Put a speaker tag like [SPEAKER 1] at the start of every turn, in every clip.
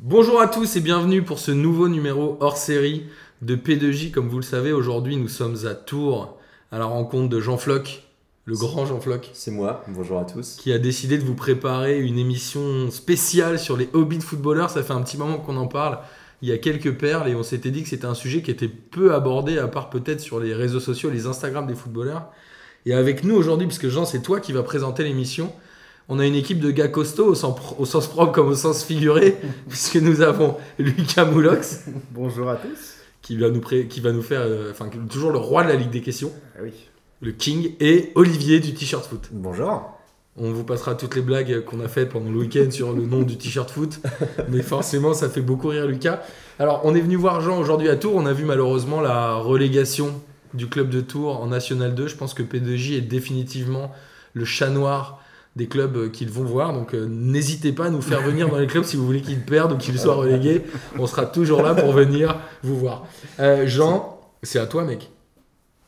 [SPEAKER 1] Bonjour à tous et bienvenue pour ce nouveau numéro hors série de P2J. Comme vous le savez, aujourd'hui nous sommes à Tours à la rencontre de Jean Floch, le grand Jean Floch,
[SPEAKER 2] C'est moi, bonjour à tous.
[SPEAKER 1] qui a décidé de vous préparer une émission spéciale sur les hobbies de footballeurs. Ça fait un petit moment qu'on en parle. Il y a quelques perles et on s'était dit que c'était un sujet qui était peu abordé, à part peut-être sur les réseaux sociaux, les Instagram des footballeurs. Et avec nous aujourd'hui, puisque Jean, c'est toi qui vas présenter l'émission, on a une équipe de gars costauds au sens, pro- au sens propre comme au sens figuré, puisque nous avons Lucas Moulox,
[SPEAKER 3] Bonjour à tous.
[SPEAKER 1] qui va nous, pré- qui va nous faire, euh, enfin, toujours le roi de la Ligue des questions,
[SPEAKER 3] Ah oui.
[SPEAKER 1] le King, et Olivier du T-shirt foot.
[SPEAKER 2] Bonjour.
[SPEAKER 1] On vous passera toutes les blagues qu'on a faites pendant le week-end sur le nom du t-shirt foot, mais forcément ça fait beaucoup rire Lucas. Alors on est venu voir Jean aujourd'hui à Tours, on a vu malheureusement la relégation du club de Tours en National 2. Je pense que P2J est définitivement le chat noir des clubs qu'ils vont voir, donc euh, n'hésitez pas à nous faire venir dans les clubs si vous voulez qu'ils perdent ou qu'ils soient relégués. On sera toujours là pour venir vous voir. Euh, Jean, c'est à toi mec.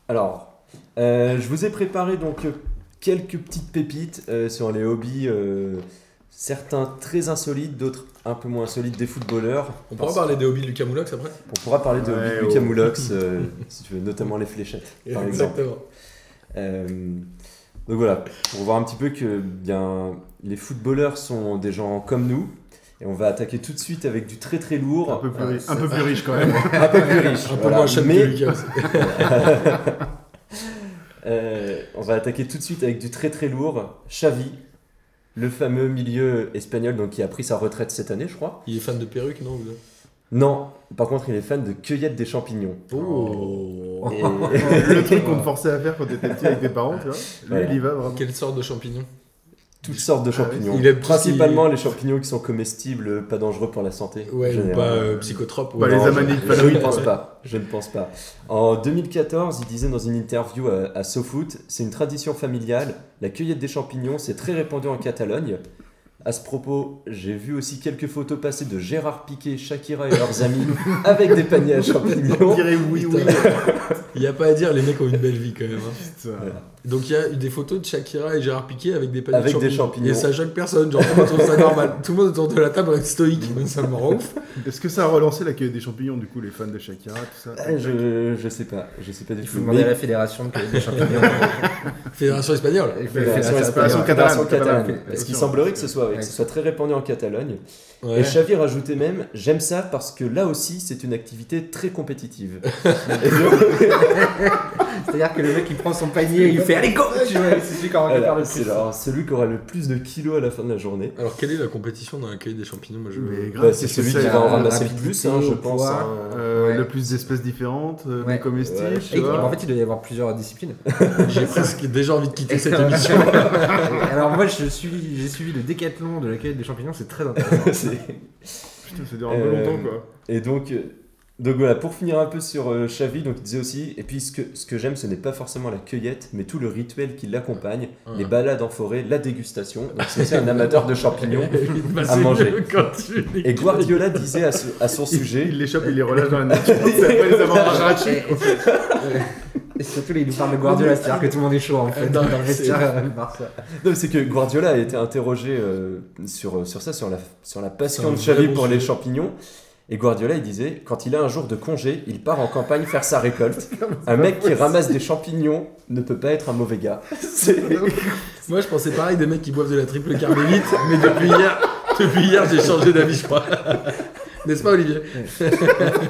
[SPEAKER 2] Alors, euh, je vous ai préparé donc euh, quelques petites pépites euh, sur les hobbies, euh, certains très insolites, d'autres un peu moins insolites des footballeurs.
[SPEAKER 1] On pourra parler des hobbies de Lucas Moulox après
[SPEAKER 2] On pourra parler de
[SPEAKER 3] Ouais,
[SPEAKER 2] Lucas
[SPEAKER 3] oh.
[SPEAKER 2] Moulox, euh, si tu veux, notamment les fléchettes, par exemple.
[SPEAKER 1] Exactement.
[SPEAKER 2] Euh, donc voilà, pour voir un petit peu que bien, les footballeurs sont des gens comme nous. Et on va attaquer tout de suite avec du très très lourd,
[SPEAKER 3] Un peu plus,
[SPEAKER 2] euh,
[SPEAKER 3] ri- un peu plus riche quand même.
[SPEAKER 2] un peu plus riche.
[SPEAKER 1] Un peu
[SPEAKER 2] voilà.
[SPEAKER 1] moins chat que
[SPEAKER 2] Mais
[SPEAKER 1] Lucas aussi.
[SPEAKER 2] Euh, on va attaquer tout de suite avec du très très lourd. Xavi, le fameux milieu espagnol donc, qui a pris sa retraite cette année, je crois.
[SPEAKER 1] Il est fan de perruque, non vous
[SPEAKER 2] Non, par contre, il est fan de cueillette des champignons.
[SPEAKER 1] Oh.
[SPEAKER 2] Et-
[SPEAKER 3] le truc qu'on te forçait à faire quand t'étais petit avec tes parents, tu vois. Lui,
[SPEAKER 2] Voilà.
[SPEAKER 3] il y va vraiment.
[SPEAKER 1] Quelle sorte de champignon
[SPEAKER 2] Toutes sortes de champignons.
[SPEAKER 1] Ah Il aime tout ce
[SPEAKER 2] Principalement les champignons qui sont comestibles, pas dangereux pour la santé.
[SPEAKER 1] Ouais, ou
[SPEAKER 2] généralement.
[SPEAKER 1] pas euh, psychotrope. ou
[SPEAKER 3] Pas les
[SPEAKER 1] orange.
[SPEAKER 3] amanites,
[SPEAKER 2] je,
[SPEAKER 3] pas
[SPEAKER 2] je
[SPEAKER 3] le
[SPEAKER 2] ne
[SPEAKER 3] riz.
[SPEAKER 2] pense pas. Je ne pense pas. En 2014, il disait dans une interview à, à SoFoot C'est une tradition familiale. La cueillette des champignons, c'est très répandu en Catalogne. À ce propos, j'ai vu aussi quelques photos passer de Gérard Piquet, Shakira et leurs amis avec des paniers à
[SPEAKER 3] On
[SPEAKER 2] champignons.
[SPEAKER 3] dirait oui, oui.
[SPEAKER 1] Il n'y a pas à dire, les mecs ont une belle vie quand même. hein.
[SPEAKER 3] Putain.
[SPEAKER 1] Donc il y a eu des photos de Shakira et Gérard Piqué avec des paniers
[SPEAKER 2] Avec
[SPEAKER 1] de
[SPEAKER 2] des champignons.
[SPEAKER 1] Et ça choque personne, genre tout le monde trouve ça normal. Tout le monde autour de la table est stoïque, mais ça me rend ouf.
[SPEAKER 3] Est-ce que ça a relancé la cueillette des champignons, du coup, les fans de Shakira, tout ça
[SPEAKER 2] Ah, Je, je sais pas, je sais pas du
[SPEAKER 4] Il
[SPEAKER 2] tout.
[SPEAKER 4] faut demander
[SPEAKER 2] Mais-
[SPEAKER 4] à la fédération de cueillir des champignons.
[SPEAKER 1] Fédération espagnole.
[SPEAKER 4] Il faut-
[SPEAKER 3] la
[SPEAKER 2] Fédération
[SPEAKER 3] fédération
[SPEAKER 2] espagnole,
[SPEAKER 3] catalane,
[SPEAKER 2] fédération
[SPEAKER 3] catalane.
[SPEAKER 2] catalane. Parce qu'il
[SPEAKER 3] Bien sûr.
[SPEAKER 2] semblerait que ce soit, que
[SPEAKER 4] Ouais.
[SPEAKER 2] ce soit très répandu en Catalogne.
[SPEAKER 1] Ouais.
[SPEAKER 2] Et Xavi rajoutait même J'aime ça parce que là aussi, c'est une activité très compétitive. Et donc-
[SPEAKER 4] C'est-à-dire que le mec il prend son panier et il fait Allez go Tu vois, C'est celui qui en récupère
[SPEAKER 2] Voilà,
[SPEAKER 4] le
[SPEAKER 2] Euh, c'est
[SPEAKER 4] plus.
[SPEAKER 2] genre celui qui aura le plus de kilos à la fin de la journée.
[SPEAKER 1] Alors quelle est la compétition dans l'accueil des champignons Moi, je...
[SPEAKER 3] Mais grave,
[SPEAKER 2] Bah, c'est
[SPEAKER 3] parce
[SPEAKER 2] celui
[SPEAKER 3] que
[SPEAKER 2] qui
[SPEAKER 3] ça,
[SPEAKER 2] va en
[SPEAKER 4] euh,
[SPEAKER 2] ramasser le
[SPEAKER 4] rapidité,
[SPEAKER 2] plus, hein, je
[SPEAKER 4] au
[SPEAKER 2] pense.
[SPEAKER 4] poids.
[SPEAKER 2] hein.
[SPEAKER 3] euh,
[SPEAKER 4] Ouais.
[SPEAKER 3] Le plus d'espèces différentes, euh,
[SPEAKER 4] Ouais.
[SPEAKER 3] plus comestibles,
[SPEAKER 2] Ouais.
[SPEAKER 3] tu
[SPEAKER 4] Et
[SPEAKER 3] vois.
[SPEAKER 4] en fait, il doit y avoir plusieurs disciplines.
[SPEAKER 1] J'ai presque déjà envie de quitter
[SPEAKER 4] Et
[SPEAKER 1] cette
[SPEAKER 4] ça-
[SPEAKER 1] émission.
[SPEAKER 4] Alors, moi, je suis- j'ai suivi le décathlon de la cueillette des champignons, c'est très intéressant.
[SPEAKER 2] hein. C'est-
[SPEAKER 3] Putain, ça dure un peu
[SPEAKER 2] Euh,
[SPEAKER 3] longtemps, quoi.
[SPEAKER 2] Et donc, euh, donc voilà, pour finir un peu sur euh, Xavi, donc il disait aussi Et puis ce que, ce que j'aime, ce n'est pas forcément la cueillette, mais tout le rituel qui l'accompagne,
[SPEAKER 4] Mm.
[SPEAKER 2] les balades en forêt, la dégustation. Donc c'est aussi un amateur de champignons.
[SPEAKER 1] Bah,
[SPEAKER 2] à
[SPEAKER 1] c'est
[SPEAKER 2] manger.
[SPEAKER 1] mieux quand tu les
[SPEAKER 2] Et Guardiola disait à, ce- à son sujet
[SPEAKER 3] Il les chope, il les relâche dans la nature. C'est après les avoir
[SPEAKER 4] Et-
[SPEAKER 3] arrachés.
[SPEAKER 4] et- ouais. Et surtout, il nous parle de Guardiola, c'est-à-dire que tout le monde est chaud en fait.
[SPEAKER 1] Non,
[SPEAKER 4] Dans
[SPEAKER 1] non,
[SPEAKER 4] le vestiaire,
[SPEAKER 1] c'est-
[SPEAKER 4] euh, par ça.
[SPEAKER 2] Non, mais c'est que Guardiola a été interrogé euh, sur, sur ça, sur la, sur la
[SPEAKER 1] C'est
[SPEAKER 2] passion
[SPEAKER 1] un
[SPEAKER 2] de Xavi
[SPEAKER 1] vrai
[SPEAKER 2] pour
[SPEAKER 1] bon
[SPEAKER 2] les champignons. Et Guardiola, il disait, quand il a un jour de congé, il part en campagne faire sa récolte. Un mec qui ramasse des champignons ne peut pas être un mauvais gars. C'est-
[SPEAKER 1] Moi, je pensais pareil des mecs qui boivent de la triple carmélite, mais depuis hier, depuis hier, j'ai changé d'avis, je crois. N'est-ce pas, Olivier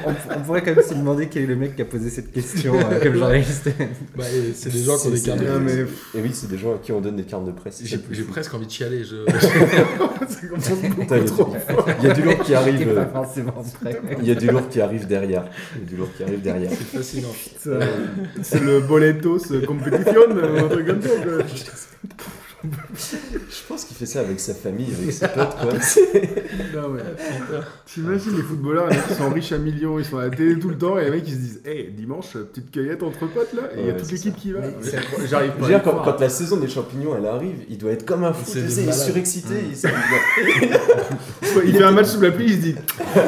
[SPEAKER 4] On, on pourrait quand même se demander quel est le mec qui a posé cette question euh, comme journaliste.
[SPEAKER 1] bah, euh, C'est des gens qui ont des
[SPEAKER 2] C'est-
[SPEAKER 1] cartes de
[SPEAKER 2] c'est-
[SPEAKER 3] Non,
[SPEAKER 1] presse.
[SPEAKER 3] mais
[SPEAKER 2] Et oui, c'est des gens à qui on donne des cartes de presse.
[SPEAKER 1] Ah, J'ai j'ai presque envie de chialer. Je...
[SPEAKER 3] ça commence beaucoup
[SPEAKER 2] Putain, il y a du-
[SPEAKER 3] trop.
[SPEAKER 2] Il y a du lourd qui arrive.
[SPEAKER 4] Et pas
[SPEAKER 2] euh,
[SPEAKER 4] forcément prêt.
[SPEAKER 2] Il y a du lourd qui arrive derrière. Il y a du lourd qui arrive derrière.
[SPEAKER 1] C'est fascinant.
[SPEAKER 3] Ça, C'est le boletos euh, competition, euh, un truc comme ça, quoi.
[SPEAKER 2] Je pense qu'il fait ça avec sa famille, avec ses potes, quoi.
[SPEAKER 3] Non, mais- T'imagines les footballeurs, les mecs qui sont riches à millions, ils sont à la télé tout le temps, et les mecs ils se disent Hey, dimanche, petite cueillette entre potes là, et il y a
[SPEAKER 2] Ouais,
[SPEAKER 3] toute
[SPEAKER 2] c'est
[SPEAKER 3] l'équipe qui va.
[SPEAKER 4] Mais c'est-
[SPEAKER 3] J'arrive
[SPEAKER 2] Je veux dire, quand, quand la saison des champignons elle arrive, il doit être comme un fou,
[SPEAKER 1] C'est
[SPEAKER 2] tu
[SPEAKER 1] des
[SPEAKER 2] sais, il est
[SPEAKER 1] malades.
[SPEAKER 2] surexcité, il s'est-
[SPEAKER 3] Il fait un match sous la pluie, il se dit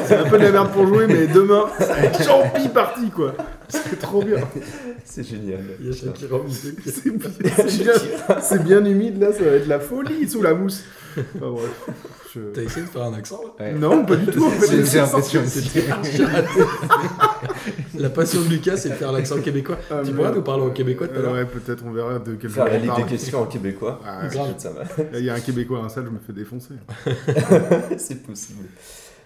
[SPEAKER 3] C'est un peu de la merde pour jouer, mais demain, c'est champi parti quoi. C'est trop bien.
[SPEAKER 2] C'est génial.
[SPEAKER 1] Il y a Shakira au milieu qui-
[SPEAKER 3] C'est bien, c'est bien- c'est bien humide là, ça va être la folie sous la mousse. Enfin, bref. Je-
[SPEAKER 1] T'as essayé de faire un accent là
[SPEAKER 4] Ouais.
[SPEAKER 3] Non, pas du tout. en fait,
[SPEAKER 4] J'ai j'ai
[SPEAKER 3] c'est
[SPEAKER 4] l'impression que
[SPEAKER 3] sorti-
[SPEAKER 4] c'était.
[SPEAKER 1] La passion de Lucas, c'est de faire l'accent québécois.
[SPEAKER 3] Ah,
[SPEAKER 1] tu
[SPEAKER 3] merde.
[SPEAKER 1] pourras nous parler en québécois tout à
[SPEAKER 3] Euh,
[SPEAKER 1] l'heure
[SPEAKER 3] ouais, peut-être on verra de quel
[SPEAKER 2] Faire la
[SPEAKER 3] point on
[SPEAKER 2] Ligue des
[SPEAKER 3] parle.
[SPEAKER 2] questions en québécois.
[SPEAKER 3] Ah,
[SPEAKER 1] Grave.
[SPEAKER 2] Putain, ça va.
[SPEAKER 3] là, Il y a un Québécois à la salle, je me fais défoncer.
[SPEAKER 2] C'est possible.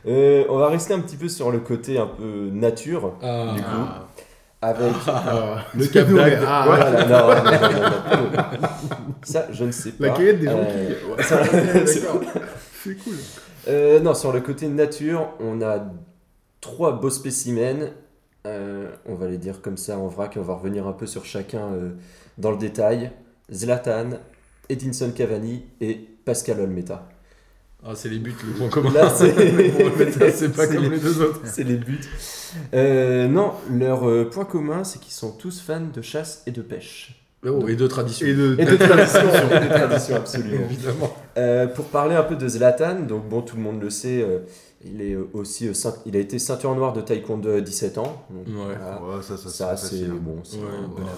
[SPEAKER 2] Euh, on va rester un petit peu sur le côté un peu nature.
[SPEAKER 1] Ah.
[SPEAKER 2] Du coup, Avec.
[SPEAKER 3] Ah,
[SPEAKER 1] le
[SPEAKER 3] c'est
[SPEAKER 1] Cap
[SPEAKER 3] nous, mais-
[SPEAKER 1] d'Agde.
[SPEAKER 3] ah,
[SPEAKER 2] Voilà, non, non, non, non, non, non. Ça, je ne sais pas.
[SPEAKER 3] La cueillette des gens
[SPEAKER 2] Euh,
[SPEAKER 3] qui. Ouais, d'accord. C'est cool.
[SPEAKER 2] Euh, non, sur le côté nature, on a trois beaux spécimens. Euh, on va les dire comme ça en vrac, et on va revenir un peu sur chacun euh, dans le détail. Zlatan, Edinson Cavani et Pascal Olmeta.
[SPEAKER 1] Ah, c'est les buts, le point commun.
[SPEAKER 2] Là, c'est-
[SPEAKER 1] Pour le mettre, c'est pas
[SPEAKER 2] c'est
[SPEAKER 1] comme
[SPEAKER 2] les-
[SPEAKER 1] les deux autres.
[SPEAKER 2] C'est les buts. Euh, non, leur euh, point commun, c'est qu'ils sont tous fans de chasse et de pêche.
[SPEAKER 1] Oh, et deux traditions.
[SPEAKER 3] Et de.
[SPEAKER 2] Et de tradition, et de tradition, absolument.
[SPEAKER 1] Évidemment.
[SPEAKER 2] Euh, pour parler un peu de Zlatan, donc bon, tout le monde le sait, euh, il est euh, aussi, euh, ceint- il a été ceinture noire de taekwondo à 17 ans. Donc,
[SPEAKER 1] Ouais.
[SPEAKER 2] voilà.
[SPEAKER 3] Ouais, ça, ça,
[SPEAKER 2] Ça,
[SPEAKER 3] c'est
[SPEAKER 2] c'est
[SPEAKER 3] facile. hein.
[SPEAKER 2] bon. c'est-
[SPEAKER 1] Ouais,
[SPEAKER 2] voilà.
[SPEAKER 1] bah,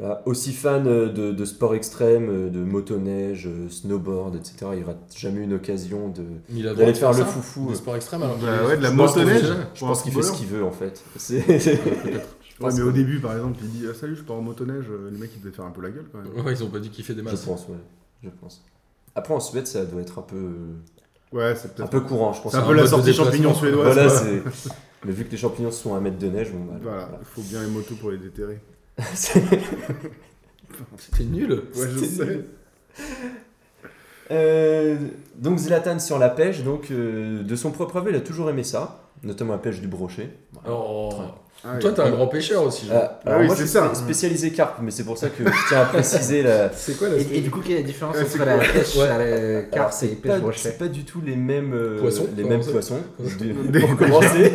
[SPEAKER 2] Voilà. Aussi fan euh, de, de sport extrême, euh, de motoneige, euh, snowboard, etc. Il rate jamais une occasion de
[SPEAKER 1] Il a le droit
[SPEAKER 2] d'aller
[SPEAKER 1] de
[SPEAKER 2] faire le
[SPEAKER 1] ça
[SPEAKER 2] foufou.
[SPEAKER 1] Des sports extrêmes alors.
[SPEAKER 3] Bah ouais, de la
[SPEAKER 1] Je pense qu'on
[SPEAKER 3] motoneige.
[SPEAKER 1] sait jamais.
[SPEAKER 2] Je pense qu'il fait ce qu'il veut en fait. C'est-
[SPEAKER 3] Ouais, mais au début, par exemple, il dit ah, Salut, je pars en motoneige. Le mec, il devait faire un peu la gueule quand même.
[SPEAKER 1] Ouais, ils ont pas dû kiffer des
[SPEAKER 2] je
[SPEAKER 1] masses.
[SPEAKER 2] pense, ouais. Je pense. Après en Suède, ça doit être un peu
[SPEAKER 3] Ouais, c'est
[SPEAKER 2] un
[SPEAKER 3] peut-être.
[SPEAKER 2] peu courant, je pense. hein.
[SPEAKER 3] C'est un
[SPEAKER 1] un
[SPEAKER 3] peu
[SPEAKER 1] mode
[SPEAKER 3] la
[SPEAKER 1] de
[SPEAKER 3] sortie
[SPEAKER 1] déplacement.
[SPEAKER 3] champignon suédoise.
[SPEAKER 2] voilà,
[SPEAKER 3] quoi.
[SPEAKER 2] c'est. Mais vu que les champignons sont à mètre de neige, bon, bah,
[SPEAKER 3] Voilà, il faut bien les motos pour les déterrer.
[SPEAKER 2] C'est-
[SPEAKER 1] C'était nul.
[SPEAKER 3] Ouais, je
[SPEAKER 2] C'était
[SPEAKER 3] sais.
[SPEAKER 2] nul. Euh, donc Zlatan sur la pêche, donc euh, de son propre aveu, il a toujours aimé ça, notamment la pêche du brochet. Voilà.
[SPEAKER 1] Oh.
[SPEAKER 3] Ah, ouais.
[SPEAKER 1] Toi, t'es un grand pêcheur aussi. je-
[SPEAKER 2] Euh, alors
[SPEAKER 3] Ah oui,
[SPEAKER 2] moi,
[SPEAKER 3] c'est
[SPEAKER 2] je suis
[SPEAKER 3] ça.
[SPEAKER 2] spécialisé carpe, mais c'est pour ça que je tiens à préciser la.
[SPEAKER 1] C'est quoi la.
[SPEAKER 4] Et, et du coup, quelle est la différence
[SPEAKER 3] Ouais, c'est
[SPEAKER 4] entre la
[SPEAKER 3] quoi
[SPEAKER 4] pêche
[SPEAKER 1] Ouais.
[SPEAKER 4] à la
[SPEAKER 2] Alors,
[SPEAKER 4] carpe et pêche
[SPEAKER 2] Pas-
[SPEAKER 4] brochet
[SPEAKER 2] C'est pas du tout les mêmes euh,
[SPEAKER 1] Poissons,
[SPEAKER 2] les
[SPEAKER 1] pour
[SPEAKER 2] mêmes
[SPEAKER 1] commencer.
[SPEAKER 2] poissons. de-
[SPEAKER 3] Des-
[SPEAKER 2] pour commencer,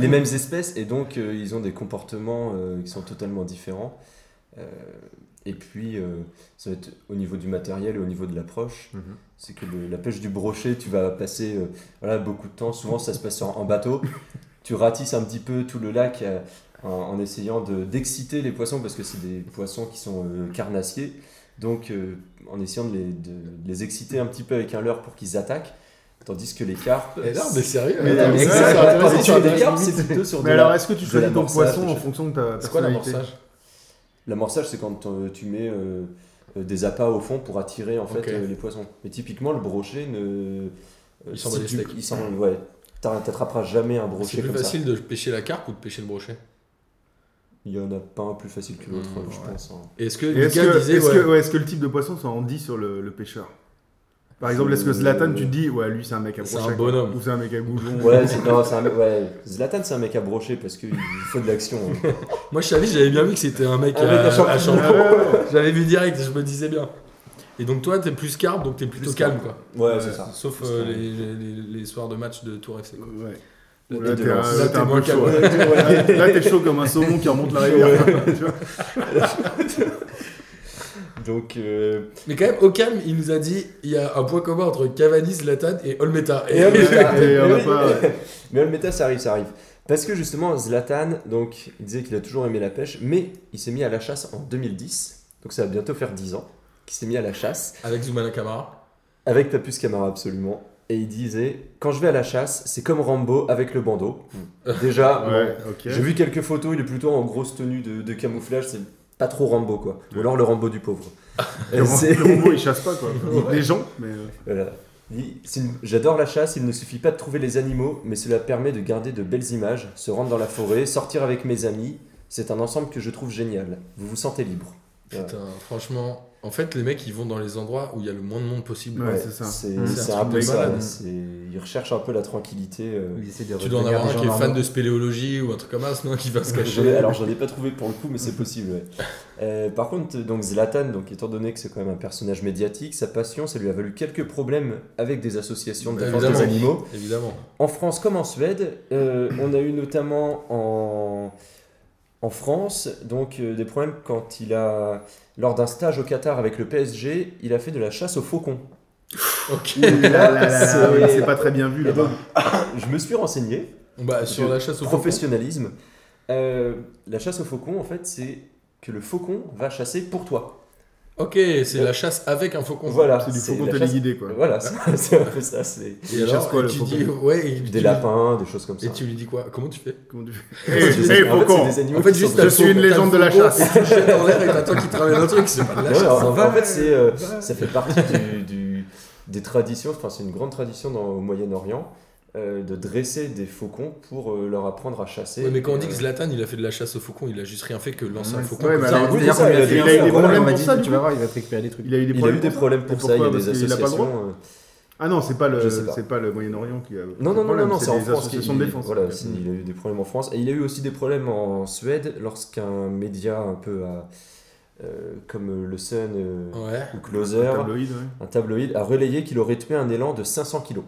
[SPEAKER 2] les mêmes espèces et donc euh, ils ont des comportements euh, qui sont totalement différents. Euh, et puis euh, ça va être au niveau du matériel et au niveau de l'approche.
[SPEAKER 3] Mhm.
[SPEAKER 2] C'est que le- la pêche du brochet, tu vas passer euh, voilà, beaucoup de temps. Souvent, ça se passe en, en bateau. Tu ratisses un petit peu tout le lac euh, en, en essayant de- d'exciter les poissons parce que c'est des poissons qui sont euh, carnassiers. Donc, euh, en essayant de les, de- de les exciter un petit peu avec un leurre pour qu'ils attaquent. Tandis que les carpes.
[SPEAKER 1] Eh non, mais sérieux.
[SPEAKER 3] Mais
[SPEAKER 1] attends,
[SPEAKER 3] mais
[SPEAKER 1] mais
[SPEAKER 3] ça,
[SPEAKER 1] ça,
[SPEAKER 3] c'est
[SPEAKER 1] ça,
[SPEAKER 3] intéressant,
[SPEAKER 1] attends,
[SPEAKER 2] Tandis que
[SPEAKER 1] tu
[SPEAKER 2] sur
[SPEAKER 1] as
[SPEAKER 2] des
[SPEAKER 1] des
[SPEAKER 2] carpes,
[SPEAKER 1] limites.
[SPEAKER 2] c'est plutôt sur
[SPEAKER 3] Mais
[SPEAKER 2] de
[SPEAKER 3] alors,
[SPEAKER 2] la-
[SPEAKER 3] est-ce que tu
[SPEAKER 2] de
[SPEAKER 3] choisis ton
[SPEAKER 2] l'amorçage,
[SPEAKER 3] poisson
[SPEAKER 2] de
[SPEAKER 3] en
[SPEAKER 2] choses.
[SPEAKER 3] fonction de ta
[SPEAKER 1] C'est quoi
[SPEAKER 3] personnalité
[SPEAKER 1] l'amorçage
[SPEAKER 2] L'amorçage, c'est quand euh, tu mets euh, euh, des appâts au fond pour attirer en fait
[SPEAKER 1] Ok.
[SPEAKER 2] euh, les poissons. Mais typiquement, le brochet ne. euh,
[SPEAKER 1] Il s'en bat les
[SPEAKER 2] tu-
[SPEAKER 1] steaks.
[SPEAKER 2] il s'en- ouais. T'as- T'attraperas jamais un
[SPEAKER 1] C'est
[SPEAKER 2] brochet
[SPEAKER 1] plus
[SPEAKER 2] comme ça.
[SPEAKER 1] facile de pêcher la carpe ou de pêcher le brochet
[SPEAKER 2] Il y en a pas un plus facile que l'autre,
[SPEAKER 1] Mmh,
[SPEAKER 2] je
[SPEAKER 3] Hmm, ouais.
[SPEAKER 2] pense. hein.
[SPEAKER 1] Est-ce que
[SPEAKER 3] Et Est-ce
[SPEAKER 1] Lucas
[SPEAKER 3] que,
[SPEAKER 1] disait.
[SPEAKER 3] est-ce
[SPEAKER 1] ouais,
[SPEAKER 3] que- ouais, est-ce que le type de poisson ça en dit sur le, le pêcheur Par exemple, est-ce que Zlatan, tu te dis, ouais, lui c'est un mec à
[SPEAKER 1] C'est
[SPEAKER 3] brochet,
[SPEAKER 1] un
[SPEAKER 3] quoi.
[SPEAKER 1] bonhomme.
[SPEAKER 3] Ou c'est un mec à goulon
[SPEAKER 2] Ouais, c'est- non, c'est un mec- ouais. Zlatan, c'est un mec à brocher parce qu'il faut de l'action. hein.
[SPEAKER 1] Moi, je savais, j'avais bien vu que c'était un mec
[SPEAKER 2] Un mec
[SPEAKER 1] à,
[SPEAKER 2] à champignons.
[SPEAKER 1] à
[SPEAKER 3] Ouais,
[SPEAKER 1] champignons.
[SPEAKER 3] ouais, ouais.
[SPEAKER 1] J'avais vu direct, je me disais bien. Et donc, toi, t'es plus carpe, donc t'es plutôt
[SPEAKER 2] Plus
[SPEAKER 1] calme,
[SPEAKER 2] carpe. Ah,
[SPEAKER 1] quoi.
[SPEAKER 2] Ouais,
[SPEAKER 3] Ouais.
[SPEAKER 2] c'est ça.
[SPEAKER 1] Sauf
[SPEAKER 2] Plus
[SPEAKER 1] euh,
[SPEAKER 2] calme.
[SPEAKER 1] les, les- les- les soirs de match de Tour FC. quoi.
[SPEAKER 3] Ouais.
[SPEAKER 2] La
[SPEAKER 3] Là,
[SPEAKER 2] tête de
[SPEAKER 3] t'es un-
[SPEAKER 2] lance.
[SPEAKER 3] là, t'es un peu
[SPEAKER 1] Là, t'es
[SPEAKER 3] chaud.
[SPEAKER 1] moins
[SPEAKER 3] ouais. Là, là, t'es chaud comme un saumon qui remonte la rivière. tu vois.
[SPEAKER 2] Donc, euh,
[SPEAKER 1] Mais quand même, au calme, il nous a dit il y a un point commun entre Cavani, Zlatan et Olmeta. Et,
[SPEAKER 2] Et Olmeta.
[SPEAKER 3] Et- et on va
[SPEAKER 2] Oui.
[SPEAKER 3] pas- ouais.
[SPEAKER 2] Mais Olmeta, ça arrive, ça arrive. Parce que justement, Zlatan, donc, il disait qu'il a toujours aimé la pêche, mais il s'est mis à la chasse en 2010. Donc ça va bientôt faire 10 ans qu'il s'est mis à la chasse
[SPEAKER 1] avec Zoumana Kamara.
[SPEAKER 2] avec Papus Camara, absolument. Et il disait Quand je vais à la chasse, c'est comme Rambo avec le bandeau. Déjà, bon,
[SPEAKER 3] Hmm. Ouais, ok.
[SPEAKER 2] j'ai vu quelques photos, il est plutôt en grosse tenue de, de camouflage, c'est pas trop Rambo quoi. Ou
[SPEAKER 3] Ouais.
[SPEAKER 2] alors le Rambo du pauvre.
[SPEAKER 3] Le
[SPEAKER 2] Euh, c'est-
[SPEAKER 3] robot il chasse pas quoi. Il
[SPEAKER 2] Ouais.
[SPEAKER 3] des gens, mais. euh,
[SPEAKER 2] Voilà. Il- c'est une- J'adore la chasse, il ne suffit pas de trouver les animaux, mais cela permet de garder de belles images, se rendre dans la forêt, sortir avec mes amis. C'est un ensemble que je trouve génial. Vous vous sentez libre. Voilà.
[SPEAKER 1] Putain, franchement, en fait, les mecs, ils vont dans les endroits où il y a le moins de monde possible.
[SPEAKER 3] Ouais. c'est ça.
[SPEAKER 2] C'est
[SPEAKER 1] Mmh.
[SPEAKER 2] c'est
[SPEAKER 1] C'est un
[SPEAKER 2] un
[SPEAKER 1] truc
[SPEAKER 2] peu
[SPEAKER 1] de
[SPEAKER 2] ça.
[SPEAKER 1] malade.
[SPEAKER 2] ouais. C'est- Il recherche un peu la tranquillité. euh.
[SPEAKER 4] Ils essaient de
[SPEAKER 1] Tu dois en
[SPEAKER 4] retenir
[SPEAKER 1] avoir
[SPEAKER 4] des
[SPEAKER 1] un
[SPEAKER 4] gens
[SPEAKER 1] qui est fan
[SPEAKER 4] normaux.
[SPEAKER 1] de spéléologie ou un truc comme ça, sinon qui va se
[SPEAKER 2] J'en ai-
[SPEAKER 1] cacher.
[SPEAKER 2] alors j'en ai pas trouvé pour le coup, mais c'est possible. ouais. Euh, par contre, donc Zlatan, donc étant donné que c'est quand même un personnage médiatique, sa passion, ça lui a valu quelques problèmes avec des associations de défense des
[SPEAKER 1] Bah, Évidemment.
[SPEAKER 2] animaux.
[SPEAKER 1] Évidemment.
[SPEAKER 2] En France comme en Suède, euh, on a eu notamment en, en France donc euh, des problèmes quand il a lors d'un stage au Qatar avec le PSG, il a fait de la chasse aux faucons.
[SPEAKER 1] Ok.
[SPEAKER 3] ouh là là là là,
[SPEAKER 2] C'est- Eh ben,
[SPEAKER 3] oui, C'est pas très bien vu
[SPEAKER 2] Et donc,
[SPEAKER 3] là-bas.
[SPEAKER 2] je me suis renseigné,
[SPEAKER 1] Bah, sur la chasse au
[SPEAKER 2] professionnalisme, Euh, la chasse au faucon, en fait, c'est que le faucon va chasser pour toi.
[SPEAKER 1] Ok, c'est la chasse avec un faucon.
[SPEAKER 2] Voilà,
[SPEAKER 3] C'est du
[SPEAKER 2] c'est
[SPEAKER 3] faucon
[SPEAKER 2] la chasse-
[SPEAKER 3] téléguidé, quoi.
[SPEAKER 2] Voilà, c'est c'est un peu ça. c'est-
[SPEAKER 1] Et
[SPEAKER 3] Il
[SPEAKER 1] alors,
[SPEAKER 3] chasse quoi, le
[SPEAKER 1] tu
[SPEAKER 3] faucon
[SPEAKER 1] dis, ouais, et tu
[SPEAKER 2] Des
[SPEAKER 1] lui-
[SPEAKER 2] lapins, des choses comme ça.
[SPEAKER 1] Et tu lui dis quoi Comment tu fais
[SPEAKER 3] Comment tu fais
[SPEAKER 2] C'est des-
[SPEAKER 3] Hey, hey,
[SPEAKER 2] en fait,
[SPEAKER 3] faucon
[SPEAKER 2] c'est des animaux
[SPEAKER 1] En fait,
[SPEAKER 2] qui
[SPEAKER 1] juste
[SPEAKER 2] sont-
[SPEAKER 1] t'as le
[SPEAKER 3] Je suis une
[SPEAKER 1] faucon, t'as
[SPEAKER 3] légende
[SPEAKER 1] le
[SPEAKER 3] de la
[SPEAKER 1] faucon,
[SPEAKER 3] chasse.
[SPEAKER 1] et Tu le jettes en l'air et t'attends qu'il te ramène un truc. C'est pas de la
[SPEAKER 2] Ouais,
[SPEAKER 1] chasse.
[SPEAKER 2] en, en
[SPEAKER 1] va.
[SPEAKER 2] fait, c'est, euh, ça fait partie du- du- des traditions, enfin, c'est une grande tradition dans, au Moyen-Orient euh, de dresser des faucons pour euh, leur apprendre à chasser.
[SPEAKER 1] Ouais, mais quand on dit
[SPEAKER 2] Euh,
[SPEAKER 1] que Zlatan il a fait de la chasse au faucon, il a juste rien fait que lancer un
[SPEAKER 4] Ouais,
[SPEAKER 1] faucon.
[SPEAKER 3] ouais,
[SPEAKER 1] comme
[SPEAKER 3] mais
[SPEAKER 1] ça.
[SPEAKER 3] alors,
[SPEAKER 2] oui,
[SPEAKER 4] C'est-à-dire
[SPEAKER 2] ça,
[SPEAKER 4] qu'on lui
[SPEAKER 2] il a-
[SPEAKER 4] fait
[SPEAKER 2] il a eu
[SPEAKER 4] faire
[SPEAKER 2] des
[SPEAKER 4] un problème,
[SPEAKER 3] problèmes
[SPEAKER 4] on m'a
[SPEAKER 3] pour
[SPEAKER 4] dit,
[SPEAKER 3] ça, du
[SPEAKER 4] tu
[SPEAKER 3] coup.
[SPEAKER 4] vas voir, il va te récupérer des trucs.
[SPEAKER 3] Il a eu des
[SPEAKER 2] il a eu
[SPEAKER 3] problèmes
[SPEAKER 2] des
[SPEAKER 3] pour ça
[SPEAKER 2] problèmes
[SPEAKER 3] Et
[SPEAKER 2] pour ça, il y
[SPEAKER 3] pourquoi
[SPEAKER 2] a des
[SPEAKER 3] Parce qu'il a pas le droit
[SPEAKER 2] associations. euh,
[SPEAKER 3] Ah non, c'est pas
[SPEAKER 2] Je
[SPEAKER 3] le,
[SPEAKER 2] sais pas.
[SPEAKER 3] c'est pas le Moyen-Orient qui a.
[SPEAKER 2] Non, non, non, non,
[SPEAKER 3] problème,
[SPEAKER 2] non, c'est en
[SPEAKER 3] des
[SPEAKER 2] France qu'il
[SPEAKER 3] associations de défense.
[SPEAKER 2] voilà, c'est- il a eu des problèmes en France. Et il a eu aussi des problèmes en Suède lorsqu'un média un peu à- euh, comme euh, le Sun euh,
[SPEAKER 1] Ouais.
[SPEAKER 2] ou Closer,
[SPEAKER 3] Tabloïd, ouais.
[SPEAKER 2] un tabloïd, a relayé qu'il aurait tué un élan de 500 kilos.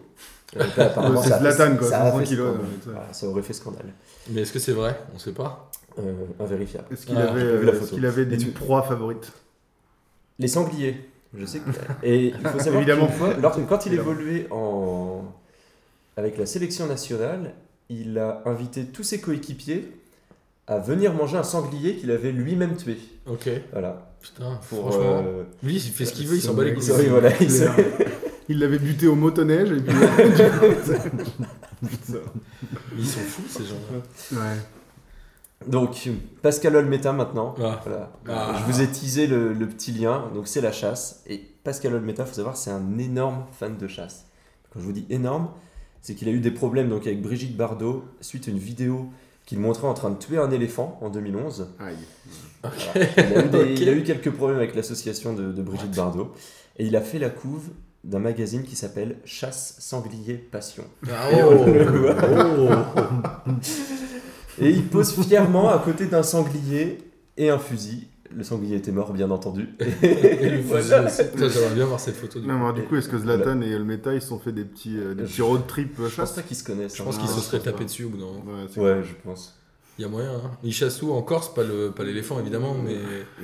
[SPEAKER 2] Donc là, apparemment,
[SPEAKER 3] C'est
[SPEAKER 2] ça a fait-
[SPEAKER 3] Zlatan, quoi,
[SPEAKER 2] ça a
[SPEAKER 3] 500
[SPEAKER 2] fait
[SPEAKER 3] kilos.
[SPEAKER 2] scandale.
[SPEAKER 3] ouais, ouais.
[SPEAKER 2] Ah, ça aurait fait scandale.
[SPEAKER 1] Mais est-ce que c'est vrai On sait pas.
[SPEAKER 2] Euh, invérifiable.
[SPEAKER 3] Est-ce qu'il
[SPEAKER 1] Ah,
[SPEAKER 3] avait,
[SPEAKER 2] j'ai pas vu la
[SPEAKER 3] euh, est-ce
[SPEAKER 2] photo.
[SPEAKER 3] qu'il avait
[SPEAKER 2] Mais
[SPEAKER 3] des
[SPEAKER 2] tu-
[SPEAKER 3] proies favorites
[SPEAKER 2] Les sangliers. Je sais que. Et il faut savoir
[SPEAKER 3] Évidemment.
[SPEAKER 2] qu'une fois- lorsque- quand il
[SPEAKER 3] Évidemment.
[SPEAKER 2] évoluait en... avec la sélection nationale, il a invité tous ses coéquipiers à venir manger un sanglier qu'il avait lui-même tué.
[SPEAKER 1] Ok.
[SPEAKER 2] Voilà.
[SPEAKER 1] Putain,
[SPEAKER 2] Pour,
[SPEAKER 1] franchement.
[SPEAKER 2] euh,
[SPEAKER 1] Lui, il fait ce qu'il veut, il s'en bat les couilles.
[SPEAKER 2] Oui, voilà. il se-
[SPEAKER 3] Il l'avait buté au motoneige et puis. Putain.
[SPEAKER 1] Ils sont fous, ces gens-là.
[SPEAKER 3] Ouais.
[SPEAKER 2] Donc, Pascal Olmeta maintenant.
[SPEAKER 1] Ah.
[SPEAKER 2] Voilà.
[SPEAKER 1] Ah.
[SPEAKER 2] Je vous ai teasé le, le petit lien, donc c'est la chasse. Et Pascal Olmeta, faut savoir, c'est un énorme fan de chasse. Quand je vous dis énorme, c'est qu'il a eu des problèmes donc, avec Brigitte Bardot suite à une vidéo qu'il montrait en train de tuer un éléphant en 2011.
[SPEAKER 3] Aïe.
[SPEAKER 2] Voilà. Il, a eu des-
[SPEAKER 1] Ok.
[SPEAKER 2] il a eu quelques problèmes avec l'association de, de Brigitte Bardot. Et il a fait la couve d'un magazine qui s'appelle Chasse, Sanglier, Passion.
[SPEAKER 1] Ah, oh. Oh.
[SPEAKER 2] Et il pose fièrement à côté d'un sanglier et un fusil. Le sanglier était mort, bien entendu.
[SPEAKER 1] Et le fusil
[SPEAKER 2] Voilà.
[SPEAKER 1] aussi. Putain, J'aimerais bien voir cette photo. du coup.
[SPEAKER 3] Non, mais alors, du coup, est-ce que Zlatan et Olmeta ils se sont fait des petits, euh, des petits road trip euh,
[SPEAKER 2] Je pense
[SPEAKER 3] chasse
[SPEAKER 2] pas qu'ils se connaissent.
[SPEAKER 1] Je pense
[SPEAKER 2] hein.
[SPEAKER 1] qu'ils se
[SPEAKER 3] je
[SPEAKER 1] seraient
[SPEAKER 3] pense pas.
[SPEAKER 1] tapés dessus au bout d'un moment.
[SPEAKER 3] Ouais, c'est-
[SPEAKER 2] Ouais, je pense.
[SPEAKER 1] Il y a moyen. Hein. Ils chassent où en Corse Pas le- pas l'éléphant, évidemment, mais.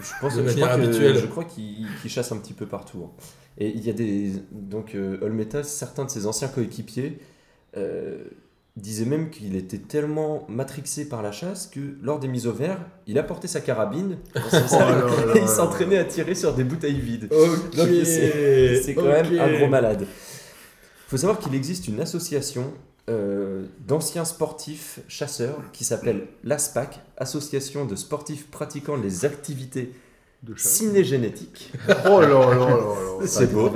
[SPEAKER 2] Je pense
[SPEAKER 1] De
[SPEAKER 2] je
[SPEAKER 1] manière
[SPEAKER 2] crois que-
[SPEAKER 1] habituelle.
[SPEAKER 2] Je crois qu'ils qu'ils chassent un petit peu partout. hein. Et il y a des. Donc, euh, Olmeta, certains de ses anciens coéquipiers euh, disaient même qu'il était tellement matrixé par la chasse que lors des mises au vert, il apportait sa carabine dans son
[SPEAKER 3] Oh
[SPEAKER 2] sac,
[SPEAKER 3] là là là
[SPEAKER 2] et
[SPEAKER 3] là
[SPEAKER 2] il
[SPEAKER 3] là.
[SPEAKER 2] s'entraînait à tirer sur des bouteilles vides.
[SPEAKER 1] Ok.
[SPEAKER 2] Donc, c'est c'est quand même un gros
[SPEAKER 1] match.
[SPEAKER 2] malade. Il faut savoir qu'il existe une association euh, d'anciens sportifs chasseurs qui s'appelle l'ASPAC, Association de sportifs pratiquant les activités
[SPEAKER 3] de chasse.
[SPEAKER 2] cinégénétiques.
[SPEAKER 1] Ah,
[SPEAKER 3] Oh là là là là.
[SPEAKER 4] Ah,
[SPEAKER 2] C'est beau.
[SPEAKER 3] Ouais,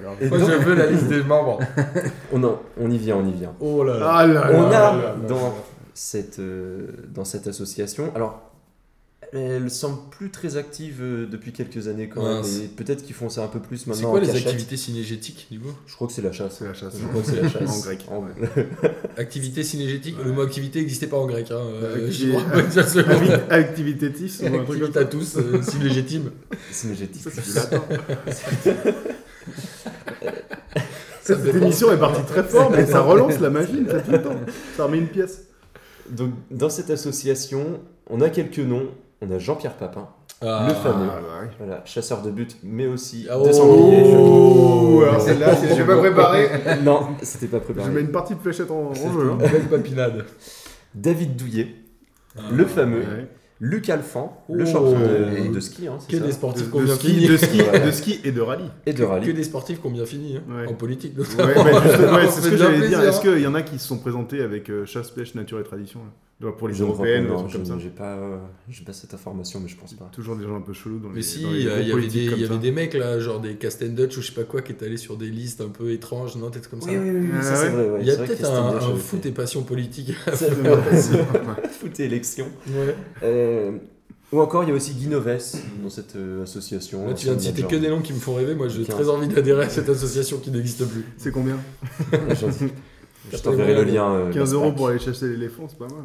[SPEAKER 3] grave.
[SPEAKER 2] Et donc,
[SPEAKER 1] je veux la liste des membres.
[SPEAKER 2] on, en- on y vient, on y vient.
[SPEAKER 1] Oh là là.
[SPEAKER 3] Ah là là.
[SPEAKER 2] On
[SPEAKER 1] là là
[SPEAKER 2] a
[SPEAKER 1] là
[SPEAKER 2] dans cette, euh, dans cette association. Alors, elle semble plus très active euh, depuis quelques années quand même.
[SPEAKER 1] Mince.
[SPEAKER 2] et Peut-être qu'ils font ça un peu plus maintenant.
[SPEAKER 1] C'est quoi
[SPEAKER 2] en
[SPEAKER 1] les
[SPEAKER 2] cachette.
[SPEAKER 1] activités cinégétiques du coup
[SPEAKER 2] Je crois que c'est la chasse.
[SPEAKER 3] C'est la chasse.
[SPEAKER 2] Je crois que c'est la chasse.
[SPEAKER 3] En grec.
[SPEAKER 2] En-
[SPEAKER 3] Ouais.
[SPEAKER 1] Activité cinégétique Le mot activité n'existait pas en grec. Hein. Euh, Ah
[SPEAKER 3] Activité-
[SPEAKER 1] je crois pas une seule seconde.
[SPEAKER 3] Act- Activité tis ou un truc comme
[SPEAKER 1] Activité
[SPEAKER 3] ça.
[SPEAKER 1] à tous, euh, cinégétime.
[SPEAKER 2] Cinégétique.
[SPEAKER 3] Ça, c'est du latin.
[SPEAKER 1] Ça
[SPEAKER 3] Cette émission est partie très fort, mais ça relance la machine, ça tout le temps. Ça remet une pièce.
[SPEAKER 2] Donc, dans cette association, on a quelques noms. On a Jean-Pierre Papin,
[SPEAKER 1] Ah.
[SPEAKER 2] le fameux,
[SPEAKER 3] ouais.
[SPEAKER 2] voilà, chasseur de but, mais aussi
[SPEAKER 1] Ah,
[SPEAKER 2] de
[SPEAKER 1] oh.
[SPEAKER 2] sanglier.
[SPEAKER 3] Oh, alors celle-là, si je l'ai pas préparée.
[SPEAKER 2] Je- Non, c'était pas
[SPEAKER 3] Je
[SPEAKER 2] préparé.
[SPEAKER 3] mets une partie de fléchette en, en
[SPEAKER 1] C'est
[SPEAKER 3] jeu. hein.
[SPEAKER 1] une belle papinade.
[SPEAKER 2] David Douillet,
[SPEAKER 1] Ah.
[SPEAKER 2] le fameux,
[SPEAKER 3] Ouais.
[SPEAKER 2] Luc Alphand,
[SPEAKER 1] Oh.
[SPEAKER 2] le champion de, de ski, hein,
[SPEAKER 1] Que
[SPEAKER 2] c'est ça,
[SPEAKER 1] des sportifs
[SPEAKER 3] De,
[SPEAKER 1] qu'on vient
[SPEAKER 3] ski,
[SPEAKER 1] finir.
[SPEAKER 3] de, ski,
[SPEAKER 2] Voilà.
[SPEAKER 3] de ski et de rallye.
[SPEAKER 2] et de
[SPEAKER 1] Que
[SPEAKER 2] rallye.
[SPEAKER 1] des sportifs qu'on bien fini hein,
[SPEAKER 3] Ouais.
[SPEAKER 1] en politique.
[SPEAKER 3] Ouais,
[SPEAKER 1] notamment.
[SPEAKER 3] bah, juste- ouais,
[SPEAKER 1] On se
[SPEAKER 3] c'est ce que
[SPEAKER 1] fait bien
[SPEAKER 3] j'allais dire.
[SPEAKER 1] plaisir.
[SPEAKER 3] Est-ce qu'il y en a qui se sont présentés avec euh, chasse, pêche, nature et tradition là Donc, Pour les
[SPEAKER 2] Je me rappelle,
[SPEAKER 3] européennes,
[SPEAKER 2] non,
[SPEAKER 3] ou des trucs
[SPEAKER 2] je-
[SPEAKER 3] comme ça.
[SPEAKER 2] j'ai pas, euh, j'ai pas cette information, mais je pense pas.
[SPEAKER 3] Toujours des gens un peu chelous dans les.
[SPEAKER 1] Mais si, euh,
[SPEAKER 3] dans
[SPEAKER 1] il
[SPEAKER 3] les
[SPEAKER 1] y, a-
[SPEAKER 3] groupes
[SPEAKER 1] il y avait, des,
[SPEAKER 3] politiques
[SPEAKER 1] il y
[SPEAKER 3] comme
[SPEAKER 1] avait
[SPEAKER 3] ça.
[SPEAKER 1] des mecs là, genre des Cast and Dutch ou je sais pas quoi, qui étaient allés sur des listes un peu étranges, non, peut-être comme ça.
[SPEAKER 3] oui, ça,
[SPEAKER 2] ça,
[SPEAKER 3] c'est
[SPEAKER 2] c'est vrai.
[SPEAKER 1] Ah Il y a peut-être un, un foot et passion politique.
[SPEAKER 2] foot et élection.
[SPEAKER 1] Ouais.
[SPEAKER 2] Euh, ou encore, il y a aussi Guy Novès dans cette euh, association.
[SPEAKER 1] Là, tu viens de citer que des noms qui me font rêver. Moi, j'ai
[SPEAKER 2] Ok.
[SPEAKER 1] très envie d'adhérer à cette association qui n'existe plus.
[SPEAKER 3] C'est combien
[SPEAKER 2] Je t'enverrai le lien. euh,
[SPEAKER 3] 15 euros
[SPEAKER 2] l'ASPAC.
[SPEAKER 3] pour aller chasser l'éléphant, c'est pas mal.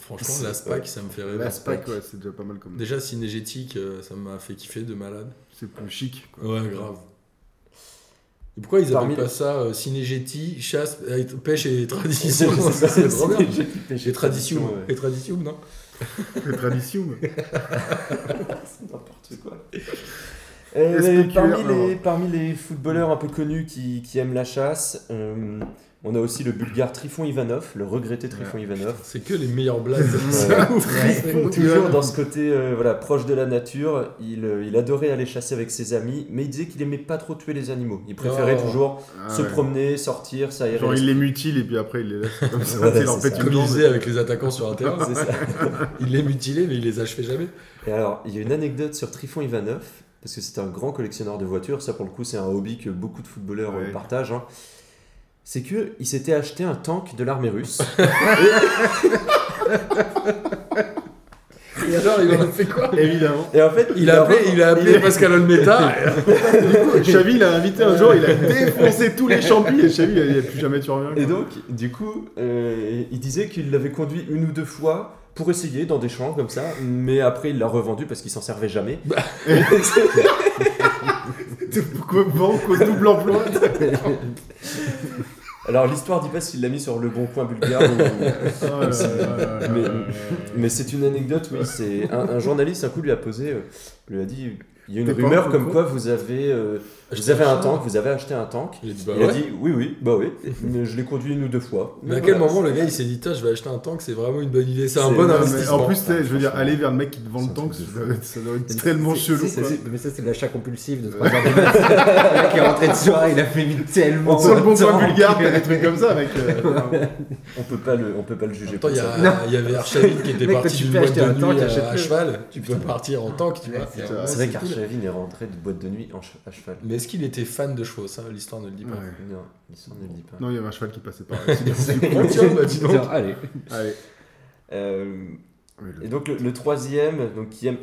[SPEAKER 1] Franchement, la SPAC, ça me fait rêver.
[SPEAKER 3] La SPAC, ouais, c'est déjà pas mal comme.
[SPEAKER 1] Déjà, cinégétique, euh, ça m'a fait kiffer de malade.
[SPEAKER 3] C'est plus chic. quoi.
[SPEAKER 1] Ouais, grave. Et pourquoi ils
[SPEAKER 2] Parmi
[SPEAKER 1] appellent pas ça euh, cinégétie, chasse, euh, pêche et tradition Ça,
[SPEAKER 2] C'est- c'est- c'est-
[SPEAKER 1] C'est
[SPEAKER 2] c'est-
[SPEAKER 1] trop bien.
[SPEAKER 2] j'ai dit pêcher
[SPEAKER 1] Et tradition.
[SPEAKER 2] ouais.
[SPEAKER 1] Et tradition, non
[SPEAKER 3] Les traditions. mais-
[SPEAKER 2] C'est N'importe quoi.
[SPEAKER 3] Est-ce
[SPEAKER 2] Euh,
[SPEAKER 3] que tu
[SPEAKER 2] parmi,
[SPEAKER 3] as-
[SPEAKER 2] les, parmi les footballeurs un peu connus qui, qui aiment la chasse, euh, On a aussi le bulgare Trifon Ivanov, le regretté Trifon Ivanov.
[SPEAKER 1] C'est que les meilleures blagues.
[SPEAKER 2] Euh,
[SPEAKER 3] Ouais.
[SPEAKER 2] toujours dans ce côté euh, voilà, proche de la nature, il, euh, il adorait aller chasser avec ses amis, mais il disait qu'il aimait pas trop tuer les animaux. Il préférait
[SPEAKER 1] Oh.
[SPEAKER 2] toujours
[SPEAKER 3] Ah
[SPEAKER 2] se
[SPEAKER 3] ouais.
[SPEAKER 2] promener, sortir, s'aérer.
[SPEAKER 3] Genre, il les mutile et puis après, il les laisse. Comme ça,
[SPEAKER 2] Voilà,
[SPEAKER 3] il leur
[SPEAKER 2] c'est
[SPEAKER 3] pète
[SPEAKER 2] ça.
[SPEAKER 1] Comme il
[SPEAKER 3] une jambe.
[SPEAKER 1] disait avec les attaquants sur un terrain.
[SPEAKER 2] C'est ça.
[SPEAKER 1] Il les mutilait, mais il les achevait jamais.
[SPEAKER 2] Et alors, il y a une anecdote sur Trifon Ivanov, parce que c'est un grand collectionneur de voitures, ça pour le coup c'est un hobby que beaucoup de footballeurs euh,
[SPEAKER 3] Ouais.
[SPEAKER 2] partagent. hein. C'est que il s'était acheté un tank de l'armée russe.
[SPEAKER 1] Et alors, il en a fait quoi
[SPEAKER 3] Évidemment.
[SPEAKER 2] Et en fait,
[SPEAKER 1] il a, appelé, il a appelé
[SPEAKER 3] il a-
[SPEAKER 1] Pascal Olmeta.
[SPEAKER 3] Chavi l'a invité un jour, il a défoncé tous les champis et Chavi, il n'y a plus jamais tu reviens.
[SPEAKER 2] Et donc, du coup, euh, il disait qu'il l'avait conduit une ou deux fois pour essayer dans des champs comme ça, mais après il l'a revendu parce qu'il s'en servait jamais.
[SPEAKER 3] Pourquoi banque au double emploi
[SPEAKER 2] Alors l'histoire dit pas s'il l'a mis sur le bon point bulgare, ou-
[SPEAKER 3] Oh là là là
[SPEAKER 2] Mais-
[SPEAKER 3] là là.
[SPEAKER 2] mais c'est une anecdote. Oui, c'est un, un journaliste un coup lui a posé, euh, lui a dit, il y a une
[SPEAKER 3] T'es pas
[SPEAKER 2] rumeur
[SPEAKER 3] un peu
[SPEAKER 2] comme
[SPEAKER 3] con
[SPEAKER 2] quoi vous avez, euh, vous avez un tank, vous avez acheté un tank.
[SPEAKER 1] Il a dit, bah
[SPEAKER 2] il a
[SPEAKER 1] ouais.
[SPEAKER 2] dit oui oui bah oui, mais je l'ai conduit une ou deux fois.
[SPEAKER 1] Mais à
[SPEAKER 2] Voilà.
[SPEAKER 1] quel moment le gars il s'est dit, Tiens, je vais acheter un tank, c'est vraiment une bonne idée, c'est un
[SPEAKER 2] C'est-
[SPEAKER 1] bon
[SPEAKER 3] Non, mais
[SPEAKER 1] investissement.
[SPEAKER 3] en plus, tu sais, je veux dire,
[SPEAKER 2] Franchement.
[SPEAKER 3] aller vers le mec qui te vend
[SPEAKER 2] C'est
[SPEAKER 3] le
[SPEAKER 2] un
[SPEAKER 3] tank, ça
[SPEAKER 2] truc de
[SPEAKER 3] doit être, ça doit être
[SPEAKER 4] C'est-
[SPEAKER 3] tellement
[SPEAKER 4] c'est-
[SPEAKER 3] chelou.
[SPEAKER 4] c'est-
[SPEAKER 3] quoi.
[SPEAKER 4] c'est- Mais ça, c'est de l'achat compulsif de trois heures du matin. Le mec est rentré de soirée, il a fait tellement.
[SPEAKER 3] On sent le bon
[SPEAKER 4] de temps
[SPEAKER 3] point bulgare,
[SPEAKER 4] que-
[SPEAKER 3] t'as des trucs comme ça, mec. euh,
[SPEAKER 2] On peut pas le, on peut pas le
[SPEAKER 1] En
[SPEAKER 2] juger.
[SPEAKER 1] même temps, il y,
[SPEAKER 2] pour ça.
[SPEAKER 1] a- il y avait Arshavin qui était
[SPEAKER 4] Mec, quand
[SPEAKER 1] parti
[SPEAKER 4] tu
[SPEAKER 1] d'une
[SPEAKER 4] peux
[SPEAKER 1] boîte
[SPEAKER 4] acheter
[SPEAKER 1] de
[SPEAKER 4] un tank,
[SPEAKER 1] nuit à,
[SPEAKER 4] achète-le.
[SPEAKER 1] à cheval. Tu peux
[SPEAKER 2] Putain.
[SPEAKER 1] partir en tank, tu vois.
[SPEAKER 4] Ouais, c'est
[SPEAKER 1] Et
[SPEAKER 4] vrai.
[SPEAKER 1] vraiment,
[SPEAKER 2] C'est vrai
[SPEAKER 1] c'est cool.
[SPEAKER 2] qu'Archavine est rentré de boîte de nuit en che- à cheval.
[SPEAKER 1] Mais est-ce qu'il était fan de chevaux Ça, l'histoire ne le dit pas.
[SPEAKER 3] ouais.
[SPEAKER 2] Non, l'histoire ne le dit pas.
[SPEAKER 3] Non, il y avait un cheval qui passait par là. C'est du
[SPEAKER 1] Oh,
[SPEAKER 3] coup.
[SPEAKER 1] tiens, bah, dis donc.
[SPEAKER 4] Genre, allez.
[SPEAKER 3] Allez.
[SPEAKER 2] Euh,
[SPEAKER 3] Oui, le-
[SPEAKER 2] et donc le, le troisième, donc qui aime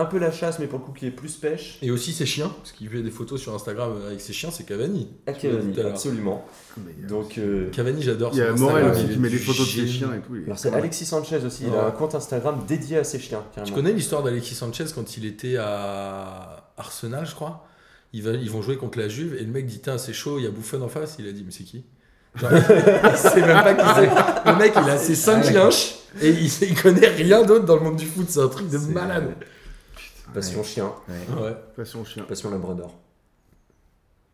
[SPEAKER 2] un peu la chasse, mais pour le coup qui est plus pêche,
[SPEAKER 1] Et aussi ses chiens, parce qu'il fait des photos sur Instagram avec ses chiens, c'est Cavani.
[SPEAKER 2] à
[SPEAKER 1] Tu l'as dit
[SPEAKER 2] Cavani,
[SPEAKER 1] tout à l'heure.
[SPEAKER 2] absolument.
[SPEAKER 3] mais, euh,
[SPEAKER 2] Donc euh,
[SPEAKER 1] Cavani, j'adore
[SPEAKER 3] Il y a
[SPEAKER 1] son
[SPEAKER 3] Morel
[SPEAKER 1] Instagram,
[SPEAKER 3] aussi
[SPEAKER 1] il
[SPEAKER 3] qui
[SPEAKER 1] est
[SPEAKER 3] met des
[SPEAKER 1] du
[SPEAKER 3] photos de ses
[SPEAKER 1] génie.
[SPEAKER 3] chiens et tout. il est-
[SPEAKER 2] alors c'est Alexis Sanchez aussi, il
[SPEAKER 1] Ouais.
[SPEAKER 2] a un compte Instagram dédié à ses chiens.
[SPEAKER 1] Tu
[SPEAKER 2] carrément.
[SPEAKER 1] connais l'histoire d'Alexis Sanchez quand il était à Arsenal, je crois ils, va- ils vont jouer contre la Juve et le mec dit Tiens, c'est chaud, il y a Bouffon en face. Il a dit Mais c'est qui Genre, il sait même pas qui c'est. Le mec, il a
[SPEAKER 2] Ah,
[SPEAKER 1] ses 5 lynches "Hein et il, il connaît rien d'autre dans le monde du foot. C'est un truc de
[SPEAKER 2] C'est-
[SPEAKER 1] malade.
[SPEAKER 2] Passion chien,
[SPEAKER 1] Ouais.
[SPEAKER 3] Passion chien.
[SPEAKER 2] passion labrador.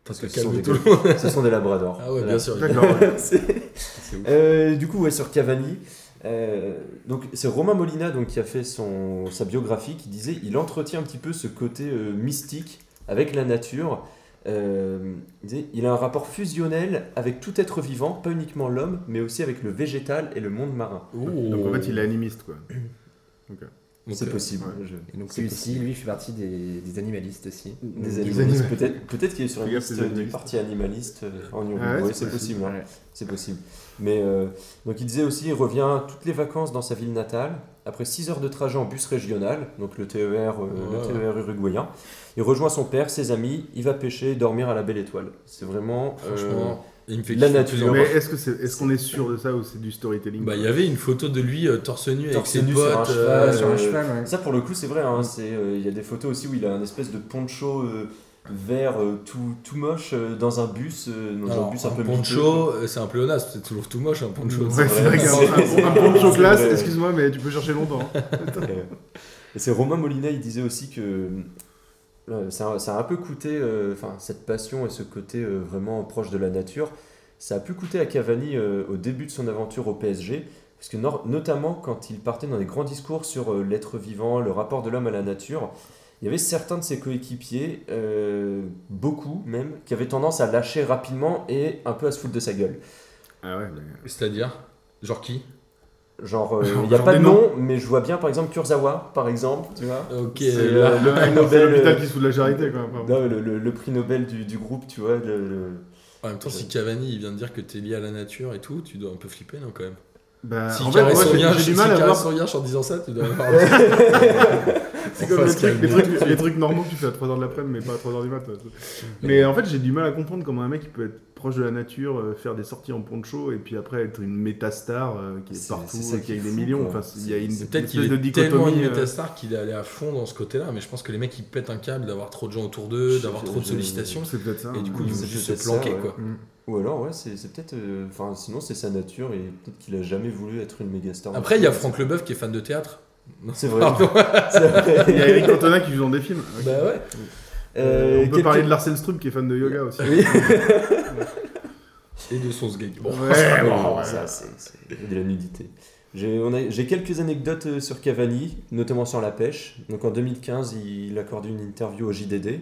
[SPEAKER 1] Parce que
[SPEAKER 2] que ce sont
[SPEAKER 1] calme
[SPEAKER 2] des
[SPEAKER 1] tout le monde.
[SPEAKER 2] Ce sont des labradors.
[SPEAKER 1] Ah ouais,
[SPEAKER 2] Voilà.
[SPEAKER 1] bien sûr.
[SPEAKER 3] D'accord. ouais.
[SPEAKER 2] C'est-
[SPEAKER 1] C'est ouf.
[SPEAKER 2] Euh, du coup, ouais, sur Cavani, euh, donc c'est Romain Molina donc, qui a fait son, sa biographie qui disait il entretient un petit peu ce côté euh, mystique avec la nature. Euh, il, disait, il a un rapport fusionnel avec tout être vivant, pas uniquement l'homme, mais aussi avec le végétal et le monde marin.
[SPEAKER 3] Donc en fait, il est animiste, quoi.
[SPEAKER 1] Oh. Donc,
[SPEAKER 2] c'est
[SPEAKER 1] euh,
[SPEAKER 2] possible.
[SPEAKER 3] ouais.
[SPEAKER 2] je-
[SPEAKER 4] Et donc,
[SPEAKER 2] C'est
[SPEAKER 4] lui aussi, lui, il fait partie des, des animalistes aussi.
[SPEAKER 2] Des
[SPEAKER 3] Des
[SPEAKER 2] animalistes, peut-être peut qu'il est sur
[SPEAKER 3] Fais
[SPEAKER 2] une
[SPEAKER 3] gaffe,
[SPEAKER 2] liste
[SPEAKER 3] les
[SPEAKER 2] du
[SPEAKER 3] animalistes.
[SPEAKER 2] parti animaliste euh, en Uruguay,
[SPEAKER 3] Ah ouais,
[SPEAKER 2] c'est
[SPEAKER 3] c'est
[SPEAKER 2] possible. hein.
[SPEAKER 4] Ouais.
[SPEAKER 2] C'est possible. Mais euh, donc il disait aussi, il revient toutes les vacances dans sa ville natale, après 6 heures de trajet en bus régional, donc le TER, euh,
[SPEAKER 1] Ouais.
[SPEAKER 2] le TER uruguayen. Il rejoint son père, ses amis, il va pêcher et dormir à la belle étoile. C'est vraiment... euh,
[SPEAKER 1] Franchement, il me fait
[SPEAKER 2] la
[SPEAKER 1] kiffer de
[SPEAKER 2] nature.
[SPEAKER 1] plus en
[SPEAKER 3] Mais
[SPEAKER 1] plus.
[SPEAKER 3] est-ce que c'est, est-ce qu'on est sûr de ça ou c'est du storytelling
[SPEAKER 1] Bah, il y avait une photo de lui euh, torse nu avec
[SPEAKER 2] Torse
[SPEAKER 1] ses
[SPEAKER 2] nu sur un
[SPEAKER 1] potes.
[SPEAKER 2] cheval,
[SPEAKER 1] euh,
[SPEAKER 4] Ouais, sur
[SPEAKER 2] euh,
[SPEAKER 4] un cheval, ouais.
[SPEAKER 2] Ça pour le coup c'est vrai, hein, c'est, euh, il y a des photos aussi où il a un espèce de poncho euh, vert euh, tout, tout moche euh, dans un bus, euh, dans
[SPEAKER 1] alors,
[SPEAKER 2] un bus un, peu miteux.
[SPEAKER 1] poncho, euh, c'est un pléonasme, c'est toujours tout moche un poncho.
[SPEAKER 3] Ouais,
[SPEAKER 1] C'est
[SPEAKER 3] c'est
[SPEAKER 1] vrai.
[SPEAKER 3] vrai qu'un
[SPEAKER 2] c'est- c'est-
[SPEAKER 3] un- un poncho
[SPEAKER 2] c'est
[SPEAKER 3] classe,
[SPEAKER 2] vrai.
[SPEAKER 3] excuse-moi, mais tu peux chercher longtemps. hein.
[SPEAKER 2] Euh, Et c'est Romain Molina, il disait aussi que euh, ça, ça a un peu coûté, euh, enfin cette passion et ce côté euh, vraiment proche de la nature, ça a pu coûter à Cavani euh, au début de son aventure au PSG, parce que nor- notamment quand il partait dans des grands discours sur euh, l'être vivant, le rapport de l'homme à la nature, il y avait certains de ses coéquipiers, euh, beaucoup même, qui avaient tendance à lâcher rapidement et un peu à se foutre de sa gueule.
[SPEAKER 3] Ah ouais, mais.
[SPEAKER 1] C'est-à-dire Genre qui
[SPEAKER 2] Genre, euh,
[SPEAKER 3] Genre
[SPEAKER 2] il n'y a pas
[SPEAKER 3] des
[SPEAKER 2] de
[SPEAKER 3] noms.
[SPEAKER 2] nom, mais je vois bien par exemple Kurzawa, par exemple, tu vois.
[SPEAKER 1] Ok,
[SPEAKER 2] C'est,
[SPEAKER 1] là,
[SPEAKER 2] euh, le prix
[SPEAKER 3] Non, c'est
[SPEAKER 2] Nobel,
[SPEAKER 3] l'hôpital
[SPEAKER 2] euh,
[SPEAKER 3] qui se fout de la charité, quoi. enfin.
[SPEAKER 2] Non, le, le- le prix Nobel du, du groupe, tu vois. le- le-
[SPEAKER 1] en même temps, si Cavani il vient de dire que t'es lié à la nature et tout, tu dois un peu flipper non quand même.
[SPEAKER 3] Bah,
[SPEAKER 1] si
[SPEAKER 3] en fait,
[SPEAKER 1] caresse
[SPEAKER 3] moi,
[SPEAKER 1] son
[SPEAKER 3] j'ai-
[SPEAKER 1] yinche-
[SPEAKER 3] j'ai
[SPEAKER 1] si
[SPEAKER 3] du mal à
[SPEAKER 1] caresse
[SPEAKER 3] voir.
[SPEAKER 1] son yinche en disant ça, tu dois avoir.
[SPEAKER 3] C'est
[SPEAKER 1] On
[SPEAKER 3] comme
[SPEAKER 1] va
[SPEAKER 3] le
[SPEAKER 1] se
[SPEAKER 3] truc, les,
[SPEAKER 1] calmer.
[SPEAKER 3] trucs, les trucs normaux que tu fais à 3h de l'après-midi, mais pas à 3h du matin. Mais en fait, j'ai du mal à comprendre comment un mec il peut être proche de la nature, euh, faire des sorties en poncho et puis après être une métastar euh, qui est,
[SPEAKER 2] C'est-
[SPEAKER 3] partout,
[SPEAKER 2] c'est ça
[SPEAKER 3] euh, qui a
[SPEAKER 2] qui est
[SPEAKER 3] des
[SPEAKER 2] fou,
[SPEAKER 3] millions.
[SPEAKER 2] quoi.
[SPEAKER 3] Enfin, il y a une
[SPEAKER 1] C'est peut-être
[SPEAKER 3] espèce
[SPEAKER 1] qu'il
[SPEAKER 3] de
[SPEAKER 1] est tellement une
[SPEAKER 3] dichotomie. euh,
[SPEAKER 1] métastar qu'il est allé à fond dans ce côté-là, mais je pense que les mecs ils pètent un câble d'avoir trop de gens autour d'eux,
[SPEAKER 2] Je-
[SPEAKER 1] d'avoir
[SPEAKER 2] je-
[SPEAKER 1] trop de
[SPEAKER 2] je- Ah,
[SPEAKER 1] sollicitations,
[SPEAKER 3] C'est peut-être ça.
[SPEAKER 1] et du coup
[SPEAKER 3] hein.
[SPEAKER 1] ils vont
[SPEAKER 2] c'est
[SPEAKER 1] juste se
[SPEAKER 2] peut-être ça,
[SPEAKER 1] planquer
[SPEAKER 2] ouais.
[SPEAKER 1] quoi.
[SPEAKER 3] Mm.
[SPEAKER 2] Ou alors, ouais, c'est c'est peut-être. euh, Enfin, sinon, c'est sa nature et peut-être qu'il a jamais voulu être une méga star.
[SPEAKER 1] Après, il y a Ah, Franck Leboeuf qui est fan de théâtre.
[SPEAKER 2] C'est vrai.
[SPEAKER 1] Pardon.
[SPEAKER 2] C'est
[SPEAKER 3] Il y a
[SPEAKER 2] vrai.
[SPEAKER 3] Eric Cantona qui joue dans des films.
[SPEAKER 1] Bah ouais.
[SPEAKER 2] Euh,
[SPEAKER 3] on peut
[SPEAKER 2] quelques-
[SPEAKER 3] parler de Larsen Strup qui est fan de yoga aussi.
[SPEAKER 2] Oui.
[SPEAKER 1] et de sauce gag. Bon.
[SPEAKER 3] Ouais,
[SPEAKER 2] Ouais,
[SPEAKER 3] bon,
[SPEAKER 2] ouais,
[SPEAKER 3] ouais.
[SPEAKER 2] ça, c'est c'est de la nudité. J'ai on a- j'ai quelques anecdotes euh, sur Cavani, notamment sur la pêche. Donc en 2015, il accordait une interview au JDD.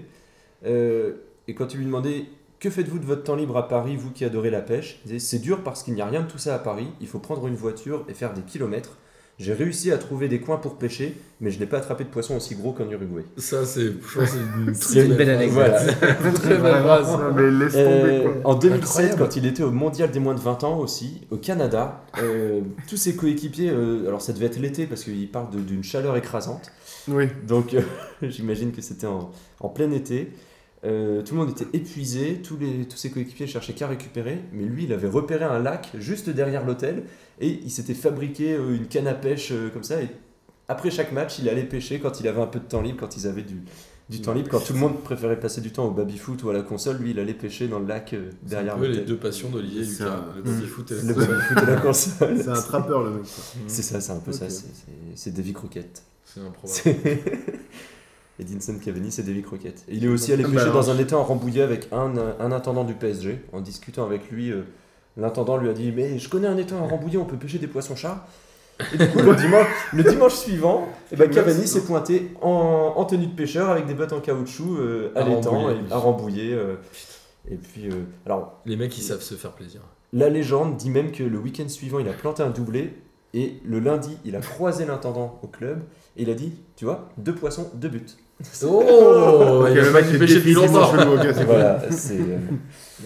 [SPEAKER 2] Euh, et quand tu lui demandais que faites-vous de votre temps libre à Paris, vous qui adorez la pêche, il disait c'est dur parce qu'il n'y a rien de tout ça à Paris. Il faut prendre une voiture et faire des kilomètres. J'ai réussi à trouver des coins pour pêcher, mais je n'ai pas attrapé de poisson aussi gros qu'en Uruguay.
[SPEAKER 1] Ça, c'est je pense que c'est une,
[SPEAKER 4] C'est une belle anecdote.
[SPEAKER 2] Voilà.
[SPEAKER 1] Très belle phrase.
[SPEAKER 3] Ah, mais laisse tomber,
[SPEAKER 2] Euh,
[SPEAKER 3] quoi.
[SPEAKER 2] en 2007,
[SPEAKER 4] Incroyable.
[SPEAKER 2] quand il était au mondial des moins de 20 ans aussi, au Canada, euh, tous ses coéquipiers, euh, alors ça devait être l'été parce qu'il parle de- d'une chaleur écrasante,
[SPEAKER 3] Oui.
[SPEAKER 2] donc euh, j'imagine que c'était en, en plein été. Euh, tout le monde était épuisé, tous, les, tous ses coéquipiers cherchaient qu'à récupérer, mais lui il avait repéré un lac juste derrière l'hôtel et il s'était fabriqué euh, une canne à pêche euh, comme ça. Et après chaque match, il allait pêcher quand il avait un peu de temps libre, quand ils avaient du, du temps libre, quand tout le monde préférait passer du temps au baby-foot ou à la console, lui il allait pêcher dans le lac euh,
[SPEAKER 1] C'est un
[SPEAKER 2] derrière
[SPEAKER 1] peu les
[SPEAKER 2] l'hôtel.
[SPEAKER 1] deux passions d'Olivier et
[SPEAKER 3] C'est
[SPEAKER 1] Lucas,
[SPEAKER 3] un-
[SPEAKER 1] le baby-foot et la
[SPEAKER 2] Le
[SPEAKER 1] sauce.
[SPEAKER 2] baby-foot et la console.
[SPEAKER 3] C'est un trappeur, le mec. quoi.
[SPEAKER 2] C'est ça, c'est un peu ça,
[SPEAKER 3] Ok.
[SPEAKER 2] c'est- c'est- c'est Davy Crockett.
[SPEAKER 1] C'est improbable.
[SPEAKER 2] C'est- Edinson Cavani, c'est Davy Crockett. Et il est aussi allé
[SPEAKER 3] Ah,
[SPEAKER 2] pêcher
[SPEAKER 3] bah,
[SPEAKER 2] dans un étang en Rambouillet avec un, un intendant du PSG. En discutant avec lui, euh, l'intendant lui a dit Mais je connais un étang en Rambouillet, on peut pêcher des poissons chats. Et du coup, le dimanche, le dimanche suivant, eh ben, Cavani s'est pointé en, en tenue de pêcheur avec des bottes en caoutchouc euh, à
[SPEAKER 1] À
[SPEAKER 2] l'étang,
[SPEAKER 1] Rambouillet.
[SPEAKER 2] et- à Rambouillet. euh, et puis, euh, alors,
[SPEAKER 1] Les mecs, ils savent se faire plaisir.
[SPEAKER 2] la légende dit même que le week-end suivant, il a planté un doublé. Et le lundi, il a croisé l'intendant au club. Et il a dit Tu vois, deux poissons, deux buts.
[SPEAKER 1] Oh
[SPEAKER 3] Ok,
[SPEAKER 1] Il a
[SPEAKER 3] mec
[SPEAKER 1] pas
[SPEAKER 3] est
[SPEAKER 1] pêché depuis
[SPEAKER 3] définitivement
[SPEAKER 1] longtemps
[SPEAKER 3] chelou, ok, c'est cool.
[SPEAKER 2] voilà, c'est. euh,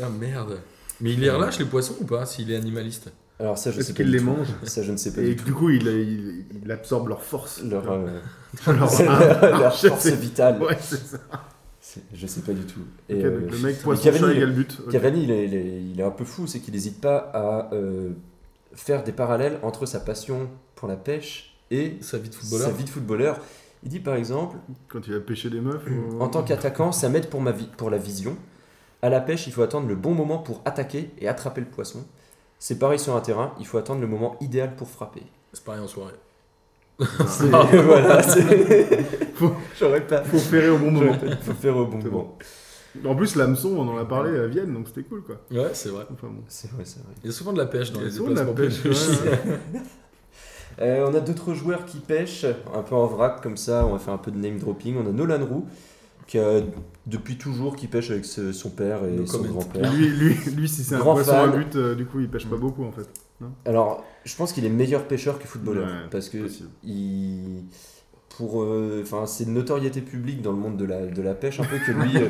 [SPEAKER 1] Ah merde Mais il les relâche les poissons ou pas s'il est animaliste
[SPEAKER 2] Alors ça, je
[SPEAKER 3] Est-ce
[SPEAKER 2] sais pas.
[SPEAKER 3] qu'il
[SPEAKER 2] du
[SPEAKER 3] les
[SPEAKER 2] tout.
[SPEAKER 3] mange
[SPEAKER 2] Ça, je ne sais pas.
[SPEAKER 3] Et
[SPEAKER 2] du
[SPEAKER 3] du coup, il, euh, il- il absorbe leur force.
[SPEAKER 2] tout. Leur, euh,
[SPEAKER 3] Leur-
[SPEAKER 2] leur
[SPEAKER 3] je
[SPEAKER 2] force
[SPEAKER 3] sais.
[SPEAKER 2] vitale.
[SPEAKER 3] Ouais, c'est ça.
[SPEAKER 2] C'est- Je sais pas du tout. Et,
[SPEAKER 3] Ok,
[SPEAKER 2] euh,
[SPEAKER 3] donc le mec poisson
[SPEAKER 2] Cavani,
[SPEAKER 3] chat
[SPEAKER 2] il-
[SPEAKER 3] égale but. Ok.
[SPEAKER 2] Cavani, il est, il est- il est un peu fou, c'est qu'il n'hésite pas à euh, faire des parallèles entre sa passion pour la pêche et
[SPEAKER 1] Sa vie de footballeur
[SPEAKER 2] sa vie de footballeur. Il dit par exemple,
[SPEAKER 3] Quand il a pêché des meufs. ou-
[SPEAKER 2] Mm. en tant qu'attaquant, ça m'aide pour, ma vie, pour la vision. À la pêche, il faut attendre le bon moment pour attaquer et attraper le poisson. C'est pareil sur un terrain, il faut attendre le moment idéal pour frapper.
[SPEAKER 1] C'est pareil en soirée.
[SPEAKER 2] C'est- voilà, c'est-
[SPEAKER 3] Faut-
[SPEAKER 2] J'aurais pas.
[SPEAKER 3] Faut ferrer au bon moment.
[SPEAKER 2] Faut faire au bon
[SPEAKER 3] C'est
[SPEAKER 2] moment.
[SPEAKER 3] En plus, l'hameçon, on en a parlé à Vienne, donc c'était cool quoi.
[SPEAKER 1] Ouais, c'est vrai.
[SPEAKER 3] Enfin bon.
[SPEAKER 2] C'est vrai, c'est vrai.
[SPEAKER 1] Il y a souvent de la pêche dans
[SPEAKER 3] Et
[SPEAKER 1] les
[SPEAKER 3] souvent, la
[SPEAKER 1] déplacements
[SPEAKER 3] pêche,
[SPEAKER 1] pédagogiques.
[SPEAKER 3] ouais, ouais.
[SPEAKER 2] Euh, on a d'autres joueurs qui pêchent, un peu en vrac comme ça, on va faire un peu de name dropping. On a Nolan Roux, qui a depuis toujours qui pêche avec ce- son père et
[SPEAKER 1] No
[SPEAKER 2] son
[SPEAKER 1] comment.
[SPEAKER 2] grand-père.
[SPEAKER 3] Lui, lui, lui, si c'est un
[SPEAKER 2] Grand
[SPEAKER 3] poisson
[SPEAKER 2] fan.
[SPEAKER 3] à but, euh, du coup, il pêche pas beaucoup en fait.
[SPEAKER 2] Alors, je pense qu'il est meilleur pêcheur que footballeur,
[SPEAKER 3] Ouais,
[SPEAKER 2] parce que
[SPEAKER 3] possible.
[SPEAKER 2] il... Pour, euh, enfin, c'est une notoriété publique dans le monde de la, de la pêche, un peu que lui, euh,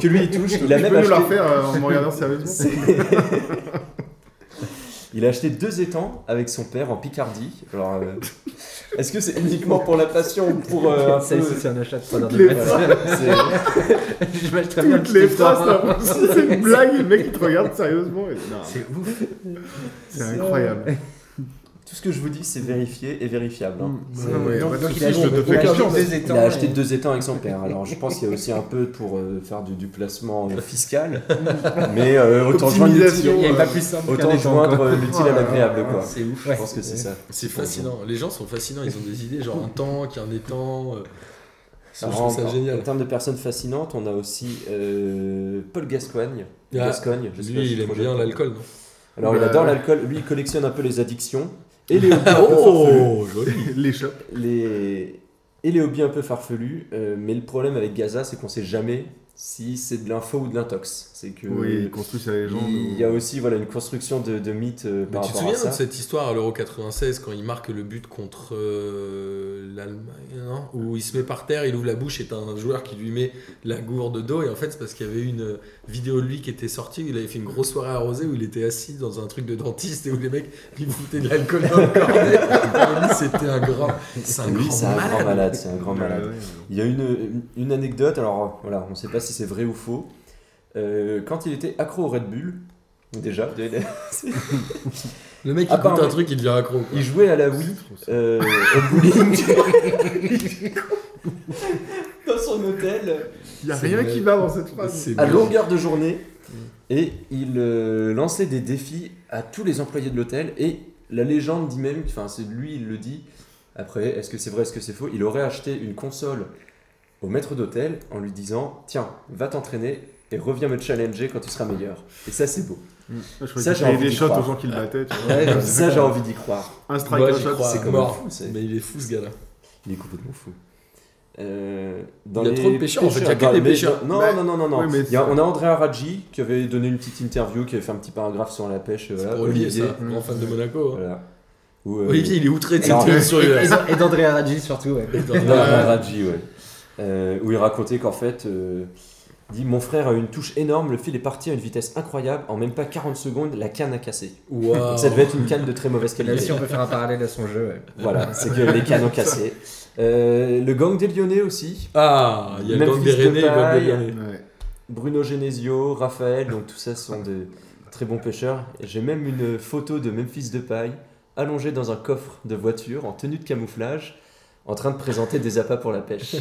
[SPEAKER 2] que lui il touche. Il a
[SPEAKER 3] tu
[SPEAKER 2] même
[SPEAKER 3] peux nous la
[SPEAKER 2] acheté,
[SPEAKER 3] refaire euh, en me regardant sérieusement
[SPEAKER 2] C'est- Il a acheté deux étangs avec son père en Picardie. Alors, euh, est-ce que c'est uniquement pour la passion ou pour euh, un
[SPEAKER 4] Ça
[SPEAKER 2] peu-
[SPEAKER 4] aussi, c'est un achat de 3 heures de
[SPEAKER 3] les
[SPEAKER 4] maths.
[SPEAKER 2] Voilà, c'est-
[SPEAKER 4] Je m'achète très bien
[SPEAKER 3] Toutes les
[SPEAKER 4] le petit
[SPEAKER 3] phrases,
[SPEAKER 4] torrent.
[SPEAKER 3] là, si c'est une blague, le mec il te regarde sérieusement. et- Non,
[SPEAKER 1] C'est ouf.
[SPEAKER 3] c'est incroyable.
[SPEAKER 2] Tout ce que je vous dis, c'est vérifié et vérifiable. hein.
[SPEAKER 3] Ouais, ouais,
[SPEAKER 4] Donc-
[SPEAKER 3] pas de
[SPEAKER 4] donc il
[SPEAKER 3] soucis,
[SPEAKER 4] a-
[SPEAKER 3] je te
[SPEAKER 4] donc
[SPEAKER 3] fais
[SPEAKER 4] il a
[SPEAKER 3] confiance.
[SPEAKER 4] acheté deux
[SPEAKER 2] Il
[SPEAKER 4] étangs
[SPEAKER 2] a acheté
[SPEAKER 4] et-
[SPEAKER 2] deux étangs avec son père. Alors, je pense qu'il y a aussi un peu pour euh, faire du, du placement euh, fiscal. Mais euh, autant joindre
[SPEAKER 3] Optimisation,
[SPEAKER 2] l'utile,
[SPEAKER 4] Il n'y avait
[SPEAKER 3] euh,
[SPEAKER 4] pas plus simple
[SPEAKER 2] autant
[SPEAKER 4] qu'un étang,
[SPEAKER 2] joindre,
[SPEAKER 4] quoi.
[SPEAKER 2] euh, l'utile à l'agréable. quoi.
[SPEAKER 4] C'est ouf.
[SPEAKER 2] Je pense que c'est ça.
[SPEAKER 1] C'est fascinant. Les gens sont fascinants. Ils ont des idées, genre un tank, un étang. euh, Je
[SPEAKER 2] Alors,
[SPEAKER 1] trouve ça
[SPEAKER 2] en- En
[SPEAKER 1] génial.
[SPEAKER 2] termes de personnes fascinantes, on a aussi euh, Paul Gascoigne.
[SPEAKER 1] Ah,
[SPEAKER 2] Gascoigne je sais pas
[SPEAKER 1] Lui,
[SPEAKER 2] si
[SPEAKER 1] il
[SPEAKER 2] je
[SPEAKER 1] aime
[SPEAKER 2] projette.
[SPEAKER 1] bien l'alcool, non
[SPEAKER 2] Alors, il
[SPEAKER 3] Bah,
[SPEAKER 2] adore
[SPEAKER 3] ouais.
[SPEAKER 2] l'alcool. Lui, il collectionne un peu les addictions. Et les hobbies, un peu farfelus.
[SPEAKER 1] Oh, joli.
[SPEAKER 3] Les chats.
[SPEAKER 2] les... et les hobbies un peu farfelus. euh, mais le problème avec Gaza, c'est qu'on sait jamais si c'est de l'info ou de l'intox. C'est que
[SPEAKER 3] Oui, il construit sa légende.
[SPEAKER 2] il y a aussi voilà, une construction de, de mythes euh,
[SPEAKER 1] Mais
[SPEAKER 2] par
[SPEAKER 1] tu te
[SPEAKER 2] rapport à
[SPEAKER 1] souviens
[SPEAKER 2] ça.
[SPEAKER 1] de cette histoire à l'Euro 96 quand il marque le but contre euh, l'Allemagne, non Où il se met par terre, il ouvre la bouche et t'as un joueur qui lui met la gourde d'eau. Et en fait, c'est parce qu'il y avait une vidéo de lui qui était sortie. où Il avait fait une grosse soirée arrosée où il était assis dans un truc de dentiste et où les mecs lui foutaient de l'alcool dans le cornet. Et lui, C'était un grand. C'est un
[SPEAKER 2] Oui,
[SPEAKER 1] grand
[SPEAKER 2] c'est un
[SPEAKER 1] malade.
[SPEAKER 2] grand malade. C'est un grand
[SPEAKER 3] Ouais,
[SPEAKER 2] malade.
[SPEAKER 3] ouais.
[SPEAKER 2] Il y a une, une- une anecdote, alors euh, voilà, on ne sait pas si c'est vrai ou faux. Euh, quand il était accro au Red Bull, déjà,
[SPEAKER 1] Le mec,
[SPEAKER 2] Ah,
[SPEAKER 1] il goûte
[SPEAKER 2] pardon.
[SPEAKER 1] un truc, il devient accro. quoi.
[SPEAKER 2] il jouait à la Wii euh, au bowling dans son hôtel
[SPEAKER 3] Il y a
[SPEAKER 1] C'est
[SPEAKER 3] rien
[SPEAKER 1] vrai.
[SPEAKER 3] qui va dans cette phrase. Ah,
[SPEAKER 1] C'est
[SPEAKER 2] à
[SPEAKER 1] bien.
[SPEAKER 2] longueur de journée et il euh, lançait des défis à tous les employés de l'hôtel et la légende dit même, enfin c'est lui il le dit, après est-ce que c'est vrai, est-ce que c'est faux, il aurait acheté une console au maître d'hôtel en lui disant tiens va t'entraîner et reviens me challenger quand tu seras meilleur. Et ça, c'est beau.
[SPEAKER 3] Je croyais
[SPEAKER 2] Ça, j'ai
[SPEAKER 3] que tu payais
[SPEAKER 2] envie
[SPEAKER 3] des
[SPEAKER 2] d'y
[SPEAKER 3] shots aux
[SPEAKER 2] croire.
[SPEAKER 3] gens qui le battaient. tu vois.
[SPEAKER 4] Ouais,
[SPEAKER 2] ça, j'ai envie d'y croire.
[SPEAKER 3] Un strike,
[SPEAKER 1] Moi,
[SPEAKER 3] un
[SPEAKER 1] j'y
[SPEAKER 3] shot.
[SPEAKER 1] crois
[SPEAKER 2] c'est quand même
[SPEAKER 1] mort.
[SPEAKER 2] fou, c'est-
[SPEAKER 1] Mais il est fou ce gars-là.
[SPEAKER 2] Il est complètement fou. Euh, dans
[SPEAKER 1] Il y a
[SPEAKER 2] les
[SPEAKER 1] trop de pêcheurs, en fait, il y a que
[SPEAKER 2] dans
[SPEAKER 1] des
[SPEAKER 2] les-
[SPEAKER 1] pêcheurs.
[SPEAKER 2] Non,
[SPEAKER 3] Bah,
[SPEAKER 2] non, non, non. non.
[SPEAKER 3] oui, mais
[SPEAKER 2] Il y a-
[SPEAKER 3] c'est-
[SPEAKER 2] on a André Araji qui avait donné une petite interview, qui avait fait un petit paragraphe sur la pêche.
[SPEAKER 1] C'est
[SPEAKER 2] voilà,
[SPEAKER 1] pour Olivier, ça,
[SPEAKER 3] Olivier.
[SPEAKER 1] grand fan de Monaco. hein.
[SPEAKER 2] Voilà. Où, euh,
[SPEAKER 1] Olivier, il est outré de
[SPEAKER 2] Alors,
[SPEAKER 1] cette sur
[SPEAKER 4] Et, et- et d'André Aradji surtout, ouais.
[SPEAKER 2] Non, la Radji, ouais. Euh, où il racontait qu'en fait, euh, il dit Mon frère a eu une touche énorme, le fil est parti à une vitesse incroyable, en même pas 40 secondes, la canne a cassé. Donc
[SPEAKER 1] Ah.
[SPEAKER 2] ça devait être une canne de très mauvaise
[SPEAKER 4] Là aussi,
[SPEAKER 2] qualité.
[SPEAKER 4] on peut faire un parallèle à son jeu. ouais.
[SPEAKER 2] voilà, c'est que les cannes ont cassé. Euh, le gang des Lyonnais aussi,
[SPEAKER 1] Ah, il y a le gang
[SPEAKER 2] Memphis
[SPEAKER 1] des Rennais et le gang
[SPEAKER 2] Depay.
[SPEAKER 1] des Lyonnais.
[SPEAKER 3] Ouais.
[SPEAKER 2] Bruno Genesio, Raphaël, donc tout ça sont de très bons pêcheurs. Et J'ai même une photo de Memphis Depay allongé dans un coffre de voiture en tenue de camouflage, en train de présenter des appâts pour la pêche.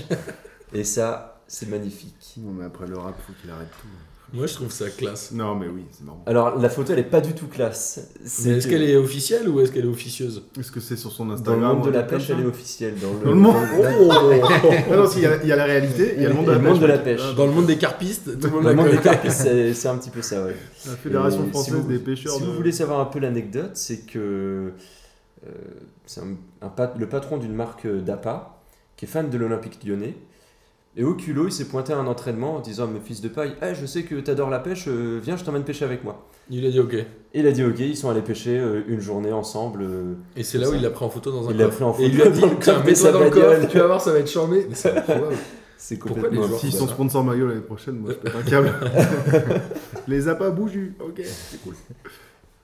[SPEAKER 2] Et ça, c'est magnifique.
[SPEAKER 3] Non, mais après le rap, faut qu'il arrête tout.
[SPEAKER 1] Moi, je trouve ça classe.
[SPEAKER 3] Non, mais oui, c'est marrant.
[SPEAKER 2] Alors la photo elle est pas du tout classe.
[SPEAKER 1] Mais
[SPEAKER 2] C'est
[SPEAKER 1] est-ce qu'elle est officielle ou est-ce qu'elle est officieuse
[SPEAKER 3] Est-ce que c'est sur son
[SPEAKER 2] dans le
[SPEAKER 3] Instagram
[SPEAKER 2] monde de
[SPEAKER 3] ou un
[SPEAKER 2] la
[SPEAKER 3] truc comme
[SPEAKER 2] pêche
[SPEAKER 3] ça
[SPEAKER 2] elle est officielle dans le,
[SPEAKER 3] Dans le monde-
[SPEAKER 1] Oh
[SPEAKER 3] Ah non, si, il y, a- il y a la réalité, il y a le monde de
[SPEAKER 2] Et
[SPEAKER 3] la
[SPEAKER 2] le
[SPEAKER 3] pêche.
[SPEAKER 2] monde de la
[SPEAKER 3] ouais.
[SPEAKER 2] pêche.
[SPEAKER 3] Ah,
[SPEAKER 1] Dans le monde des carpistes, tout le monde
[SPEAKER 2] Le
[SPEAKER 1] la
[SPEAKER 2] monde des
[SPEAKER 1] connaît.
[SPEAKER 2] carpes, c'est c'est un petit peu ça ouais.
[SPEAKER 3] La Fédération
[SPEAKER 2] Et
[SPEAKER 3] française
[SPEAKER 2] si vous-
[SPEAKER 3] des pêcheurs.
[SPEAKER 2] Si
[SPEAKER 3] de-
[SPEAKER 2] vous voulez savoir un peu l'anecdote, c'est que euh, c'est un- un pat- le patron d'une marque euh, d'appât qui est fan de l'Olympique lyonnais. Et au culot, il s'est pointé à un entraînement en disant à mes fils de paille, Eh, je sais que t'adores la pêche, euh, viens, je t'emmène pêcher avec moi.
[SPEAKER 1] Il a dit ok.
[SPEAKER 2] Et il a dit ok, ils sont allés pêcher euh, une journée ensemble. euh,
[SPEAKER 1] Et c'est là où il l'a pris en photo dans un
[SPEAKER 2] Il l'a
[SPEAKER 1] coffre.
[SPEAKER 2] pris en
[SPEAKER 1] Et il lui
[SPEAKER 2] photo
[SPEAKER 1] a dit
[SPEAKER 2] dans le
[SPEAKER 1] tiens,
[SPEAKER 2] coffre de
[SPEAKER 1] mets-toi
[SPEAKER 2] sa
[SPEAKER 1] dans le
[SPEAKER 2] bagnole.
[SPEAKER 1] coffre, tu vas voir, ça va être charmé. Mais c'est improbable.
[SPEAKER 2] c'est
[SPEAKER 1] Pourquoi
[SPEAKER 2] complètement
[SPEAKER 1] les joueurs
[SPEAKER 2] absurde.
[SPEAKER 3] S'ils sont sponsors maillot l'année prochaine, moi je pète un câble. Les a pas bougé, ok, c'est cool.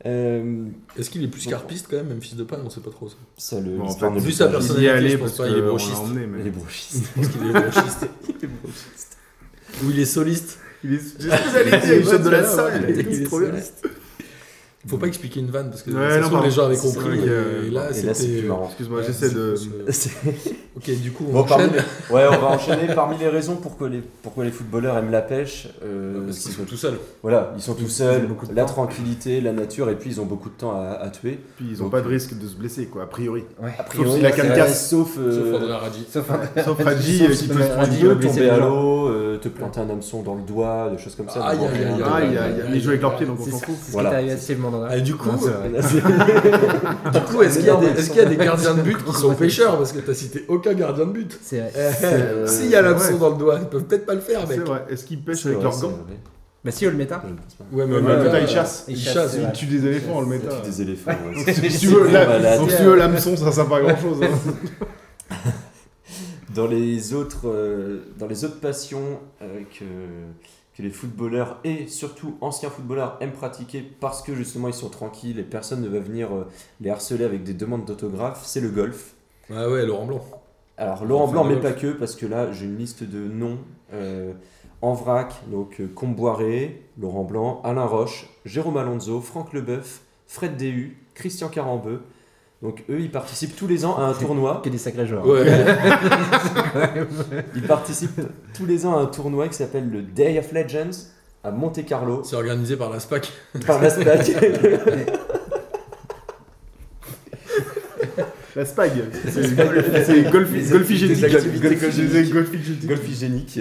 [SPEAKER 2] Euh,
[SPEAKER 1] Est-ce qu'il est plus carpiste quand même, même fils de paille On sait pas trop ça.
[SPEAKER 2] ça, le,
[SPEAKER 3] Bon, en
[SPEAKER 2] l'histoire
[SPEAKER 3] fait,
[SPEAKER 2] ne
[SPEAKER 1] vu
[SPEAKER 2] le
[SPEAKER 1] sa
[SPEAKER 2] dit pas.
[SPEAKER 1] personne-
[SPEAKER 3] Il y est allé
[SPEAKER 1] je
[SPEAKER 3] parce
[SPEAKER 1] pense
[SPEAKER 3] qu'on
[SPEAKER 1] pas, il est
[SPEAKER 3] l'a
[SPEAKER 1] brochiste.
[SPEAKER 3] emmené,
[SPEAKER 2] Il est
[SPEAKER 3] mais.
[SPEAKER 2] brochiste.
[SPEAKER 1] Je pense qu'il est branchiste.
[SPEAKER 2] Il est brochiste.
[SPEAKER 1] Ou il est soliste.
[SPEAKER 3] Il est. C'est ce que j'allais dire, il jette de la salle. et tout,
[SPEAKER 1] Il est
[SPEAKER 3] c'est trop bien.
[SPEAKER 1] soliste. Faut pas expliquer une vanne parce que
[SPEAKER 3] Ouais,
[SPEAKER 1] ça se
[SPEAKER 3] non,
[SPEAKER 1] trouve,
[SPEAKER 3] pardon.
[SPEAKER 1] les gens avaient
[SPEAKER 3] C'est
[SPEAKER 1] compris.
[SPEAKER 3] vrai que-
[SPEAKER 1] Et là,
[SPEAKER 2] Et là, c'est
[SPEAKER 1] c'était.
[SPEAKER 2] plus marrant.
[SPEAKER 3] Excuse-moi,
[SPEAKER 1] Ouais,
[SPEAKER 3] j'essaie
[SPEAKER 1] c'est-
[SPEAKER 3] de.
[SPEAKER 1] c'est- Ok, du coup, on
[SPEAKER 2] Bon, parmi
[SPEAKER 1] enchaîne.
[SPEAKER 2] les- ouais, on va enchaîner parmi les raisons pour que les, pourquoi les footballeurs aiment la pêche. euh,
[SPEAKER 1] Parce
[SPEAKER 2] c'est
[SPEAKER 1] qu'ils sont
[SPEAKER 2] que-
[SPEAKER 1] tout seuls.
[SPEAKER 2] voilà, ils sont tout
[SPEAKER 1] ils ont
[SPEAKER 2] seuls,
[SPEAKER 1] beaucoup de
[SPEAKER 2] la
[SPEAKER 1] temps.
[SPEAKER 2] tranquillité, la nature, et puis ils ont beaucoup de temps à, à tuer.
[SPEAKER 3] Puis ils ont pas de risque de se blesser, quoi, a priori.
[SPEAKER 4] Ouais.
[SPEAKER 2] A
[SPEAKER 3] Sauf si la canne
[SPEAKER 2] c'est-
[SPEAKER 3] casse.
[SPEAKER 2] Sauf, euh,
[SPEAKER 1] Sauf André Radji.
[SPEAKER 4] Sauf un-
[SPEAKER 3] Sauf Hadji euh, qui peut se
[SPEAKER 4] Sauf
[SPEAKER 3] prendre
[SPEAKER 4] Hadji,
[SPEAKER 2] tu peux
[SPEAKER 3] une
[SPEAKER 4] Radji,
[SPEAKER 3] gueule.
[SPEAKER 4] blesser les
[SPEAKER 2] tomber à
[SPEAKER 4] gens.
[SPEAKER 2] l'eau, euh, te planter un hameçon dans le doigt, des choses comme ça.
[SPEAKER 1] Aïe,
[SPEAKER 2] donc, en
[SPEAKER 1] aïe, aïe,
[SPEAKER 2] général,
[SPEAKER 3] Ah,
[SPEAKER 1] aïe,
[SPEAKER 3] il y a- il y a- ils jouent avec leurs pieds, donc on
[SPEAKER 4] C'est
[SPEAKER 3] s'en
[SPEAKER 4] ce
[SPEAKER 3] fout.
[SPEAKER 4] ce qui
[SPEAKER 2] Voilà.
[SPEAKER 4] t'est arrivé à Stevement dans la-
[SPEAKER 1] Ah, et du coup,
[SPEAKER 4] Non, c'est
[SPEAKER 1] euh,
[SPEAKER 4] vrai.
[SPEAKER 2] Là, c'est-
[SPEAKER 1] du coup, est-ce qu'il y, a des- est-ce qu'il y a des gardiens de but qui sont
[SPEAKER 4] Ouais.
[SPEAKER 1] pêcheurs Parce que t'as cité aucun gardien de but.
[SPEAKER 4] C'est vrai.
[SPEAKER 2] Euh,
[SPEAKER 1] S'il y a l'hameçon
[SPEAKER 3] ouais.
[SPEAKER 1] dans le doigt, ils peuvent peut-être pas le faire,
[SPEAKER 3] C'est
[SPEAKER 1] mec.
[SPEAKER 3] vrai. Est-ce qu'ils pêchent
[SPEAKER 2] c'est
[SPEAKER 3] avec
[SPEAKER 2] vrai,
[SPEAKER 3] leurs
[SPEAKER 2] c'est
[SPEAKER 3] gants
[SPEAKER 2] vrai.
[SPEAKER 4] Bah si, Olmeta.
[SPEAKER 2] Je ne pense pas.
[SPEAKER 1] Ouais, mais
[SPEAKER 3] Ouais,
[SPEAKER 1] ouais,
[SPEAKER 3] mais
[SPEAKER 1] ouais.
[SPEAKER 3] putain, ils chassent.
[SPEAKER 1] Ils
[SPEAKER 4] Ils
[SPEAKER 1] chassent,
[SPEAKER 4] chassent,
[SPEAKER 1] ils
[SPEAKER 4] c'est
[SPEAKER 3] Ils
[SPEAKER 4] vrai.
[SPEAKER 3] tuent des éléphants, on le met.
[SPEAKER 2] Tu des éléphants. ouais.
[SPEAKER 3] Si
[SPEAKER 2] C'est
[SPEAKER 3] tu veux,
[SPEAKER 2] vraiment
[SPEAKER 3] la-
[SPEAKER 2] malade.
[SPEAKER 3] donc, si tu veux l'hameçon, ça sert pas à grand chose.
[SPEAKER 2] Dans les autres, euh, dans les autres passions euh, que, que les footballeurs et surtout anciens footballeurs aiment pratiquer parce que justement ils sont tranquilles et personne ne va venir euh, les harceler avec des demandes d'autographes, c'est le golf.
[SPEAKER 1] Ah ouais, Laurent Blanc.
[SPEAKER 2] Alors Laurent
[SPEAKER 1] Enfin,
[SPEAKER 2] Blanc, mais
[SPEAKER 1] golf.
[SPEAKER 2] pas que, parce que là j'ai une liste de noms euh, en vrac, donc euh, Comboiré, Laurent Blanc, Alain Roche, Jérôme Alonso, Franck Leboeuf, Fred Déhu, Christian Carambeu. Donc eux, ils participent tous les ans à un tournoi.
[SPEAKER 4] Que des sacrés joueurs.
[SPEAKER 1] Ouais,
[SPEAKER 2] Ils participent tous les ans à un tournoi qui s'appelle le Day of Legends à Monte Carlo
[SPEAKER 1] c'est organisé par la SPAC.
[SPEAKER 2] par la SPAC.
[SPEAKER 3] La spag, c'est golf- c'est
[SPEAKER 2] Les
[SPEAKER 3] golfi- golfi génique.
[SPEAKER 2] activités- les activités
[SPEAKER 3] Golfi- je disais golfi génique.
[SPEAKER 2] Golf hygiénique.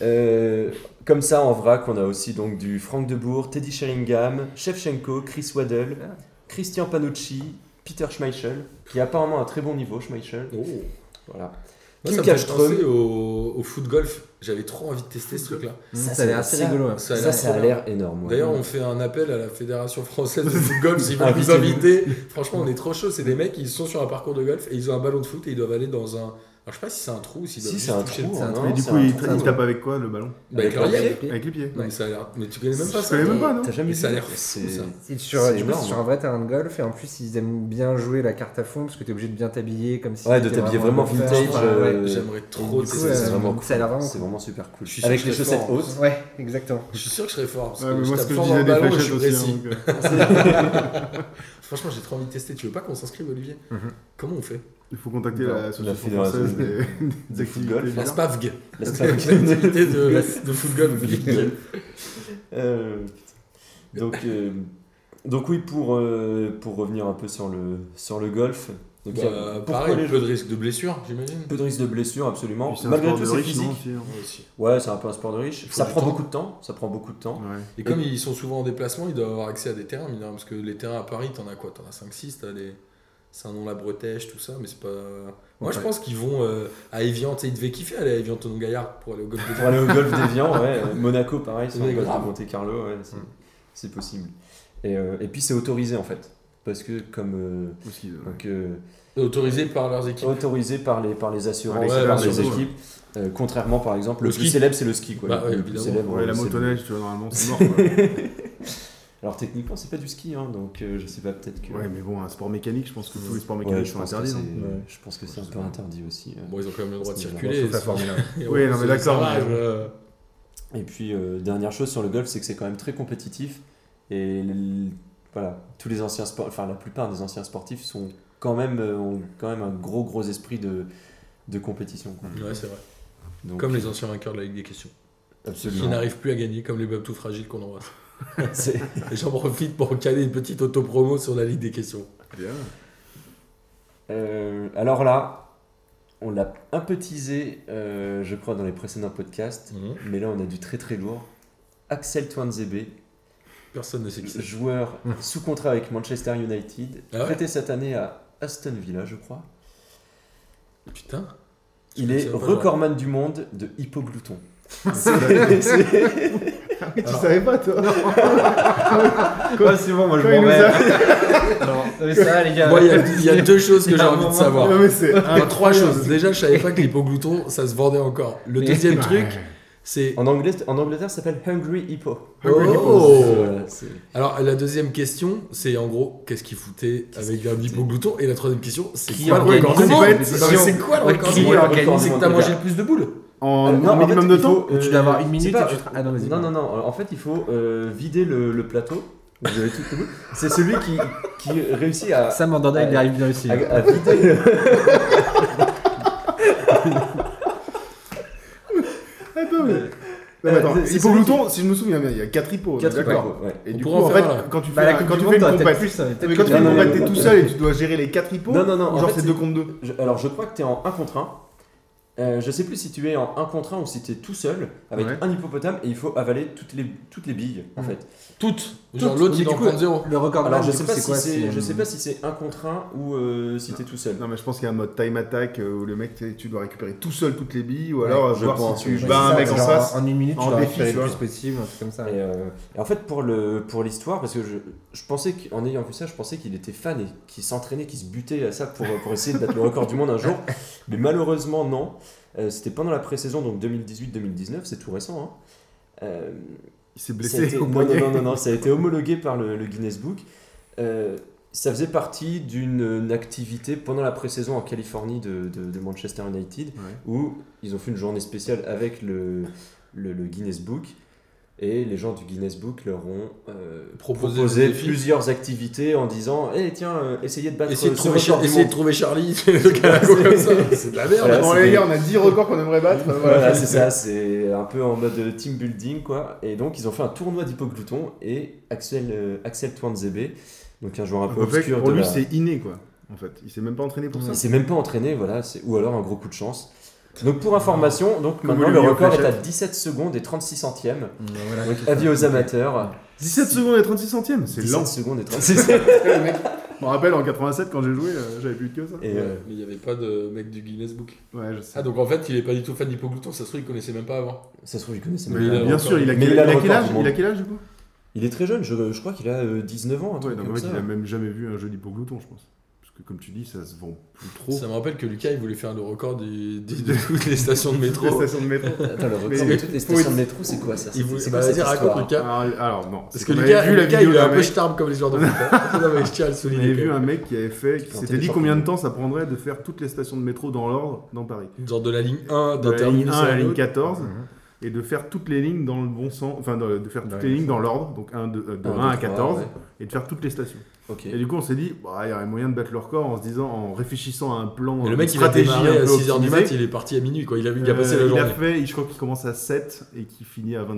[SPEAKER 2] Euh, comme ça, en vrac, on a aussi donc du Franck Debourg, Teddy Sheringham, Shevchenko, Chris Waddle,
[SPEAKER 1] Ah.
[SPEAKER 2] Christian Panucci, Peter Schmeichel, qui a apparemment un très bon niveau, Schmeichel.
[SPEAKER 1] Oh.
[SPEAKER 2] Voilà.
[SPEAKER 1] Moi, ça
[SPEAKER 2] Kim
[SPEAKER 1] me fait
[SPEAKER 2] Kastrum.
[SPEAKER 1] penser au, au foot golf. J'avais trop envie de tester ce truc-là.
[SPEAKER 4] Hmm, Ça, ça a l'air assez
[SPEAKER 2] ça-
[SPEAKER 4] rigolo. hein.
[SPEAKER 1] Ça a
[SPEAKER 2] Ça,
[SPEAKER 1] l'air
[SPEAKER 2] ça
[SPEAKER 1] trop
[SPEAKER 2] a
[SPEAKER 1] bien.
[SPEAKER 2] l'air énorme. ouais.
[SPEAKER 1] D'ailleurs, on fait un appel à la Fédération française de foot golf s'ils veulent nous
[SPEAKER 2] Invitez-nous.
[SPEAKER 1] inviter. Franchement, on est trop chaud. C'est des mecs, ils sont sur un parcours de golf et ils ont un ballon de foot et ils doivent aller dans un. Alors, je sais pas si c'est un trou ou s'ils doivent
[SPEAKER 2] si
[SPEAKER 1] juste
[SPEAKER 2] c'est un
[SPEAKER 1] toucher
[SPEAKER 2] trou,
[SPEAKER 1] le
[SPEAKER 4] c'est un
[SPEAKER 2] hein,
[SPEAKER 4] trou.
[SPEAKER 3] Mais du
[SPEAKER 2] c'est
[SPEAKER 3] coup,
[SPEAKER 2] un
[SPEAKER 3] il
[SPEAKER 2] trou.
[SPEAKER 3] il tape avec quoi le ballon
[SPEAKER 1] Bah, avec leur
[SPEAKER 4] Avec
[SPEAKER 1] pied.
[SPEAKER 4] les pieds.
[SPEAKER 3] Avec les pieds.
[SPEAKER 1] Non, mais ça a l'air. Mais tu connais même pas
[SPEAKER 3] Je
[SPEAKER 1] ça.
[SPEAKER 3] connais même pas, non
[SPEAKER 2] T'as jamais
[SPEAKER 1] Mais
[SPEAKER 2] vu
[SPEAKER 1] ça a l'air fou,
[SPEAKER 2] C'est-
[SPEAKER 1] ça.
[SPEAKER 4] C'est sur,
[SPEAKER 2] C'est
[SPEAKER 4] je
[SPEAKER 2] énorme.
[SPEAKER 4] pense sur un vrai terrain de golf et en plus ils aiment bien jouer la carte à fond parce que t'es obligé de bien t'habiller comme si
[SPEAKER 2] Ouais, de
[SPEAKER 4] t'étais
[SPEAKER 2] t'habiller
[SPEAKER 4] un
[SPEAKER 2] vraiment
[SPEAKER 4] golfeur.
[SPEAKER 2] vintage,
[SPEAKER 4] Ouais, ouais.
[SPEAKER 2] euh,
[SPEAKER 1] J'aimerais trop
[SPEAKER 4] du coup,
[SPEAKER 1] tester
[SPEAKER 4] euh,
[SPEAKER 1] ça.
[SPEAKER 2] c'est vraiment cool.
[SPEAKER 4] ça a l'air vraiment
[SPEAKER 2] C'est
[SPEAKER 4] cool.
[SPEAKER 2] vraiment super cool.
[SPEAKER 1] Je suis sûr
[SPEAKER 2] Avec
[SPEAKER 1] que
[SPEAKER 2] les
[SPEAKER 1] je hein. serais
[SPEAKER 2] chaussettes
[SPEAKER 1] fort.
[SPEAKER 2] hautes.
[SPEAKER 4] Ouais, exactement.
[SPEAKER 1] Je suis sûr que je serais fort. Parce que
[SPEAKER 3] Ouais, mais
[SPEAKER 1] je
[SPEAKER 3] moi,
[SPEAKER 1] tape
[SPEAKER 3] ce que je
[SPEAKER 1] fort dans
[SPEAKER 3] disais
[SPEAKER 1] le
[SPEAKER 3] des
[SPEAKER 1] ballon et je
[SPEAKER 3] fléchettes
[SPEAKER 1] suis
[SPEAKER 3] aussi.
[SPEAKER 1] précis.
[SPEAKER 3] hein, donc, euh,
[SPEAKER 1] Franchement, j'ai trop envie de tester. Tu veux pas qu'on s'inscrive, Olivier
[SPEAKER 4] Mhm.
[SPEAKER 1] Comment on fait
[SPEAKER 3] Il faut contacter
[SPEAKER 2] Non,
[SPEAKER 3] la
[SPEAKER 2] la
[SPEAKER 3] Association
[SPEAKER 2] Fédération
[SPEAKER 3] française
[SPEAKER 2] de-
[SPEAKER 3] des- des
[SPEAKER 2] de
[SPEAKER 3] activités
[SPEAKER 2] football.
[SPEAKER 1] La
[SPEAKER 3] bizarres.
[SPEAKER 1] SPAVG.
[SPEAKER 2] La
[SPEAKER 1] C'est
[SPEAKER 2] SPAC.
[SPEAKER 1] l'activité de, Bah, de foot golf.
[SPEAKER 2] Euh, putain. donc, euh, donc oui, pour, euh, pour revenir un peu sur le, sur le golf, Donc,
[SPEAKER 1] Bah,
[SPEAKER 2] il y a- pourquoi
[SPEAKER 1] pareil,
[SPEAKER 2] les
[SPEAKER 1] peu
[SPEAKER 2] gens
[SPEAKER 1] de risque de blessure, j'imagine.
[SPEAKER 2] peu de risque de blessure, absolument.
[SPEAKER 3] Puis c'est un
[SPEAKER 2] Malgré
[SPEAKER 3] sport
[SPEAKER 2] tout,
[SPEAKER 3] de
[SPEAKER 2] c'est
[SPEAKER 3] riche, non,
[SPEAKER 2] physique.
[SPEAKER 3] aussi, hein.
[SPEAKER 2] Ouais, c'est un peu un sport de riche.
[SPEAKER 1] faut
[SPEAKER 2] Ça
[SPEAKER 1] du
[SPEAKER 2] prend
[SPEAKER 1] temps.
[SPEAKER 2] beaucoup de temps. Ça prend beaucoup de temps.
[SPEAKER 3] Ouais.
[SPEAKER 1] Et comme ils sont souvent en déplacement, ils doivent avoir accès à des terrains, mine de rien, parce que les terrains à Paris, t'en as quoi T'en as 5-6, t'as des. C'est un nom la Bretèche, tout ça, mais c'est pas. Moi, je
[SPEAKER 2] Ouais.
[SPEAKER 1] pense qu'ils vont euh, à Evian, tu sais, ils devaient kiffer aller à Evian Tonon Gaillard pour aller au golf de
[SPEAKER 2] Pour aller au golf d'Evian, ouais. euh, Monaco, pareil, c'est
[SPEAKER 1] Ouais,
[SPEAKER 2] un golf de
[SPEAKER 1] grave.
[SPEAKER 2] Monte Carlo, ouais, c'est-
[SPEAKER 1] Mm.
[SPEAKER 2] c'est possible. Et, euh, et puis c'est autorisé en fait. Parce que comme euh,
[SPEAKER 3] Parce qu'ils- ouais.
[SPEAKER 2] donc, euh,
[SPEAKER 1] Autorisés par leurs équipes.
[SPEAKER 2] autorisé par les par les assurances,
[SPEAKER 3] Ouais,
[SPEAKER 1] les
[SPEAKER 2] par
[SPEAKER 1] clubs,
[SPEAKER 2] les
[SPEAKER 3] surtout,
[SPEAKER 2] équipes. euh, contrairement par exemple, le,
[SPEAKER 1] Le
[SPEAKER 2] plus
[SPEAKER 1] ski.
[SPEAKER 2] célèbre c'est le ski quoi.
[SPEAKER 1] Bah
[SPEAKER 2] le
[SPEAKER 1] ouais,
[SPEAKER 2] plus
[SPEAKER 1] évidemment.
[SPEAKER 2] célèbre,
[SPEAKER 3] Ouais, la
[SPEAKER 2] c'est le-
[SPEAKER 3] motoneige, tu vois, normalement, c'est mort. quoi.
[SPEAKER 2] Alors techniquement c'est pas du ski hein, donc euh, je sais pas peut-être que.
[SPEAKER 3] ouais, mais bon, un sport mécanique, je pense que tous les sports
[SPEAKER 2] Ouais,
[SPEAKER 3] mécaniques
[SPEAKER 2] je
[SPEAKER 3] sont
[SPEAKER 2] pense que
[SPEAKER 3] interdits.
[SPEAKER 2] c'est-
[SPEAKER 3] non
[SPEAKER 2] ouais, je pense que c'est un peu interdit aussi. euh.
[SPEAKER 1] Bon, ils ont quand même le droit de
[SPEAKER 2] C'est
[SPEAKER 1] circuler.
[SPEAKER 4] Sauf la Formule 1.
[SPEAKER 1] Ouais,
[SPEAKER 3] non, mais
[SPEAKER 1] c'est
[SPEAKER 3] d'accord,
[SPEAKER 1] des
[SPEAKER 3] mais-
[SPEAKER 1] sauvages, euh.
[SPEAKER 2] Et puis, euh, dernière chose sur le golf, c'est que c'est quand même très compétitif. Et l- voilà, tous les anciens spor- enfin la plupart des anciens sportifs sont quand même, euh, ont quand même un gros, gros esprit de, de compétition. quoi.
[SPEAKER 1] Ouais, c'est vrai.
[SPEAKER 2] Donc,
[SPEAKER 1] euh, Comme les anciens vainqueurs de la Ligue des questions. Qui
[SPEAKER 2] Absolument.
[SPEAKER 1] n'arrivent plus à gagner, comme les babes tout fragiles qu'on embrasse.
[SPEAKER 2] C'est-
[SPEAKER 1] Et j'en profite pour caler une petite autopromo sur la Ligue des questions.
[SPEAKER 3] Bien.
[SPEAKER 2] Euh, alors là, on l'a un peu teasé, euh, je crois, dans les précédents podcasts.
[SPEAKER 1] Mhm.
[SPEAKER 3] Mm.
[SPEAKER 2] Mais là, on a du très, très lourd. Axel Toinzebe,
[SPEAKER 1] Personne ne sait qui c'est.
[SPEAKER 2] joueur sous contrat avec Manchester United,
[SPEAKER 1] Ah ouais
[SPEAKER 2] prêté cette année à Aston Villa, je crois.
[SPEAKER 1] Putain.
[SPEAKER 2] Il
[SPEAKER 1] Je
[SPEAKER 2] est
[SPEAKER 1] savais pas,
[SPEAKER 2] recordman du monde de hypoglouton. C'est- c'est-
[SPEAKER 3] Ah oui, tu
[SPEAKER 1] Alors-
[SPEAKER 3] savais pas, toi
[SPEAKER 4] Ouais, c'est bon, moi je
[SPEAKER 3] Quand il
[SPEAKER 4] m'en
[SPEAKER 3] nous
[SPEAKER 4] vais.
[SPEAKER 3] a-
[SPEAKER 4] Non, mais ça va, les gars.
[SPEAKER 1] Moi, il y a- il y, a deux choses que j'ai
[SPEAKER 4] Un
[SPEAKER 1] envie de
[SPEAKER 4] moment-
[SPEAKER 1] savoir.
[SPEAKER 3] Non, mais c'est
[SPEAKER 1] Enfin, trois
[SPEAKER 3] incroyable.
[SPEAKER 1] choses. Déjà, je savais pas que l'hypoglouton, ça se vendait encore. Le
[SPEAKER 4] Mais-
[SPEAKER 1] deuxième
[SPEAKER 3] Ouais.
[SPEAKER 1] truc, c'est.
[SPEAKER 2] en, anglais, en Angleterre, ça s'appelle Hungry Hippo.
[SPEAKER 3] Hungry
[SPEAKER 1] Oh
[SPEAKER 2] Voilà, c'est-
[SPEAKER 1] Alors, la deuxième question, c'est en gros, qu'est-ce qu'il foutait avec un hypoglouton Et la troisième question, c'est
[SPEAKER 4] Qui
[SPEAKER 1] quoi le
[SPEAKER 4] organise
[SPEAKER 1] record
[SPEAKER 3] cette
[SPEAKER 1] du monde
[SPEAKER 3] compétition
[SPEAKER 1] Non, mais C'est quoi le
[SPEAKER 4] Ouais,
[SPEAKER 1] record
[SPEAKER 4] qui
[SPEAKER 1] du monde
[SPEAKER 2] organise
[SPEAKER 1] Le record du
[SPEAKER 2] cette
[SPEAKER 1] monde, C'est que t'as mangé
[SPEAKER 2] gars
[SPEAKER 1] le plus de boules
[SPEAKER 3] En
[SPEAKER 2] Ah,
[SPEAKER 3] en
[SPEAKER 2] mais en
[SPEAKER 3] minimum
[SPEAKER 2] fait,
[SPEAKER 3] de
[SPEAKER 2] il
[SPEAKER 3] temps
[SPEAKER 2] faut,
[SPEAKER 4] Tu
[SPEAKER 2] euh,
[SPEAKER 4] dois avoir une minute
[SPEAKER 2] c'est pas-
[SPEAKER 4] et tu te- Ah non, vas-y.
[SPEAKER 2] Non, non, non. En fait, il faut euh, vider le, le plateau. Vous avez toutes les boules. C'est celui qui, qui réussit à,
[SPEAKER 4] Sam Mandanda, il
[SPEAKER 2] Ouais.
[SPEAKER 4] arrive bien aussi.
[SPEAKER 2] à, à vider le.
[SPEAKER 3] Attends, mais- Non, mais
[SPEAKER 2] Euh,
[SPEAKER 3] attends,
[SPEAKER 2] c'est- c'est
[SPEAKER 3] Hypoglouton, si je me souviens bien, il y a 4 hippos.
[SPEAKER 2] Quatre-
[SPEAKER 3] D'accord.
[SPEAKER 2] ouais, ouais.
[SPEAKER 3] Et
[SPEAKER 1] On
[SPEAKER 3] du coup,
[SPEAKER 1] pourra en
[SPEAKER 3] en fait,
[SPEAKER 1] faire un.
[SPEAKER 3] quand tu fais
[SPEAKER 4] Bah, la
[SPEAKER 3] quand
[SPEAKER 4] Coupe
[SPEAKER 3] tu
[SPEAKER 4] du
[SPEAKER 3] fais
[SPEAKER 4] Monde,
[SPEAKER 3] une
[SPEAKER 4] t'aurais
[SPEAKER 3] compète.
[SPEAKER 4] peut-être plus. ça,
[SPEAKER 3] Non,
[SPEAKER 4] peut-être
[SPEAKER 3] Mais quand tu
[SPEAKER 4] plus.
[SPEAKER 3] fais une
[SPEAKER 2] Non, non,
[SPEAKER 3] compète,
[SPEAKER 2] non,
[SPEAKER 3] t'es
[SPEAKER 2] non.
[SPEAKER 3] tout seul et tu dois gérer les 4 hippos.
[SPEAKER 2] Non, non, non.
[SPEAKER 3] Ou
[SPEAKER 2] en
[SPEAKER 3] Genre,
[SPEAKER 2] fait,
[SPEAKER 3] c'est 2 contre 2.
[SPEAKER 2] Je- alors je crois que tu es en 1 contre 1. je sais plus si tu es en 1 contre 1 ou si tu es tout seul avec
[SPEAKER 3] Ouais. Mm.
[SPEAKER 2] un hippopotame et il faut avaler toutes les, toutes les billes en
[SPEAKER 4] Mhm.
[SPEAKER 2] fait.
[SPEAKER 1] Toutes.
[SPEAKER 4] Toutes.
[SPEAKER 1] Genre, l'autre,
[SPEAKER 4] Oui,
[SPEAKER 1] il
[SPEAKER 4] du
[SPEAKER 1] en
[SPEAKER 4] coup,
[SPEAKER 1] prend zéro.
[SPEAKER 4] Le record
[SPEAKER 2] Alors
[SPEAKER 4] man,
[SPEAKER 2] je
[SPEAKER 4] Ah, du
[SPEAKER 2] sais,
[SPEAKER 4] coup,
[SPEAKER 2] pas
[SPEAKER 4] c'est
[SPEAKER 2] si
[SPEAKER 4] quoi,
[SPEAKER 2] c'est-
[SPEAKER 4] c'est,
[SPEAKER 2] je
[SPEAKER 4] euh,
[SPEAKER 2] sais pas si c'est 1 contre 1 ou euh, si tu es tout seul.
[SPEAKER 3] Non, mais je pense qu'il y a un mode time attack euh, où le mec, t'es- tu dois récupérer tout seul toutes les billes ou
[SPEAKER 4] Ouais,
[SPEAKER 3] alors euh,
[SPEAKER 2] je
[SPEAKER 3] voir
[SPEAKER 2] pense,
[SPEAKER 3] si tu
[SPEAKER 2] ouais.
[SPEAKER 4] ouais,
[SPEAKER 3] bats
[SPEAKER 4] c'est
[SPEAKER 3] un
[SPEAKER 4] ça,
[SPEAKER 3] mec en
[SPEAKER 4] genre,
[SPEAKER 3] face.
[SPEAKER 4] En une minute,
[SPEAKER 3] en
[SPEAKER 4] tu dois
[SPEAKER 3] défi,
[SPEAKER 4] faire
[SPEAKER 3] tu
[SPEAKER 4] le
[SPEAKER 3] vois.
[SPEAKER 4] plus possible, un truc comme ça.
[SPEAKER 2] Et, euh, et en fait pour le pour l'histoire parce que je, je pensais qu'en ayant vu ça je pensais qu'il était fan et qu'il s'entraînait qu'il se butait à ça pour, pour essayer de battre le record du monde un jour mais malheureusement non Euh, c'était pendant la pré-saison donc 2018-2019 c'est tout récent hein. Euh,
[SPEAKER 3] Il s'est
[SPEAKER 2] Ça a
[SPEAKER 3] blessé
[SPEAKER 2] été-
[SPEAKER 3] au
[SPEAKER 2] non, non,
[SPEAKER 3] poignet.
[SPEAKER 2] non, non, non, ça a été homologué par le, le Guinness Book. Euh, ça faisait partie d'une une activité pendant la pré-saison en Californie de, de- de Manchester United
[SPEAKER 3] Ouais.
[SPEAKER 2] où ils ont fait une journée spéciale avec le, le, le Guinness Book. Et les gens du Guinness Book leur ont euh,
[SPEAKER 1] Proposé
[SPEAKER 2] proposé,
[SPEAKER 1] des défis.
[SPEAKER 2] plusieurs activités en disant Eh tiens, euh, essayez de battre
[SPEAKER 1] Essayez de
[SPEAKER 2] ce
[SPEAKER 1] trouver
[SPEAKER 2] record
[SPEAKER 1] Char-
[SPEAKER 2] du
[SPEAKER 1] essayez de
[SPEAKER 2] monde.
[SPEAKER 1] trouver Charlie. le gars, comme ça. C'est de la merde.
[SPEAKER 2] Voilà,
[SPEAKER 3] Bon,
[SPEAKER 2] c'était-
[SPEAKER 3] les gars, on a 10 records qu'on aimerait battre.
[SPEAKER 2] Voilà,
[SPEAKER 3] Euh, Voilà.
[SPEAKER 2] c'est ça, c'est un peu en mode team building quoi. Et donc ils ont fait un tournoi d'hypoglouton et Axel, euh, Axel Twanzebe, donc un joueur un peu
[SPEAKER 3] En fait,
[SPEAKER 2] obscur.
[SPEAKER 3] pour
[SPEAKER 2] de
[SPEAKER 3] lui,
[SPEAKER 2] la-
[SPEAKER 3] c'est inné quoi. En fait, il s'est même pas entraîné pour ça.
[SPEAKER 2] Il s'est même pas entraîné, voilà, c'est- ou alors un gros coup de chance. Donc pour information, donc
[SPEAKER 3] Comme
[SPEAKER 2] maintenant
[SPEAKER 3] lui,
[SPEAKER 2] le
[SPEAKER 3] lui, au
[SPEAKER 2] record est à
[SPEAKER 3] fléchette.
[SPEAKER 2] 17 secondes et 36 centièmes.
[SPEAKER 4] Bah, voilà.
[SPEAKER 2] Donc avis aux amateurs,
[SPEAKER 3] 17 secondes et 36 centièmes, c'est
[SPEAKER 2] 17
[SPEAKER 3] lent.
[SPEAKER 2] secondes et 36 centièmes.
[SPEAKER 3] Le mec, Je me rappelle en 87 quand j'ai joué, euh, j'avais plus que ça.
[SPEAKER 2] Et,
[SPEAKER 1] Ouais,
[SPEAKER 2] euh,
[SPEAKER 1] Mais il n'y avait pas de mec du Guinness Book.
[SPEAKER 3] Ouais, je sais.
[SPEAKER 1] Ah, donc en fait, il est pas du tout fan d'Hypoglouton, ça se trouve, il connaissait même pas avant.
[SPEAKER 2] ça se trouve, il connaissait
[SPEAKER 3] Mais
[SPEAKER 2] même
[SPEAKER 1] il a-
[SPEAKER 2] pas.
[SPEAKER 3] bien sûr, il a,
[SPEAKER 2] Mais il
[SPEAKER 3] quel,
[SPEAKER 2] a
[SPEAKER 3] il a
[SPEAKER 2] le
[SPEAKER 3] quel
[SPEAKER 2] record
[SPEAKER 3] âge
[SPEAKER 2] du
[SPEAKER 3] Il a
[SPEAKER 2] monde.
[SPEAKER 3] quel âge du coup
[SPEAKER 2] Il est très jeune, je, je crois qu'il a euh, 19 ans, un
[SPEAKER 3] Ouais,
[SPEAKER 2] truc
[SPEAKER 3] donc en
[SPEAKER 2] comme
[SPEAKER 3] fait,
[SPEAKER 2] ça.
[SPEAKER 3] il a même jamais vu un jeu d'hypoglouton, je pense. Parce que comme tu dis, ça se vend plus trop.
[SPEAKER 1] Ça me rappelle que Lucas, il voulait faire le record du- du- de toutes les stations de métro.
[SPEAKER 3] Les stations de métro.
[SPEAKER 2] Attends, le record
[SPEAKER 3] Mais-
[SPEAKER 2] de toutes les
[SPEAKER 3] faut-
[SPEAKER 2] stations de métro, c'est quoi ça
[SPEAKER 1] Il voulait
[SPEAKER 2] C'est
[SPEAKER 1] bah,
[SPEAKER 2] quoi cette
[SPEAKER 1] vas-y, raconte,
[SPEAKER 2] histoire
[SPEAKER 1] Lucas.
[SPEAKER 3] Alors, alors, non.
[SPEAKER 1] Parce
[SPEAKER 3] c'est
[SPEAKER 1] que
[SPEAKER 3] qu'on
[SPEAKER 1] Lucas,
[SPEAKER 3] avait vu la
[SPEAKER 1] Lucas,
[SPEAKER 3] vidéo
[SPEAKER 1] il est
[SPEAKER 3] d'un
[SPEAKER 1] un peu
[SPEAKER 3] mec.
[SPEAKER 1] starbe comme les joueurs de foot. hein. non, mais je tiens à le
[SPEAKER 3] On
[SPEAKER 1] souligner.
[SPEAKER 3] avait
[SPEAKER 1] quand
[SPEAKER 3] vu
[SPEAKER 1] même.
[SPEAKER 3] un mec qui avait fait, qui
[SPEAKER 2] Putain,
[SPEAKER 3] s'était dit
[SPEAKER 2] téléchargement.
[SPEAKER 3] combien de temps ça prendrait de faire toutes les stations de métro dans l'ordre dans Paris.
[SPEAKER 1] Genre de la ligne 1,
[SPEAKER 3] De
[SPEAKER 1] d'un
[SPEAKER 3] la ligne
[SPEAKER 1] terminus
[SPEAKER 3] 1
[SPEAKER 1] à
[SPEAKER 3] à la ligne
[SPEAKER 1] l'autre.
[SPEAKER 3] 14
[SPEAKER 4] Mhm.
[SPEAKER 3] et de faire toutes les lignes dans le bon sens, enfin de, de faire
[SPEAKER 4] Dans
[SPEAKER 3] toutes
[SPEAKER 4] les
[SPEAKER 3] les lignes dans l'ordre, donc un, de, euh, de
[SPEAKER 2] Un,
[SPEAKER 3] 1
[SPEAKER 2] deux, trois,
[SPEAKER 3] à 14
[SPEAKER 2] ouais.
[SPEAKER 3] et de faire toutes les stations.
[SPEAKER 2] Ok.
[SPEAKER 3] Et du coup, on s'est dit, bah, il y aurait moyen de battre leur corps en se disant, en réfléchissant à un plan, euh,
[SPEAKER 1] Et
[SPEAKER 3] une
[SPEAKER 1] le mec, il a
[SPEAKER 3] stratégie
[SPEAKER 1] démarré
[SPEAKER 3] un
[SPEAKER 1] à
[SPEAKER 3] peu
[SPEAKER 1] 6h du mat,
[SPEAKER 3] optimisée.
[SPEAKER 1] il est parti à minuit, quoi. Il a, il a
[SPEAKER 3] Euh,
[SPEAKER 1] passé la
[SPEAKER 3] il a
[SPEAKER 1] journée.
[SPEAKER 3] fait, je crois qu'il commence à 7 et qu'il finit à 22h30,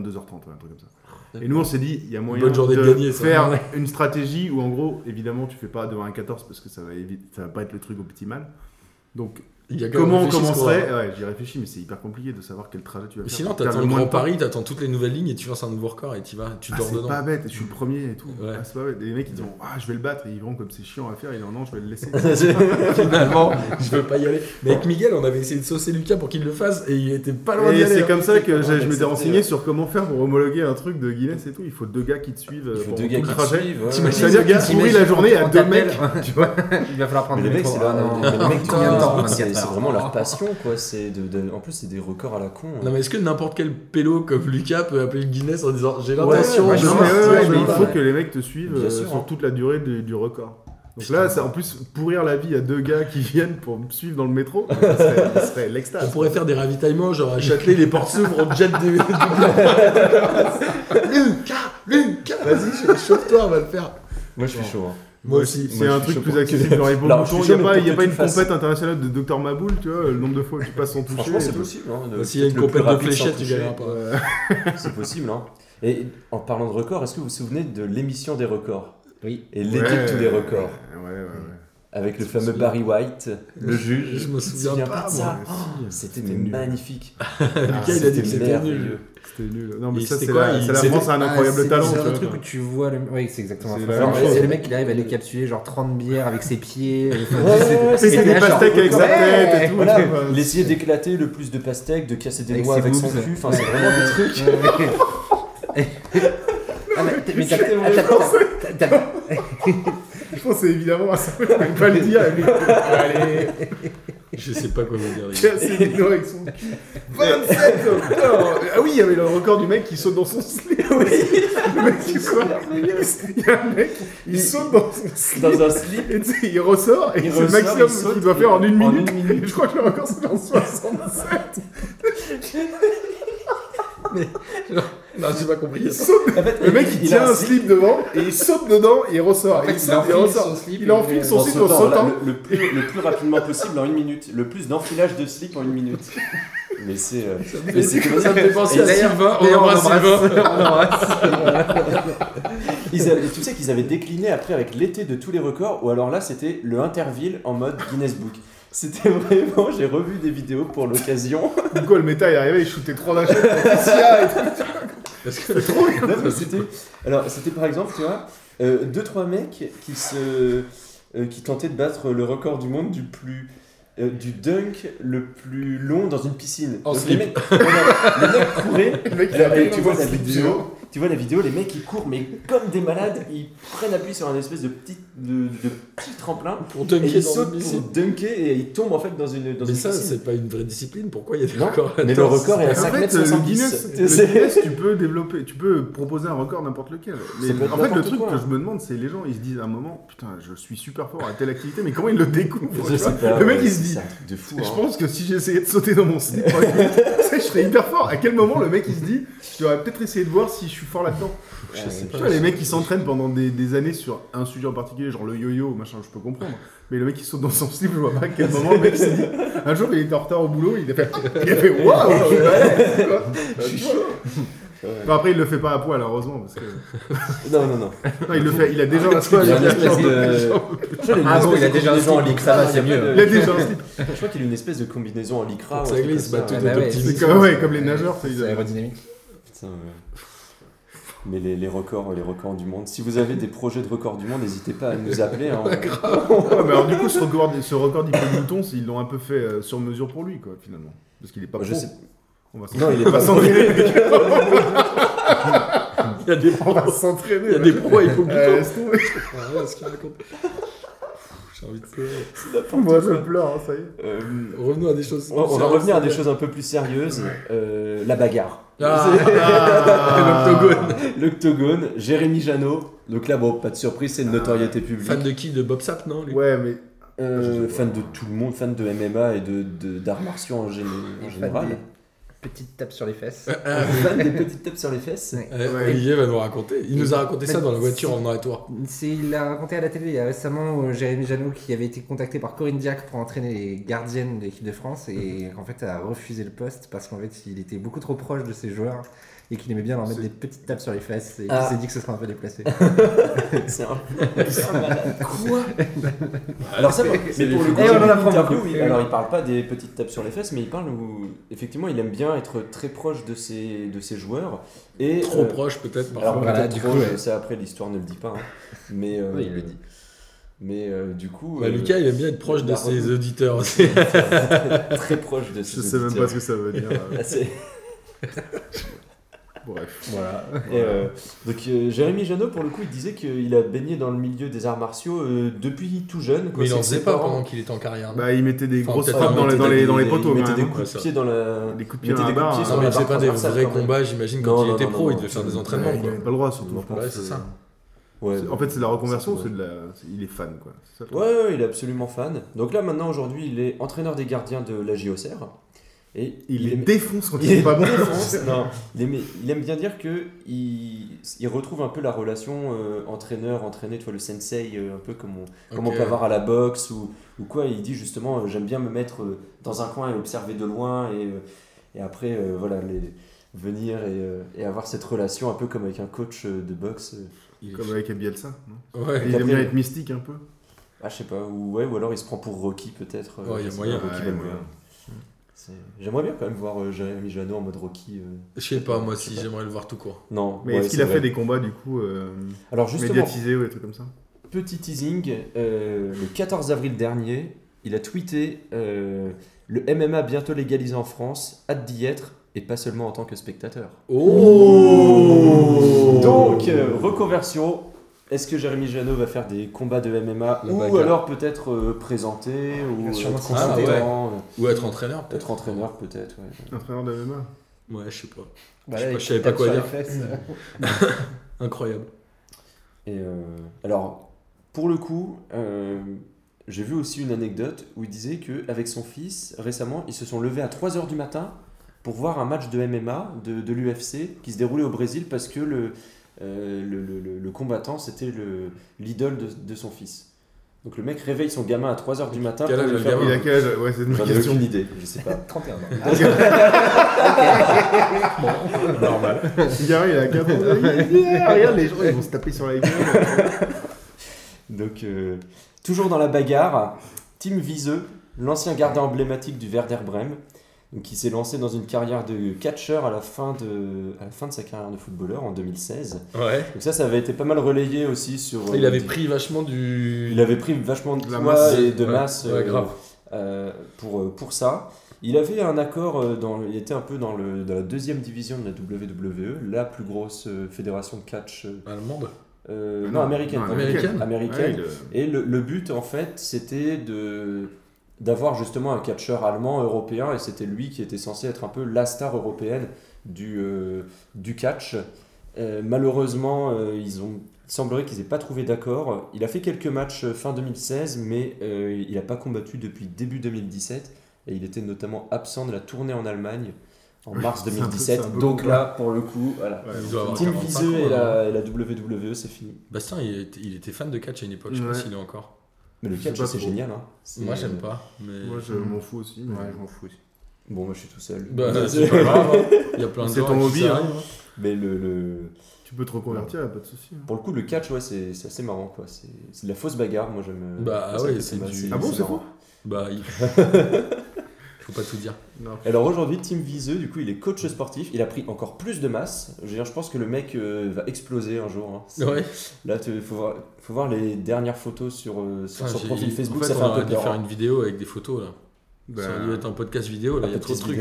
[SPEAKER 3] ouais, un truc comme ça. Et
[SPEAKER 2] D'accord.
[SPEAKER 3] nous, on s'est dit, il y a moyen
[SPEAKER 1] Bonne journée de gagner, ça.
[SPEAKER 3] faire
[SPEAKER 1] Ouais.
[SPEAKER 3] une stratégie où, en gros, évidemment, tu fais pas devant un 14 parce que ça va, éviter, ça va pas être le truc optimal. Donc,
[SPEAKER 1] Il y a quand même
[SPEAKER 3] comment on
[SPEAKER 1] réfléchi, ce qu'on va-
[SPEAKER 3] commencerait Ouais, j'y réfléchis, mais c'est hyper compliqué de savoir quelle trajet tu vas
[SPEAKER 1] Mais
[SPEAKER 3] faire.
[SPEAKER 1] sinon,
[SPEAKER 3] pour perdre
[SPEAKER 1] t'attends le
[SPEAKER 3] moins de
[SPEAKER 1] Grand
[SPEAKER 3] temps.
[SPEAKER 1] Paris, t'attends toutes les nouvelles lignes et tu lances un nouveau record et tu vas, tu
[SPEAKER 3] Ah,
[SPEAKER 1] dors
[SPEAKER 3] c'est
[SPEAKER 1] dedans.
[SPEAKER 3] pas bête, je suis le premier et tout.
[SPEAKER 1] Ouais.
[SPEAKER 3] Ah, c'est pas bête. Et les mecs, ils diront, ah, je vais le battre. Et ils verront comme c'est chiant à faire. Ils diront, non, je vais le laisser.
[SPEAKER 1] Finalement, je veux pas y aller. Mais avec Miguel, on avait essayé de saucer Lucas pour qu'il le fasse et il était pas loin d'y
[SPEAKER 3] Et
[SPEAKER 1] aller.
[SPEAKER 3] c'est
[SPEAKER 1] hein.
[SPEAKER 3] comme ça que j'ai- je m'étais
[SPEAKER 2] Accepter,
[SPEAKER 3] renseigné
[SPEAKER 2] ouais.
[SPEAKER 3] sur comment faire pour homologuer un truc de Guinness et tout. Il faut deux gars qui te suivent euh,
[SPEAKER 2] Il faut
[SPEAKER 3] pendant
[SPEAKER 2] deux
[SPEAKER 3] tout
[SPEAKER 2] gars
[SPEAKER 3] le
[SPEAKER 2] qui te
[SPEAKER 3] trajet.
[SPEAKER 2] suivent. ouais.
[SPEAKER 1] T'imagines
[SPEAKER 3] Ça veut dire gars sourit la journée à
[SPEAKER 4] on
[SPEAKER 3] deux
[SPEAKER 4] t'appelle,
[SPEAKER 3] mecs.
[SPEAKER 4] tu vois, il va falloir prendre
[SPEAKER 2] Mais les
[SPEAKER 4] le
[SPEAKER 2] mecs,
[SPEAKER 4] métro.
[SPEAKER 2] c'est leur-
[SPEAKER 4] Ah non.
[SPEAKER 2] mais les mecs,
[SPEAKER 4] Putain, combien de temps
[SPEAKER 2] c'est-
[SPEAKER 4] Vingt-quatre
[SPEAKER 2] c'est
[SPEAKER 4] heures.
[SPEAKER 2] vraiment leur passion, quoi. C'est de, de- En plus, c'est des records à la con. hein.
[SPEAKER 1] Non, mais est-ce que n'importe quel pélo comme Lucas peut appeler le Guinness en disant j'ai
[SPEAKER 3] Ouais,
[SPEAKER 1] l'intention
[SPEAKER 3] ouais,
[SPEAKER 1] de
[SPEAKER 3] Ah, non,
[SPEAKER 1] me
[SPEAKER 3] mais ouais,
[SPEAKER 1] partir,
[SPEAKER 3] ouais,
[SPEAKER 1] je
[SPEAKER 3] mais
[SPEAKER 1] me
[SPEAKER 3] il
[SPEAKER 1] barre.
[SPEAKER 3] faut que les mecs te suivent
[SPEAKER 2] Bien
[SPEAKER 3] euh,
[SPEAKER 2] sûr,
[SPEAKER 3] sur
[SPEAKER 2] hein.
[SPEAKER 3] toute la durée du, du record. Donc
[SPEAKER 2] Putain.
[SPEAKER 3] là, ça, en plus, pourrir la vie à deux gars qui viennent pour me suivre dans le métro, ça serait, ça serait
[SPEAKER 1] On
[SPEAKER 3] l'extase.
[SPEAKER 1] pourrait faire des ravitaillements, genre à Châtelet, les portes s'ouvrent, on jette des. des- Lucas Lucas Vas-y, chauffe-toi, on va le faire.
[SPEAKER 2] Moi, je suis chaud. hein.
[SPEAKER 1] Moi aussi.
[SPEAKER 3] C'est
[SPEAKER 2] Moi, je
[SPEAKER 3] un
[SPEAKER 2] suis
[SPEAKER 3] truc
[SPEAKER 2] chaud
[SPEAKER 3] plus
[SPEAKER 2] pour-
[SPEAKER 3] accessible dans les bons
[SPEAKER 2] Alors,
[SPEAKER 3] boutons.
[SPEAKER 2] je
[SPEAKER 3] Il
[SPEAKER 2] suis chaud,
[SPEAKER 3] n'y a
[SPEAKER 2] mais
[SPEAKER 3] pas,
[SPEAKER 2] pour
[SPEAKER 3] il y a
[SPEAKER 2] que
[SPEAKER 3] pas
[SPEAKER 2] tu
[SPEAKER 3] une
[SPEAKER 2] fasses-
[SPEAKER 3] compète internationale de Docteur Maboul, tu vois, le nombre de fois où tu passes sans toucher.
[SPEAKER 2] Franchement,
[SPEAKER 3] et
[SPEAKER 2] c'est
[SPEAKER 3] tout.
[SPEAKER 2] possible. Hein, de-
[SPEAKER 1] Bah, S'il y a une
[SPEAKER 2] peut-être le plus
[SPEAKER 1] compète de
[SPEAKER 2] rapide sans
[SPEAKER 1] fléchettes, tu
[SPEAKER 2] toucher.
[SPEAKER 1] gagneras pas.
[SPEAKER 2] C'est possible, hein. Et en parlant de records, est-ce que vous vous souvenez de l'émission des records
[SPEAKER 4] Oui.
[SPEAKER 2] Et l'équipe
[SPEAKER 3] Ouais.
[SPEAKER 2] tous les records
[SPEAKER 3] Ouais, ouais, ouais.
[SPEAKER 2] Avec
[SPEAKER 1] Je
[SPEAKER 2] le
[SPEAKER 1] me
[SPEAKER 2] fameux
[SPEAKER 1] souviens.
[SPEAKER 2] Barry White, le juge.
[SPEAKER 1] Je me
[SPEAKER 2] Tu te
[SPEAKER 1] souviens
[SPEAKER 2] souviens
[SPEAKER 1] pas,
[SPEAKER 2] de
[SPEAKER 1] moi.
[SPEAKER 2] ça Oh,
[SPEAKER 3] Ouais, si.
[SPEAKER 2] C'était
[SPEAKER 3] C'était
[SPEAKER 2] mais
[SPEAKER 3] nul.
[SPEAKER 2] magnifique.
[SPEAKER 3] Ah,
[SPEAKER 1] Lucas, il a dit que c'était nul.
[SPEAKER 2] merveilleux.
[SPEAKER 3] C'était nul. Non, mais
[SPEAKER 1] Il-
[SPEAKER 3] ça,
[SPEAKER 1] c'est
[SPEAKER 3] c'est
[SPEAKER 1] quoi,
[SPEAKER 3] la,
[SPEAKER 1] il-
[SPEAKER 3] c'est la
[SPEAKER 1] c'était-
[SPEAKER 3] France a un
[SPEAKER 4] Ah,
[SPEAKER 3] incroyable
[SPEAKER 4] c'est-
[SPEAKER 3] talent.
[SPEAKER 4] C'est
[SPEAKER 3] tu
[SPEAKER 4] le
[SPEAKER 3] vois.
[SPEAKER 4] truc où tu vois le. Oui, c'est exactement
[SPEAKER 3] C'est
[SPEAKER 4] ça.
[SPEAKER 3] la
[SPEAKER 4] Alors,
[SPEAKER 2] même
[SPEAKER 4] c'est
[SPEAKER 2] chose.
[SPEAKER 4] le mec qui arrive à décapsuler genre 30 bières avec ses pieds. euh,
[SPEAKER 2] ouais,
[SPEAKER 3] Péter
[SPEAKER 2] C'était
[SPEAKER 3] des
[SPEAKER 2] un
[SPEAKER 3] pastèques avec sa tête et tout.
[SPEAKER 2] Voilà,
[SPEAKER 3] tu vois.
[SPEAKER 2] il essayait d'éclater le plus de pastèques, de casser des
[SPEAKER 4] Avec
[SPEAKER 2] noix
[SPEAKER 4] ses
[SPEAKER 2] avec son
[SPEAKER 4] boobs.
[SPEAKER 2] cul. Enfin, c'est vraiment des trucs.
[SPEAKER 4] mais t'as- ah, t'as- t'as- t'as- t'as-
[SPEAKER 3] Je pense que c'est évidemment à ça. Je peux pas le dire. mais- Allez.
[SPEAKER 1] Je sais pas quoi vous dire, les gars.
[SPEAKER 3] Casser des doigts avec son cul. 27 octobre Ah oui, il y avait le record du mec qui saute dans son slip. Le mec, tu vois, il y a un mec, il saute dans son slip.
[SPEAKER 2] Dans un slip.
[SPEAKER 3] Et tu sais, il ressort et
[SPEAKER 2] Il
[SPEAKER 3] c'est le
[SPEAKER 2] ressort,
[SPEAKER 3] maximum
[SPEAKER 2] il saute,
[SPEAKER 3] qu'il doit faire en une
[SPEAKER 2] en
[SPEAKER 3] minute.
[SPEAKER 2] une minute.
[SPEAKER 3] Et je crois que le record c'est dans 67.
[SPEAKER 1] Non, j'ai pas compris.
[SPEAKER 3] Il saute.
[SPEAKER 2] En fait,
[SPEAKER 3] Le mec
[SPEAKER 2] il-
[SPEAKER 3] il
[SPEAKER 2] il a
[SPEAKER 3] tient
[SPEAKER 2] un
[SPEAKER 3] un slip devant et il saute dedans et il ressort.
[SPEAKER 4] En fait,
[SPEAKER 3] il
[SPEAKER 4] il
[SPEAKER 3] saute et il
[SPEAKER 4] enfile
[SPEAKER 3] ressort.
[SPEAKER 4] son slip
[SPEAKER 3] Il
[SPEAKER 4] et-
[SPEAKER 3] enfile son
[SPEAKER 2] en
[SPEAKER 3] slip en
[SPEAKER 2] sautant, voilà,
[SPEAKER 3] sautant.
[SPEAKER 2] le, le plus, le plus rapidement possible en une minute. Le plus d'enfilage de slip en une minute. Mais c'est. euh, mais c'est
[SPEAKER 1] coup, ça me fait penser
[SPEAKER 2] Et
[SPEAKER 1] à
[SPEAKER 2] d'ailleurs-
[SPEAKER 1] Sylvain. On embrasse Sylvain.
[SPEAKER 4] on embrasse.
[SPEAKER 2] Ils avaient- tu sais qu'ils avaient décliné après avec l'été de tous les records, ou alors là c'était le Interville en mode Guinness Book. C'était vraiment, j'ai revu des vidéos pour l'occasion.
[SPEAKER 3] Du coup, le méta est arrivé, il shootait 3 d'un
[SPEAKER 1] Parce que
[SPEAKER 2] Non, mais c'était- alors c'était par exemple, tu vois, 2-3 mecs qui, se, euh, qui tentaient de battre le record du monde du plus. euh, du dunk le plus long dans une piscine.
[SPEAKER 1] En
[SPEAKER 2] les
[SPEAKER 1] slip.
[SPEAKER 2] mecs, non, non, les mecs couraient
[SPEAKER 3] Le mec il
[SPEAKER 2] Alors,
[SPEAKER 3] arrive
[SPEAKER 2] et tu
[SPEAKER 3] dans
[SPEAKER 2] vois
[SPEAKER 3] un
[SPEAKER 2] la
[SPEAKER 3] slip
[SPEAKER 2] vidéo, tu vois la vidéo, les mecs ils courent mais comme des malades, ils prennent appui sur un espèce de petit, de, de petit tremplin
[SPEAKER 1] pour
[SPEAKER 2] et
[SPEAKER 1] dunker
[SPEAKER 2] ils
[SPEAKER 1] dans
[SPEAKER 2] sautent
[SPEAKER 1] le
[SPEAKER 2] pour dunker et ils tombent en fait dans une dans
[SPEAKER 1] Mais
[SPEAKER 2] une
[SPEAKER 1] ça,
[SPEAKER 2] piscine.
[SPEAKER 1] c'est pas une vraie discipline. Pourquoi il y a des
[SPEAKER 2] Non,
[SPEAKER 1] records
[SPEAKER 2] mais le
[SPEAKER 1] là-dedans
[SPEAKER 2] record est à
[SPEAKER 3] En
[SPEAKER 2] 5
[SPEAKER 3] fait, euh,
[SPEAKER 2] mètres
[SPEAKER 3] le
[SPEAKER 2] 70.
[SPEAKER 3] Guinness,
[SPEAKER 2] C'est-
[SPEAKER 3] le Guinness, tu peux développer, tu peux proposer un record n'importe lequel. Mais
[SPEAKER 2] Ça peut être
[SPEAKER 3] en fait, le
[SPEAKER 2] n'importe
[SPEAKER 3] truc
[SPEAKER 2] quoi. hein.
[SPEAKER 3] que je me demande, c'est les gens, ils se disent à un moment, putain, je suis super fort à telle activité, mais comment ils le découvrent
[SPEAKER 2] Je
[SPEAKER 3] tu vois
[SPEAKER 2] sais pas,
[SPEAKER 3] Le mec,
[SPEAKER 2] ouais,
[SPEAKER 3] il se
[SPEAKER 2] c'est-
[SPEAKER 3] dit,
[SPEAKER 2] c'est un truc de fou.
[SPEAKER 3] je
[SPEAKER 2] hein.
[SPEAKER 3] pense que si j'essayais de sauter dans mon slip, pour une minute, tu sais, je serais hyper fort. À quel moment le mec, il se dit, je devrais peut-être essayer de voir si je suis fort là-dedans
[SPEAKER 2] Je sais
[SPEAKER 3] Tu
[SPEAKER 2] pas.
[SPEAKER 3] vois, les mecs qui s'entraînent pendant des, des années sur un sujet en particulier, genre le yo-yo, machin, je peux comprendre. Mais le mec qui saute dans son slip, je vois pas à quel moment le mec s'est dit. Un jour, il était en retard au boulot, il a fait Il a fait Waouh je suis balèze, quoi. Tu vois. Enfin, Après, il le fait pas à poil, heureusement. Parce que...
[SPEAKER 2] Non non non.
[SPEAKER 3] Non, il le fait, il a déjà un slip.
[SPEAKER 2] Il y a une
[SPEAKER 3] il a
[SPEAKER 2] espèce
[SPEAKER 3] déjà-
[SPEAKER 2] de- Je crois qu'il y
[SPEAKER 4] Ah
[SPEAKER 2] une
[SPEAKER 4] bon,
[SPEAKER 2] espèce
[SPEAKER 4] il a
[SPEAKER 2] de
[SPEAKER 4] déjà un
[SPEAKER 2] combinaison en
[SPEAKER 4] slip,
[SPEAKER 2] lycra,
[SPEAKER 4] ça
[SPEAKER 2] il y
[SPEAKER 4] va, c'est
[SPEAKER 2] a
[SPEAKER 4] mieux.
[SPEAKER 2] pas de-
[SPEAKER 3] Il a déjà un slip.
[SPEAKER 2] Je crois qu'il a une espèce de combinaison en lycra.
[SPEAKER 1] Comme ça,
[SPEAKER 2] ou un truc
[SPEAKER 1] ils
[SPEAKER 2] comme
[SPEAKER 1] se
[SPEAKER 2] ça,
[SPEAKER 1] battent
[SPEAKER 2] ouais.
[SPEAKER 1] tous les
[SPEAKER 4] Ah
[SPEAKER 1] deux
[SPEAKER 4] ouais,
[SPEAKER 1] petits.
[SPEAKER 3] C'est comme, ouais, comme les nageurs, ça, ils-
[SPEAKER 4] C'est aérodynamique.
[SPEAKER 2] Putain, ouais. Mais les, les records, les records du monde. Si vous avez des projets de records du monde, n'hésitez pas à nous appeler. hein.
[SPEAKER 3] Ouais, mais alors, du coup, ce record, ce record d'Hippomouton, c'est- ils l'ont un peu fait euh, sur mesure pour lui, quoi, finalement. Parce qu'il est pas
[SPEAKER 2] Je
[SPEAKER 3] pro.
[SPEAKER 2] sais-
[SPEAKER 3] On va s'en-
[SPEAKER 2] Non, il est
[SPEAKER 3] on va
[SPEAKER 2] pas
[SPEAKER 3] s'entraîner.
[SPEAKER 1] Il y a des
[SPEAKER 3] On
[SPEAKER 1] pros,
[SPEAKER 3] va s'entraîner.
[SPEAKER 1] il y a des pros, il faut
[SPEAKER 3] Euh,
[SPEAKER 1] que
[SPEAKER 3] laisse tomber.
[SPEAKER 1] J'ai envie de pleurer.
[SPEAKER 3] Moi, je pleure, hein, ça y est.
[SPEAKER 2] Euh,
[SPEAKER 1] Revenons à des choses.
[SPEAKER 2] on, on va revenir à des choses un peu plus sérieuses. Euh, la bagarre.
[SPEAKER 3] Ah.
[SPEAKER 1] L'octogone.
[SPEAKER 2] L'octogone, Jérémy Janot. Donc là, bon, pas de surprise, c'est une notoriété publique.
[SPEAKER 1] Fan de qui De Bob Sap, non lui
[SPEAKER 3] Ouais, mais
[SPEAKER 2] Euh, fan de tout le monde, fan de MMA et de de- d'arts martiaux en, gé- en général.
[SPEAKER 4] petite tape sur les fesses.
[SPEAKER 1] Ah
[SPEAKER 2] Van des petites tapes sur les fesses.
[SPEAKER 1] Euh,
[SPEAKER 3] Ouais.
[SPEAKER 1] Olivier va nous raconter. Il nous a raconté ça dans la voiture en venant à toi.
[SPEAKER 4] C'est- Il l'a raconté à la télé il y a récemment euh, Jérémy Janot qui avait été contacté par Corinne Diacre pour entraîner les gardiennes de l'équipe de France et qu'en fait a refusé le poste parce qu'en fait il était beaucoup trop proche de ses joueurs et qu'il aimait bien leur mettre
[SPEAKER 3] C'est-
[SPEAKER 4] des petites tapes sur les fesses et
[SPEAKER 2] Ah.
[SPEAKER 4] il s'est dit que ce serait un peu déplacé.
[SPEAKER 2] C'est un Quoi Alors ça, mais
[SPEAKER 4] c'est
[SPEAKER 2] pour
[SPEAKER 4] les
[SPEAKER 2] le
[SPEAKER 4] fous.
[SPEAKER 2] coup,
[SPEAKER 4] Eh, on
[SPEAKER 2] j'ai
[SPEAKER 4] en
[SPEAKER 2] lu
[SPEAKER 4] apprend
[SPEAKER 2] l'interview,
[SPEAKER 4] beaucoup.
[SPEAKER 2] oui. Alors il parle pas des petites tapes sur les fesses, mais il parle où effectivement il aime bien être très proche de ses, de ses joueurs et
[SPEAKER 1] Trop
[SPEAKER 2] euh,
[SPEAKER 1] proche peut-être
[SPEAKER 2] Alors
[SPEAKER 1] parfois.
[SPEAKER 4] Voilà,
[SPEAKER 2] peut-être
[SPEAKER 4] du
[SPEAKER 2] trop,
[SPEAKER 4] coup,
[SPEAKER 2] je-
[SPEAKER 4] ouais.
[SPEAKER 2] ça après l'histoire ne le dit pas. hein. Mais euh,
[SPEAKER 4] Oui, il le dit.
[SPEAKER 2] Mais euh, du coup,
[SPEAKER 1] Bah,
[SPEAKER 2] euh,
[SPEAKER 1] Lucas, il aime bien être proche de
[SPEAKER 2] la
[SPEAKER 1] ses
[SPEAKER 2] retenue.
[SPEAKER 1] auditeurs. aussi.
[SPEAKER 2] très proche de ses
[SPEAKER 3] Je sais même
[SPEAKER 2] auditeurs.
[SPEAKER 3] pas ce que ça veut dire. euh,
[SPEAKER 2] Ah, c'est-
[SPEAKER 3] Bref.
[SPEAKER 4] voilà.
[SPEAKER 2] Et, euh, donc euh, Jérémy Janot, pour le coup, il disait qu'il a baigné dans le milieu des arts martiaux euh, depuis tout jeune. quoi.
[SPEAKER 1] Mais il
[SPEAKER 2] C'est
[SPEAKER 1] en
[SPEAKER 2] que
[SPEAKER 1] faisait
[SPEAKER 2] ses
[SPEAKER 1] pas
[SPEAKER 2] parents-
[SPEAKER 1] pendant qu'il était en carrière.
[SPEAKER 2] Ah.
[SPEAKER 3] Bah, il mettait des
[SPEAKER 1] Enfin,
[SPEAKER 3] grosses
[SPEAKER 1] peut-être
[SPEAKER 3] frappes
[SPEAKER 1] pas,
[SPEAKER 3] dans les, dans les, dans les poteaux,
[SPEAKER 2] Il
[SPEAKER 3] quand
[SPEAKER 2] mettait des
[SPEAKER 3] même.
[SPEAKER 2] coups de
[SPEAKER 1] Ouais,
[SPEAKER 2] pied dans la.
[SPEAKER 3] Des coups de
[SPEAKER 2] il
[SPEAKER 3] pied
[SPEAKER 2] mettait
[SPEAKER 3] dans la
[SPEAKER 2] des coups de
[SPEAKER 3] barre.
[SPEAKER 2] pied
[SPEAKER 1] non,
[SPEAKER 2] dans
[SPEAKER 1] mais
[SPEAKER 2] la
[SPEAKER 1] il faisait
[SPEAKER 2] barre
[SPEAKER 1] pas des
[SPEAKER 2] transversale,
[SPEAKER 1] vrais
[SPEAKER 2] quand même.
[SPEAKER 1] combats, j'imagine, quand
[SPEAKER 2] Non,
[SPEAKER 1] il
[SPEAKER 2] non,
[SPEAKER 1] était
[SPEAKER 2] non,
[SPEAKER 1] pro,
[SPEAKER 2] non,
[SPEAKER 1] il devait
[SPEAKER 2] non,
[SPEAKER 1] faire
[SPEAKER 2] c'est-
[SPEAKER 1] des entraînements.
[SPEAKER 3] Ouais, Il
[SPEAKER 1] quoi.
[SPEAKER 3] avait pas le droit, surtout.
[SPEAKER 2] Je pense
[SPEAKER 1] Ouais,
[SPEAKER 2] que
[SPEAKER 1] c'est ça.
[SPEAKER 2] Ouais,
[SPEAKER 3] C'est- En fait, c'est de la reconversion,
[SPEAKER 2] ça,
[SPEAKER 3] c'est de la. c'est- Il est fan, quoi. C'est ça.
[SPEAKER 2] Ouais, ouais, il est absolument fan. Donc là, maintenant, aujourd'hui, il est entraîneur des gardiens de la JOCR. Et
[SPEAKER 3] Il les
[SPEAKER 2] aime-
[SPEAKER 3] défonce quand
[SPEAKER 2] il
[SPEAKER 3] ils sont
[SPEAKER 2] aime
[SPEAKER 3] pas bons.
[SPEAKER 2] défonce. Non, il aime, il aime bien dire que il, il retrouve un peu la relation euh, entraîneur entraîné, tu vois le sensei euh, un peu comme on, comme on
[SPEAKER 1] Ok.
[SPEAKER 2] peut avoir à la boxe ou, ou quoi. Il dit justement euh, j'aime bien me mettre euh, dans un coin et observer de loin et, euh, et après euh, voilà les- venir et, euh, et avoir cette relation un peu comme avec un coach euh, de boxe. euh,
[SPEAKER 1] Il- Ah,
[SPEAKER 3] Comme avec Bielsa. non
[SPEAKER 1] Ouais,
[SPEAKER 3] Il aime bien
[SPEAKER 2] Après-
[SPEAKER 3] être mystique un peu.
[SPEAKER 2] ah je sais pas ou ouais ou alors il se prend pour Rocky peut-être. euh,
[SPEAKER 1] Ouais, il y a
[SPEAKER 2] c'est
[SPEAKER 1] moyen.
[SPEAKER 2] pas Rocky,
[SPEAKER 3] Ouais,
[SPEAKER 2] mais,
[SPEAKER 3] moyen.
[SPEAKER 2] euh, c'est- J'aimerais bien quand même voir euh, Jérémy Jeannot en mode Rocky. euh.
[SPEAKER 1] je sais pas, moi, si j'aimerais le voir tout court.
[SPEAKER 2] Non.
[SPEAKER 3] Mais
[SPEAKER 2] ouais,
[SPEAKER 3] est-ce qu'il
[SPEAKER 2] c'est
[SPEAKER 3] a
[SPEAKER 2] vrai.
[SPEAKER 3] fait des combats, du coup, euh,
[SPEAKER 2] Alors justement,
[SPEAKER 3] médiatisés ou des trucs comme ça
[SPEAKER 2] Petit teasing, euh, le 14 avril dernier, il a tweeté euh, le MMA bientôt légalisé en France, hâte d'y être et pas seulement en tant que spectateur.
[SPEAKER 1] Oh
[SPEAKER 2] Donc, euh, reconversion, est-ce que Jérémy Jeannot va faire des combats de MMA
[SPEAKER 1] La
[SPEAKER 2] ou
[SPEAKER 1] bagarre.
[SPEAKER 2] alors peut-être euh, présenter ou
[SPEAKER 4] va sûrement
[SPEAKER 2] être
[SPEAKER 4] se
[SPEAKER 1] lancer.
[SPEAKER 2] consultant,
[SPEAKER 1] Ou être entraîneur
[SPEAKER 2] euh, être entraîneur peut-être. ouais.
[SPEAKER 3] Entraîneur de MMA.
[SPEAKER 1] Ouais, je sais pas.
[SPEAKER 4] Bah,
[SPEAKER 1] Je sais pas,
[SPEAKER 4] là, il
[SPEAKER 1] je savais pas
[SPEAKER 4] tape
[SPEAKER 1] quoi
[SPEAKER 4] sur
[SPEAKER 1] dire.
[SPEAKER 4] les fesses. euh,
[SPEAKER 1] Incroyable.
[SPEAKER 2] Et euh, alors, pour le coup, euh, j'ai vu aussi une anecdote où il disait que avec son fils, récemment, ils se sont levés à 3h du matin pour voir un match de MMA, de, de l'UFC, qui se déroulait au Brésil parce que le, euh, le, le- le- le combattant, c'était le- l'idole de, de son fils. Donc le mec réveille son gamin à 3h du matin
[SPEAKER 1] Quel âge
[SPEAKER 2] lui
[SPEAKER 1] a le
[SPEAKER 2] faire-
[SPEAKER 1] gamin
[SPEAKER 3] Il a quel âge Ouais, c'est une
[SPEAKER 2] J'en ai
[SPEAKER 3] question.
[SPEAKER 2] aucune idée, je sais pas.
[SPEAKER 4] 31 ans.
[SPEAKER 3] Normal. Le gars, il a 4 ans. Yeah, Regarde, les gens, ils vont se taper sur la gueule.
[SPEAKER 2] Donc, euh, toujours dans la bagarre, Tim Viseux, l'ancien gardien emblématique du Werder Bremen, donc qui s'est lancé dans une carrière de catcheur à la fin de, à la fin de sa carrière de footballeur en 2016.
[SPEAKER 1] Ouais.
[SPEAKER 2] Donc ça, ça avait été pas mal relayé aussi sur... euh,
[SPEAKER 1] Il avait pris vachement du.
[SPEAKER 2] Il avait pris vachement de
[SPEAKER 3] La
[SPEAKER 2] poids
[SPEAKER 3] masse.
[SPEAKER 2] et de
[SPEAKER 1] Ouais.
[SPEAKER 2] masse
[SPEAKER 1] Ouais,
[SPEAKER 2] euh,
[SPEAKER 1] grave.
[SPEAKER 2] euh, pour, euh, pour ça. Il avait un accord, euh, dans, il était un peu dans, le, dans la deuxième division de la WWE, la plus grosse euh, fédération de catch, euh,
[SPEAKER 1] Allemande.
[SPEAKER 2] euh, non,
[SPEAKER 3] Non,
[SPEAKER 2] américaine,
[SPEAKER 3] non,
[SPEAKER 1] Ah américaine.
[SPEAKER 2] américaine.
[SPEAKER 3] Ouais, il, euh,
[SPEAKER 2] Et le, le but, en fait, c'était de d'avoir justement un catcheur allemand européen et c'était lui qui était censé être un peu la star européenne du, euh, du catch. Euh, malheureusement, euh, ils ont, il semblerait qu'ils n'aient pas trouvé d'accord. Il a fait quelques matchs euh, fin 2016, mais euh, il n'a pas combattu depuis début 2017 et il était notamment absent de la tournée en Allemagne en mars
[SPEAKER 3] c'est un peu-
[SPEAKER 2] 2017.
[SPEAKER 3] c'est un peu
[SPEAKER 2] Donc
[SPEAKER 3] con,
[SPEAKER 2] là, pour le coup, voilà.
[SPEAKER 3] ouais,
[SPEAKER 1] Il doit avoir
[SPEAKER 2] Team
[SPEAKER 1] 45
[SPEAKER 2] Viseux
[SPEAKER 1] ans,
[SPEAKER 2] et la,
[SPEAKER 3] hein.
[SPEAKER 2] et la WWE, c'est fini.
[SPEAKER 1] Bastien, il était, il était fan de catch à une époque, je sais pas
[SPEAKER 3] Ouais.
[SPEAKER 1] s'il est encore.
[SPEAKER 2] Mais le
[SPEAKER 3] Je sais
[SPEAKER 2] catch,
[SPEAKER 3] pas
[SPEAKER 2] c'est
[SPEAKER 3] trop.
[SPEAKER 2] génial. hein. C'est-
[SPEAKER 1] Moi, j'aime pas. Mais...
[SPEAKER 3] Moi, je m'en fous aussi. mais-
[SPEAKER 4] Ouais, je m'en fous. aussi.
[SPEAKER 2] Bon, moi je suis tout seul.
[SPEAKER 1] Bah, c'est pas grave. hein. Il y a plein de
[SPEAKER 3] C'est
[SPEAKER 1] gens.
[SPEAKER 3] ton
[SPEAKER 1] à qui
[SPEAKER 3] hobby,
[SPEAKER 1] ça
[SPEAKER 3] hein.
[SPEAKER 1] arrive,
[SPEAKER 2] Mais le, le-
[SPEAKER 3] Tu peux te reconvertir, y a pas de souci. hein.
[SPEAKER 2] pour le coup, le catch, ouais, c'est c'est assez marrant. quoi. C'est c'est de la fausse bagarre, moi j'aime. euh,
[SPEAKER 1] Bah,
[SPEAKER 2] parce
[SPEAKER 1] ouais,
[SPEAKER 2] que
[SPEAKER 1] c'est
[SPEAKER 2] bah,
[SPEAKER 1] du-
[SPEAKER 3] Ah bon, c'est
[SPEAKER 2] marrant.
[SPEAKER 3] faux
[SPEAKER 1] Bah, il... faut pas tout dire.
[SPEAKER 3] Non.
[SPEAKER 2] Alors aujourd'hui, Tim Viseux, du coup, il est coach sportif. Il a pris encore plus de masse. Je, veux dire, je pense que le mec euh, va exploser un jour. hein. C'est-
[SPEAKER 1] Ouais.
[SPEAKER 2] Là, il faut voir, faut voir les dernières photos sur, euh, sur
[SPEAKER 1] Enfin,
[SPEAKER 2] son
[SPEAKER 1] j'ai-
[SPEAKER 2] profil
[SPEAKER 1] en
[SPEAKER 2] Facebook.
[SPEAKER 1] fait,
[SPEAKER 2] ça fait
[SPEAKER 1] on
[SPEAKER 2] un
[SPEAKER 1] aurait
[SPEAKER 2] peu
[SPEAKER 1] dû
[SPEAKER 2] peur.
[SPEAKER 1] faire
[SPEAKER 2] hein.
[SPEAKER 1] une vidéo avec des photos là. Ça aurait dû être un podcast vidéo là, il y a
[SPEAKER 2] Un
[SPEAKER 1] trop de
[SPEAKER 2] petit
[SPEAKER 1] trucs.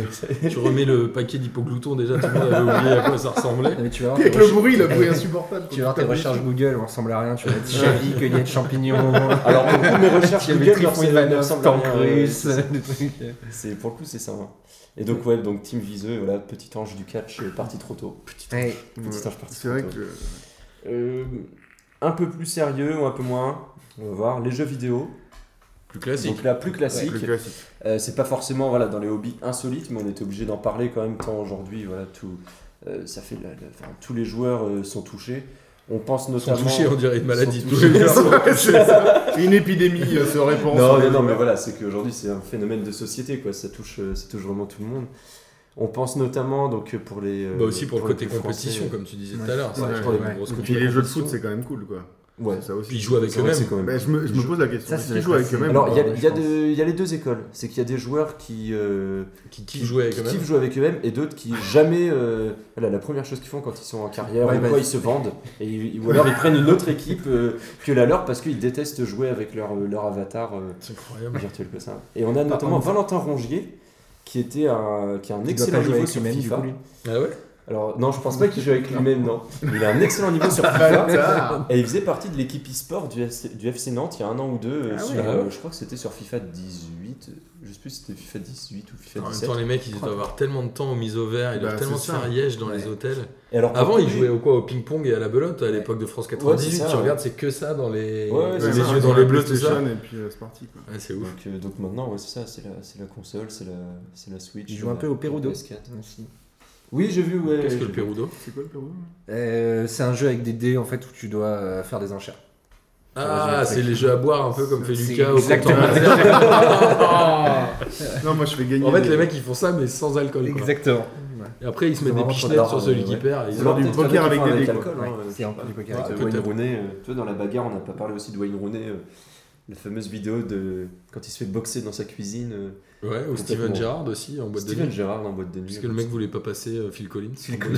[SPEAKER 2] vidéo.
[SPEAKER 1] tu remets le paquet d'hypogloutons déjà, tout le monde avait oublié à quoi ça ressemblait.
[SPEAKER 4] Non, mais tu vas voir,
[SPEAKER 3] Avec
[SPEAKER 4] tes
[SPEAKER 3] le
[SPEAKER 4] recherches-
[SPEAKER 3] bruit, le bruit insupportable.
[SPEAKER 4] tu vas voir tes recherches Google, on ressemble à rien. Tu vas mettre Chevy, cueillette, champignons.
[SPEAKER 2] Alors, pour le coup, mes recherches
[SPEAKER 4] Tu vas
[SPEAKER 2] Google
[SPEAKER 4] mettre
[SPEAKER 2] ne ressemblent- ne
[SPEAKER 4] Trifonovanov,
[SPEAKER 2] ressemblent à
[SPEAKER 4] tank
[SPEAKER 2] rien, euh,
[SPEAKER 4] russe.
[SPEAKER 2] c'est ça.
[SPEAKER 4] des trucs.
[SPEAKER 2] C'est- Pour le coup, c'est ça. hein. Et donc, ouais, donc Tim Viseux, voilà, petit ange du catch, euh, parti trop tôt.
[SPEAKER 4] Ouais.
[SPEAKER 3] Ouais.
[SPEAKER 2] Petit ange parti
[SPEAKER 3] C'est
[SPEAKER 2] trop
[SPEAKER 3] vrai
[SPEAKER 2] tôt.
[SPEAKER 3] que.
[SPEAKER 2] Euh, un peu plus sérieux ou un peu moins, on va voir, les jeux vidéo.
[SPEAKER 1] Plus classique.
[SPEAKER 2] Donc là, plus classique.
[SPEAKER 3] Le classique.
[SPEAKER 2] Euh, c'est pas forcément voilà, dans les hobbies insolites, mais on était obligé d'en parler quand même tant aujourd'hui. Voilà, tout, euh, ça fait la- la- enfin, tous les joueurs euh, sont touchés. On pense
[SPEAKER 1] Ils sont
[SPEAKER 2] notamment.
[SPEAKER 1] touchés, on dirait une maladie.
[SPEAKER 2] Ils sont touchés.
[SPEAKER 3] C'est ça. Une épidémie euh, se répand.
[SPEAKER 2] Non,
[SPEAKER 3] sur
[SPEAKER 2] mais,
[SPEAKER 3] les
[SPEAKER 2] non, mais
[SPEAKER 3] joueurs.
[SPEAKER 2] voilà, c'est qu'aujourd'hui c'est un phénomène de société, quoi. Ça touche, euh, ça touche vraiment tout le monde. On pense notamment donc euh, pour les. euh,
[SPEAKER 1] Bah aussi pour, le côté
[SPEAKER 2] clubs
[SPEAKER 1] compétition,
[SPEAKER 2] français,
[SPEAKER 1] comme tu disais tout à
[SPEAKER 4] Ouais.
[SPEAKER 1] l'heure. ça,
[SPEAKER 2] Ouais,
[SPEAKER 1] je crois,
[SPEAKER 2] ouais,
[SPEAKER 1] une
[SPEAKER 4] ouais.
[SPEAKER 1] grosse
[SPEAKER 3] Et
[SPEAKER 1] coupe
[SPEAKER 3] puis
[SPEAKER 1] de
[SPEAKER 3] les jeux de
[SPEAKER 1] compétition.
[SPEAKER 3] foot, c'est quand même cool, quoi.
[SPEAKER 2] Ouais.
[SPEAKER 3] C'est Ça
[SPEAKER 1] Puis ils
[SPEAKER 3] aussi.
[SPEAKER 1] jouent avec
[SPEAKER 2] C'est vrai que
[SPEAKER 1] eux-mêmes.
[SPEAKER 2] c'est quand même-
[SPEAKER 3] Bah, je me, je me pose la question.
[SPEAKER 4] Ça, c'est
[SPEAKER 3] S'ils
[SPEAKER 4] la
[SPEAKER 3] jouent avec
[SPEAKER 4] classe.
[SPEAKER 3] eux-mêmes.
[SPEAKER 2] Alors, il y, a-
[SPEAKER 4] Ouais,
[SPEAKER 2] il y a
[SPEAKER 4] je pense.
[SPEAKER 2] de- il y a les deux écoles. C'est qu'il y a des joueurs qui, euh,
[SPEAKER 1] Qui kiffent jouer avec
[SPEAKER 2] qui
[SPEAKER 1] eux-mêmes.
[SPEAKER 2] kiffent jouer avec eux-mêmes et d'autres qui jamais. euh, voilà, la première chose qu'ils font quand ils sont en carrière,
[SPEAKER 4] Ouais,
[SPEAKER 2] ou
[SPEAKER 4] bah,
[SPEAKER 2] quoi,
[SPEAKER 4] c'est-
[SPEAKER 2] ils se vendent. Et, ils- ou alors ils prennent une autre équipe euh, que la leur parce qu'ils détestent jouer avec leur, leur avatar euh,
[SPEAKER 1] C'est incroyable.
[SPEAKER 2] virtuel que ça. Et on a notamment Valentin Rongier qui était un, qui a un
[SPEAKER 4] Il doit
[SPEAKER 2] excellent
[SPEAKER 4] pas jouer
[SPEAKER 2] niveau
[SPEAKER 4] avec
[SPEAKER 2] sur
[SPEAKER 4] lui-même, du
[SPEAKER 2] FIFA.
[SPEAKER 4] coup, lui.
[SPEAKER 1] Ah ouais
[SPEAKER 2] Alors non, je pense pas qu'il joue avec lui-même, non. Il a un excellent niveau sur FIFA.
[SPEAKER 3] Bâtard.
[SPEAKER 2] Et il faisait partie de l'équipe e-sport du, FC du FC Nantes il y a un an ou deux. euh,
[SPEAKER 4] Ah
[SPEAKER 2] sur,
[SPEAKER 4] ouais.
[SPEAKER 2] euh, je crois que c'était sur FIFA 18. euh, Je sais plus si c'était FIFA 18 ou FIFA
[SPEAKER 1] En même
[SPEAKER 2] 17.
[SPEAKER 1] temps, les mecs, ils doivent avoir tellement de temps aux mises au vert, ils doivent
[SPEAKER 3] Bah,
[SPEAKER 1] tellement se
[SPEAKER 3] c'est
[SPEAKER 1] faire
[SPEAKER 3] ça.
[SPEAKER 1] liège dans
[SPEAKER 2] Ouais.
[SPEAKER 1] les hôtels.
[SPEAKER 2] Et alors,
[SPEAKER 1] Avant, ils
[SPEAKER 2] lui-
[SPEAKER 1] jouaient au quoi Au ping-pong et à la belote à l'époque de France 98.
[SPEAKER 2] Ouais, c'est ça,
[SPEAKER 1] tu
[SPEAKER 2] ouais.
[SPEAKER 1] regardes, c'est que ça dans les,
[SPEAKER 2] Ouais, ouais,
[SPEAKER 1] les
[SPEAKER 2] c'est
[SPEAKER 1] yeux
[SPEAKER 2] ça.
[SPEAKER 3] Ils
[SPEAKER 1] dans
[SPEAKER 3] ont
[SPEAKER 1] les
[SPEAKER 3] la
[SPEAKER 1] bleus, tout ça.
[SPEAKER 3] PlayStation Et puis euh, c'est parti. quoi.
[SPEAKER 1] Ouais, c'est ouf.
[SPEAKER 2] Donc, euh, donc maintenant, ouais, c'est ça, c'est la, c'est la console, c'est la, c'est la Switch.
[SPEAKER 4] Ils jouent un
[SPEAKER 2] la-
[SPEAKER 4] peu au Perudo.
[SPEAKER 2] la PS4. Oui, j'ai vu, ouais.
[SPEAKER 1] Qu'est-ce
[SPEAKER 2] j'ai
[SPEAKER 1] que le
[SPEAKER 2] vu.
[SPEAKER 1] Perudo
[SPEAKER 3] C'est quoi le hein Pérou
[SPEAKER 4] Euh, c'est un jeu avec des dés en fait où tu dois euh, faire des enchères.
[SPEAKER 1] Ah, c'est les jeux à boire un peu comme fait
[SPEAKER 4] C'est
[SPEAKER 1] Lucas au
[SPEAKER 4] exactement
[SPEAKER 1] compteur laser.
[SPEAKER 4] Ah,
[SPEAKER 3] Non, moi je fais gagner. euh,
[SPEAKER 1] En fait,
[SPEAKER 3] les-
[SPEAKER 1] les mecs, ils font ça, mais sans alcool. quoi.
[SPEAKER 4] Exactement.
[SPEAKER 1] Et après, ils se mettent des
[SPEAKER 4] vraiment pour
[SPEAKER 1] pichenettes
[SPEAKER 4] leur-
[SPEAKER 1] sur celui
[SPEAKER 4] euh,
[SPEAKER 1] qui
[SPEAKER 4] ouais.
[SPEAKER 1] perd. et ils-
[SPEAKER 2] C'est leur
[SPEAKER 3] du
[SPEAKER 2] peut-être
[SPEAKER 3] poker
[SPEAKER 2] un
[SPEAKER 3] avec
[SPEAKER 2] qui font
[SPEAKER 3] des dés,
[SPEAKER 2] alcool,
[SPEAKER 4] quoi.
[SPEAKER 2] hein,
[SPEAKER 4] Ouais,
[SPEAKER 2] euh,
[SPEAKER 4] c'est un peu du poker
[SPEAKER 2] Ouais,
[SPEAKER 1] avec
[SPEAKER 2] Wayne
[SPEAKER 1] des dés.
[SPEAKER 2] Rooney, euh, tu vois, dans la bagarre, on n'a pas parlé aussi de Wayne Rooney, euh, la fameuse vidéo de quand il se fait boxer dans sa cuisine. euh,
[SPEAKER 1] Ouais, ou Steven
[SPEAKER 2] Complètement.
[SPEAKER 1] Gerrard aussi en boîte de
[SPEAKER 2] Steven
[SPEAKER 1] nuit.
[SPEAKER 2] Gerrard en boîte de nuit.
[SPEAKER 1] Puisque le mec voulait pas passer euh, Phil Collins.
[SPEAKER 2] Phil Collins.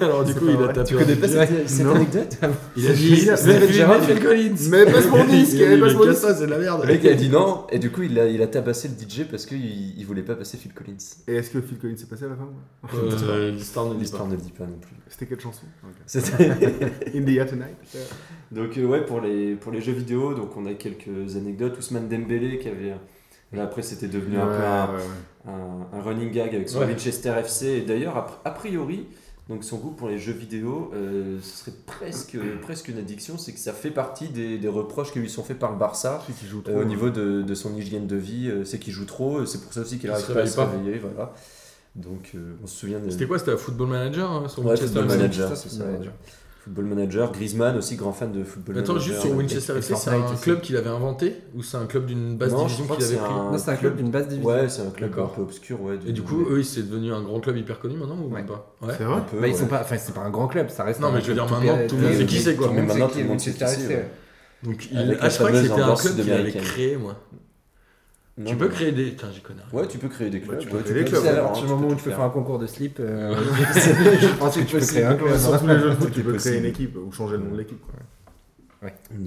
[SPEAKER 1] Alors du
[SPEAKER 4] C'est
[SPEAKER 1] coup,
[SPEAKER 4] pas
[SPEAKER 1] il a
[SPEAKER 4] vrai.
[SPEAKER 1] tapé.
[SPEAKER 2] Tu connais
[SPEAKER 1] un-
[SPEAKER 2] pas cette, cette
[SPEAKER 3] Non.
[SPEAKER 2] anecdote
[SPEAKER 1] Il a dit
[SPEAKER 4] Steven
[SPEAKER 1] Steven
[SPEAKER 4] Gerrard,
[SPEAKER 1] Gerrard, Phil Collins.
[SPEAKER 3] Mais passe mon disque,
[SPEAKER 1] Il a dit,
[SPEAKER 3] passe
[SPEAKER 1] mais qu'est-ce
[SPEAKER 3] mon disque.
[SPEAKER 1] que ça, c'est de la
[SPEAKER 2] Le
[SPEAKER 1] merde.
[SPEAKER 2] mec il a dit non, et du coup il a, il a tabassé le DJ parce qu'il il voulait pas passer Phil Collins.
[SPEAKER 3] Et est-ce que Phil Collins s'est passé à la fin
[SPEAKER 1] Euh, L'histoire ne dit pas.
[SPEAKER 2] L'histoire ne le dit pas non plus.
[SPEAKER 3] C'était quelle chanson Ok.
[SPEAKER 2] C'était-
[SPEAKER 3] In the Air Tonight
[SPEAKER 2] donc euh, ouais, pour les, pour les jeux vidéo, donc on a quelques anecdotes. Ousmane Dembélé qui avait... Là, après c'était devenu un peu un,
[SPEAKER 3] ouais, ouais.
[SPEAKER 2] un- un running gag avec son
[SPEAKER 1] Ouais.
[SPEAKER 2] Winchester FC. Et d'ailleurs, a, a priori, donc son goût pour les jeux vidéo, euh, ce serait presque, presque une addiction, c'est que ça fait partie des, des reproches qui lui sont faits par le Barça.
[SPEAKER 3] Celui qui joue trop.
[SPEAKER 2] euh, au niveau de, de son hygiène de vie, euh, c'est qu'il joue trop, euh, c'est pour ça aussi qu'il
[SPEAKER 1] Il
[SPEAKER 2] arrive
[SPEAKER 1] se
[SPEAKER 2] pas à
[SPEAKER 1] réveille
[SPEAKER 2] se
[SPEAKER 1] pas.
[SPEAKER 2] réveiller, voilà. Donc euh, on se souvient de
[SPEAKER 1] C'était quoi C'était un Football Manager, hein, sur
[SPEAKER 2] Ouais,
[SPEAKER 1] Winchester
[SPEAKER 2] Football
[SPEAKER 1] FC.
[SPEAKER 2] Manager, c'est
[SPEAKER 4] Football
[SPEAKER 2] ça.
[SPEAKER 4] Manager.
[SPEAKER 2] ouais. Football Manager, Griezmann aussi grand fan de football.
[SPEAKER 1] Attends,
[SPEAKER 2] Manager,
[SPEAKER 1] juste sur
[SPEAKER 2] euh,
[SPEAKER 1] Winchester
[SPEAKER 4] et
[SPEAKER 1] FC, c'est
[SPEAKER 4] Fortnite
[SPEAKER 1] un
[SPEAKER 4] aussi.
[SPEAKER 1] club qu'il avait inventé ou c'est un club d'une base
[SPEAKER 2] Non, je
[SPEAKER 1] division
[SPEAKER 2] crois
[SPEAKER 1] qu'il
[SPEAKER 2] que
[SPEAKER 1] avait
[SPEAKER 2] c'est
[SPEAKER 1] pris
[SPEAKER 2] un
[SPEAKER 4] Non, c'est un club d'une base division.
[SPEAKER 2] Ouais, c'est un club un
[SPEAKER 1] D'accord.
[SPEAKER 2] peu obscur, ouais. de-
[SPEAKER 1] Et du coup, eux, ils- c'est devenu un grand club hyper connu maintenant ou
[SPEAKER 4] Ouais.
[SPEAKER 1] même pas Ouais.
[SPEAKER 3] C'est vrai
[SPEAKER 2] un peu,
[SPEAKER 4] Bah, ils
[SPEAKER 2] ouais.
[SPEAKER 4] sont pas, enfin c'est pas un grand club, ça reste.
[SPEAKER 1] Non,
[SPEAKER 4] un
[SPEAKER 1] mais je veux
[SPEAKER 4] club
[SPEAKER 1] dire, maintenant, tout le monde
[SPEAKER 2] sait qui
[SPEAKER 1] c'est, quoi.
[SPEAKER 4] Tout le monde
[SPEAKER 2] Maintenant,
[SPEAKER 4] sait qui
[SPEAKER 2] tout le
[SPEAKER 4] est
[SPEAKER 2] monde sait
[SPEAKER 4] Manchester
[SPEAKER 2] qui c'est,
[SPEAKER 4] United,
[SPEAKER 2] ouais.
[SPEAKER 4] ouais.
[SPEAKER 1] Donc, il-
[SPEAKER 2] Avec
[SPEAKER 1] ah,
[SPEAKER 2] la
[SPEAKER 1] je crois que c'était un
[SPEAKER 2] fameuse
[SPEAKER 1] club
[SPEAKER 2] ambiance
[SPEAKER 1] qu'il avait
[SPEAKER 2] américaine.
[SPEAKER 1] créé, moi.
[SPEAKER 2] Non,
[SPEAKER 1] Tu
[SPEAKER 2] non.
[SPEAKER 1] peux créer des. Putain, j'y connais rien.
[SPEAKER 2] Ouais, tu peux créer des clubs.
[SPEAKER 3] tu peux créer des
[SPEAKER 4] C'est
[SPEAKER 3] clubs,
[SPEAKER 4] à
[SPEAKER 2] faire,
[SPEAKER 4] partir
[SPEAKER 2] hein,
[SPEAKER 4] du moment où
[SPEAKER 2] tout
[SPEAKER 4] tu peux faire
[SPEAKER 2] faire.
[SPEAKER 4] un concours de slip, euh,
[SPEAKER 2] Je pense
[SPEAKER 4] tu peux créer un club.
[SPEAKER 3] Sans tous les jeux de foot,
[SPEAKER 2] Tout
[SPEAKER 3] tu
[SPEAKER 2] est
[SPEAKER 3] peux créer une
[SPEAKER 2] possible.
[SPEAKER 3] équipe ou changer le nom de l'équipe. quoi.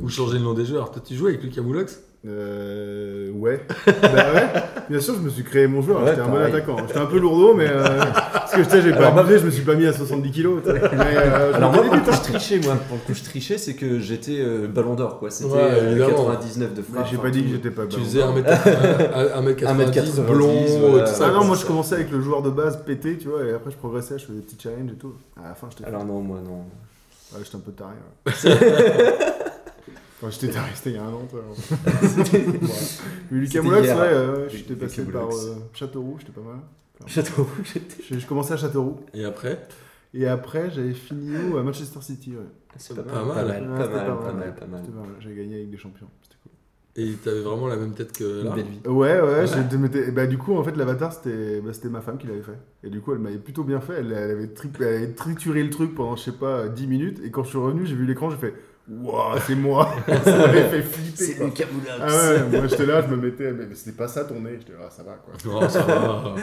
[SPEAKER 1] Ou changer le nom des joueurs. Toi, tu jouais avec Lucas Moulox
[SPEAKER 2] Bah,
[SPEAKER 3] Euh. Ouais. bah ouais. Bien sûr, je me suis créé mon joueur.
[SPEAKER 2] Ouais,
[SPEAKER 3] J'étais un bon
[SPEAKER 2] pareil.
[SPEAKER 3] attaquant. J'étais un peu lourdeau, mais. euh, Parce que je sais, j'ai pas
[SPEAKER 2] Alors, moi-
[SPEAKER 3] abusé, je me suis pas mis à 70 kilos. tu sais. Mais, euh, je
[SPEAKER 2] Alors
[SPEAKER 3] me
[SPEAKER 2] moi,
[SPEAKER 3] dis,
[SPEAKER 2] pour le coup, je trichais, moi. Pour le coup, je trichais, c'est que j'étais euh, Ballon d'Or, quoi. C'était
[SPEAKER 1] Ouais,
[SPEAKER 2] euh,
[SPEAKER 1] évidemment.
[SPEAKER 2] 99 de
[SPEAKER 3] Mais
[SPEAKER 2] frappe.
[SPEAKER 3] j'ai
[SPEAKER 2] hein,
[SPEAKER 3] pas dit
[SPEAKER 2] tout.
[SPEAKER 3] que j'étais pas
[SPEAKER 1] Tu
[SPEAKER 3] bon.
[SPEAKER 1] faisais 1m90,
[SPEAKER 2] 1m90,
[SPEAKER 1] blond,
[SPEAKER 2] voilà.
[SPEAKER 1] tout
[SPEAKER 3] Ah
[SPEAKER 1] ça.
[SPEAKER 3] non,
[SPEAKER 1] quoi.
[SPEAKER 3] moi je commençais avec le joueur de base pété, tu vois, et après je progressais, je faisais des petits challenges et tout. À la fin, j'étais
[SPEAKER 2] Alors non, moi non.
[SPEAKER 3] ouais, j'étais un peu taré. Ouais. Quand j'étais taré, c'était il y a un an, toi. Ouais. Mais Lucas
[SPEAKER 2] C'était
[SPEAKER 3] Moulox, ouais,
[SPEAKER 2] hier.
[SPEAKER 3] euh, je
[SPEAKER 2] Lucas
[SPEAKER 3] suis passé par
[SPEAKER 2] Moulox.
[SPEAKER 3] euh, Châteauroux, j'étais pas mal.
[SPEAKER 2] Château Rouge, j'étais.
[SPEAKER 3] Je, je commençais à Châteauroux,
[SPEAKER 1] Et après
[SPEAKER 3] et après j'avais fini où à Manchester City. Ouais.
[SPEAKER 2] C'est
[SPEAKER 1] pas mal.
[SPEAKER 2] Pas
[SPEAKER 3] Ouais,
[SPEAKER 2] mal, pas mal,
[SPEAKER 3] c'était
[SPEAKER 2] pas mal.
[SPEAKER 3] C'était pas mal, J'avais gagné avec des champions, c'était cool.
[SPEAKER 1] Et t'avais vraiment la même tête que là
[SPEAKER 4] une belle vie.
[SPEAKER 3] Ouais, ouais, je te mettais- et bah, du coup, en fait, l'avatar, c'était bah, c'était ma femme qui l'avait fait. Et du coup, elle m'avait plutôt bien fait. Elle, elle avait tri- elle avait trituré le truc pendant, je sais pas, 10 minutes. Et quand je suis revenu, j'ai vu l'écran, j'ai fait Wouah, c'est moi Ça m'avait fait flipper. quoi.
[SPEAKER 2] Lucas Moulox.
[SPEAKER 3] Ah ouais, moi j'étais là, je me mettais, mais c'était pas ça ton nez. J'étais, ah, ça va quoi.
[SPEAKER 1] Oh, ça
[SPEAKER 2] Ah,
[SPEAKER 1] va.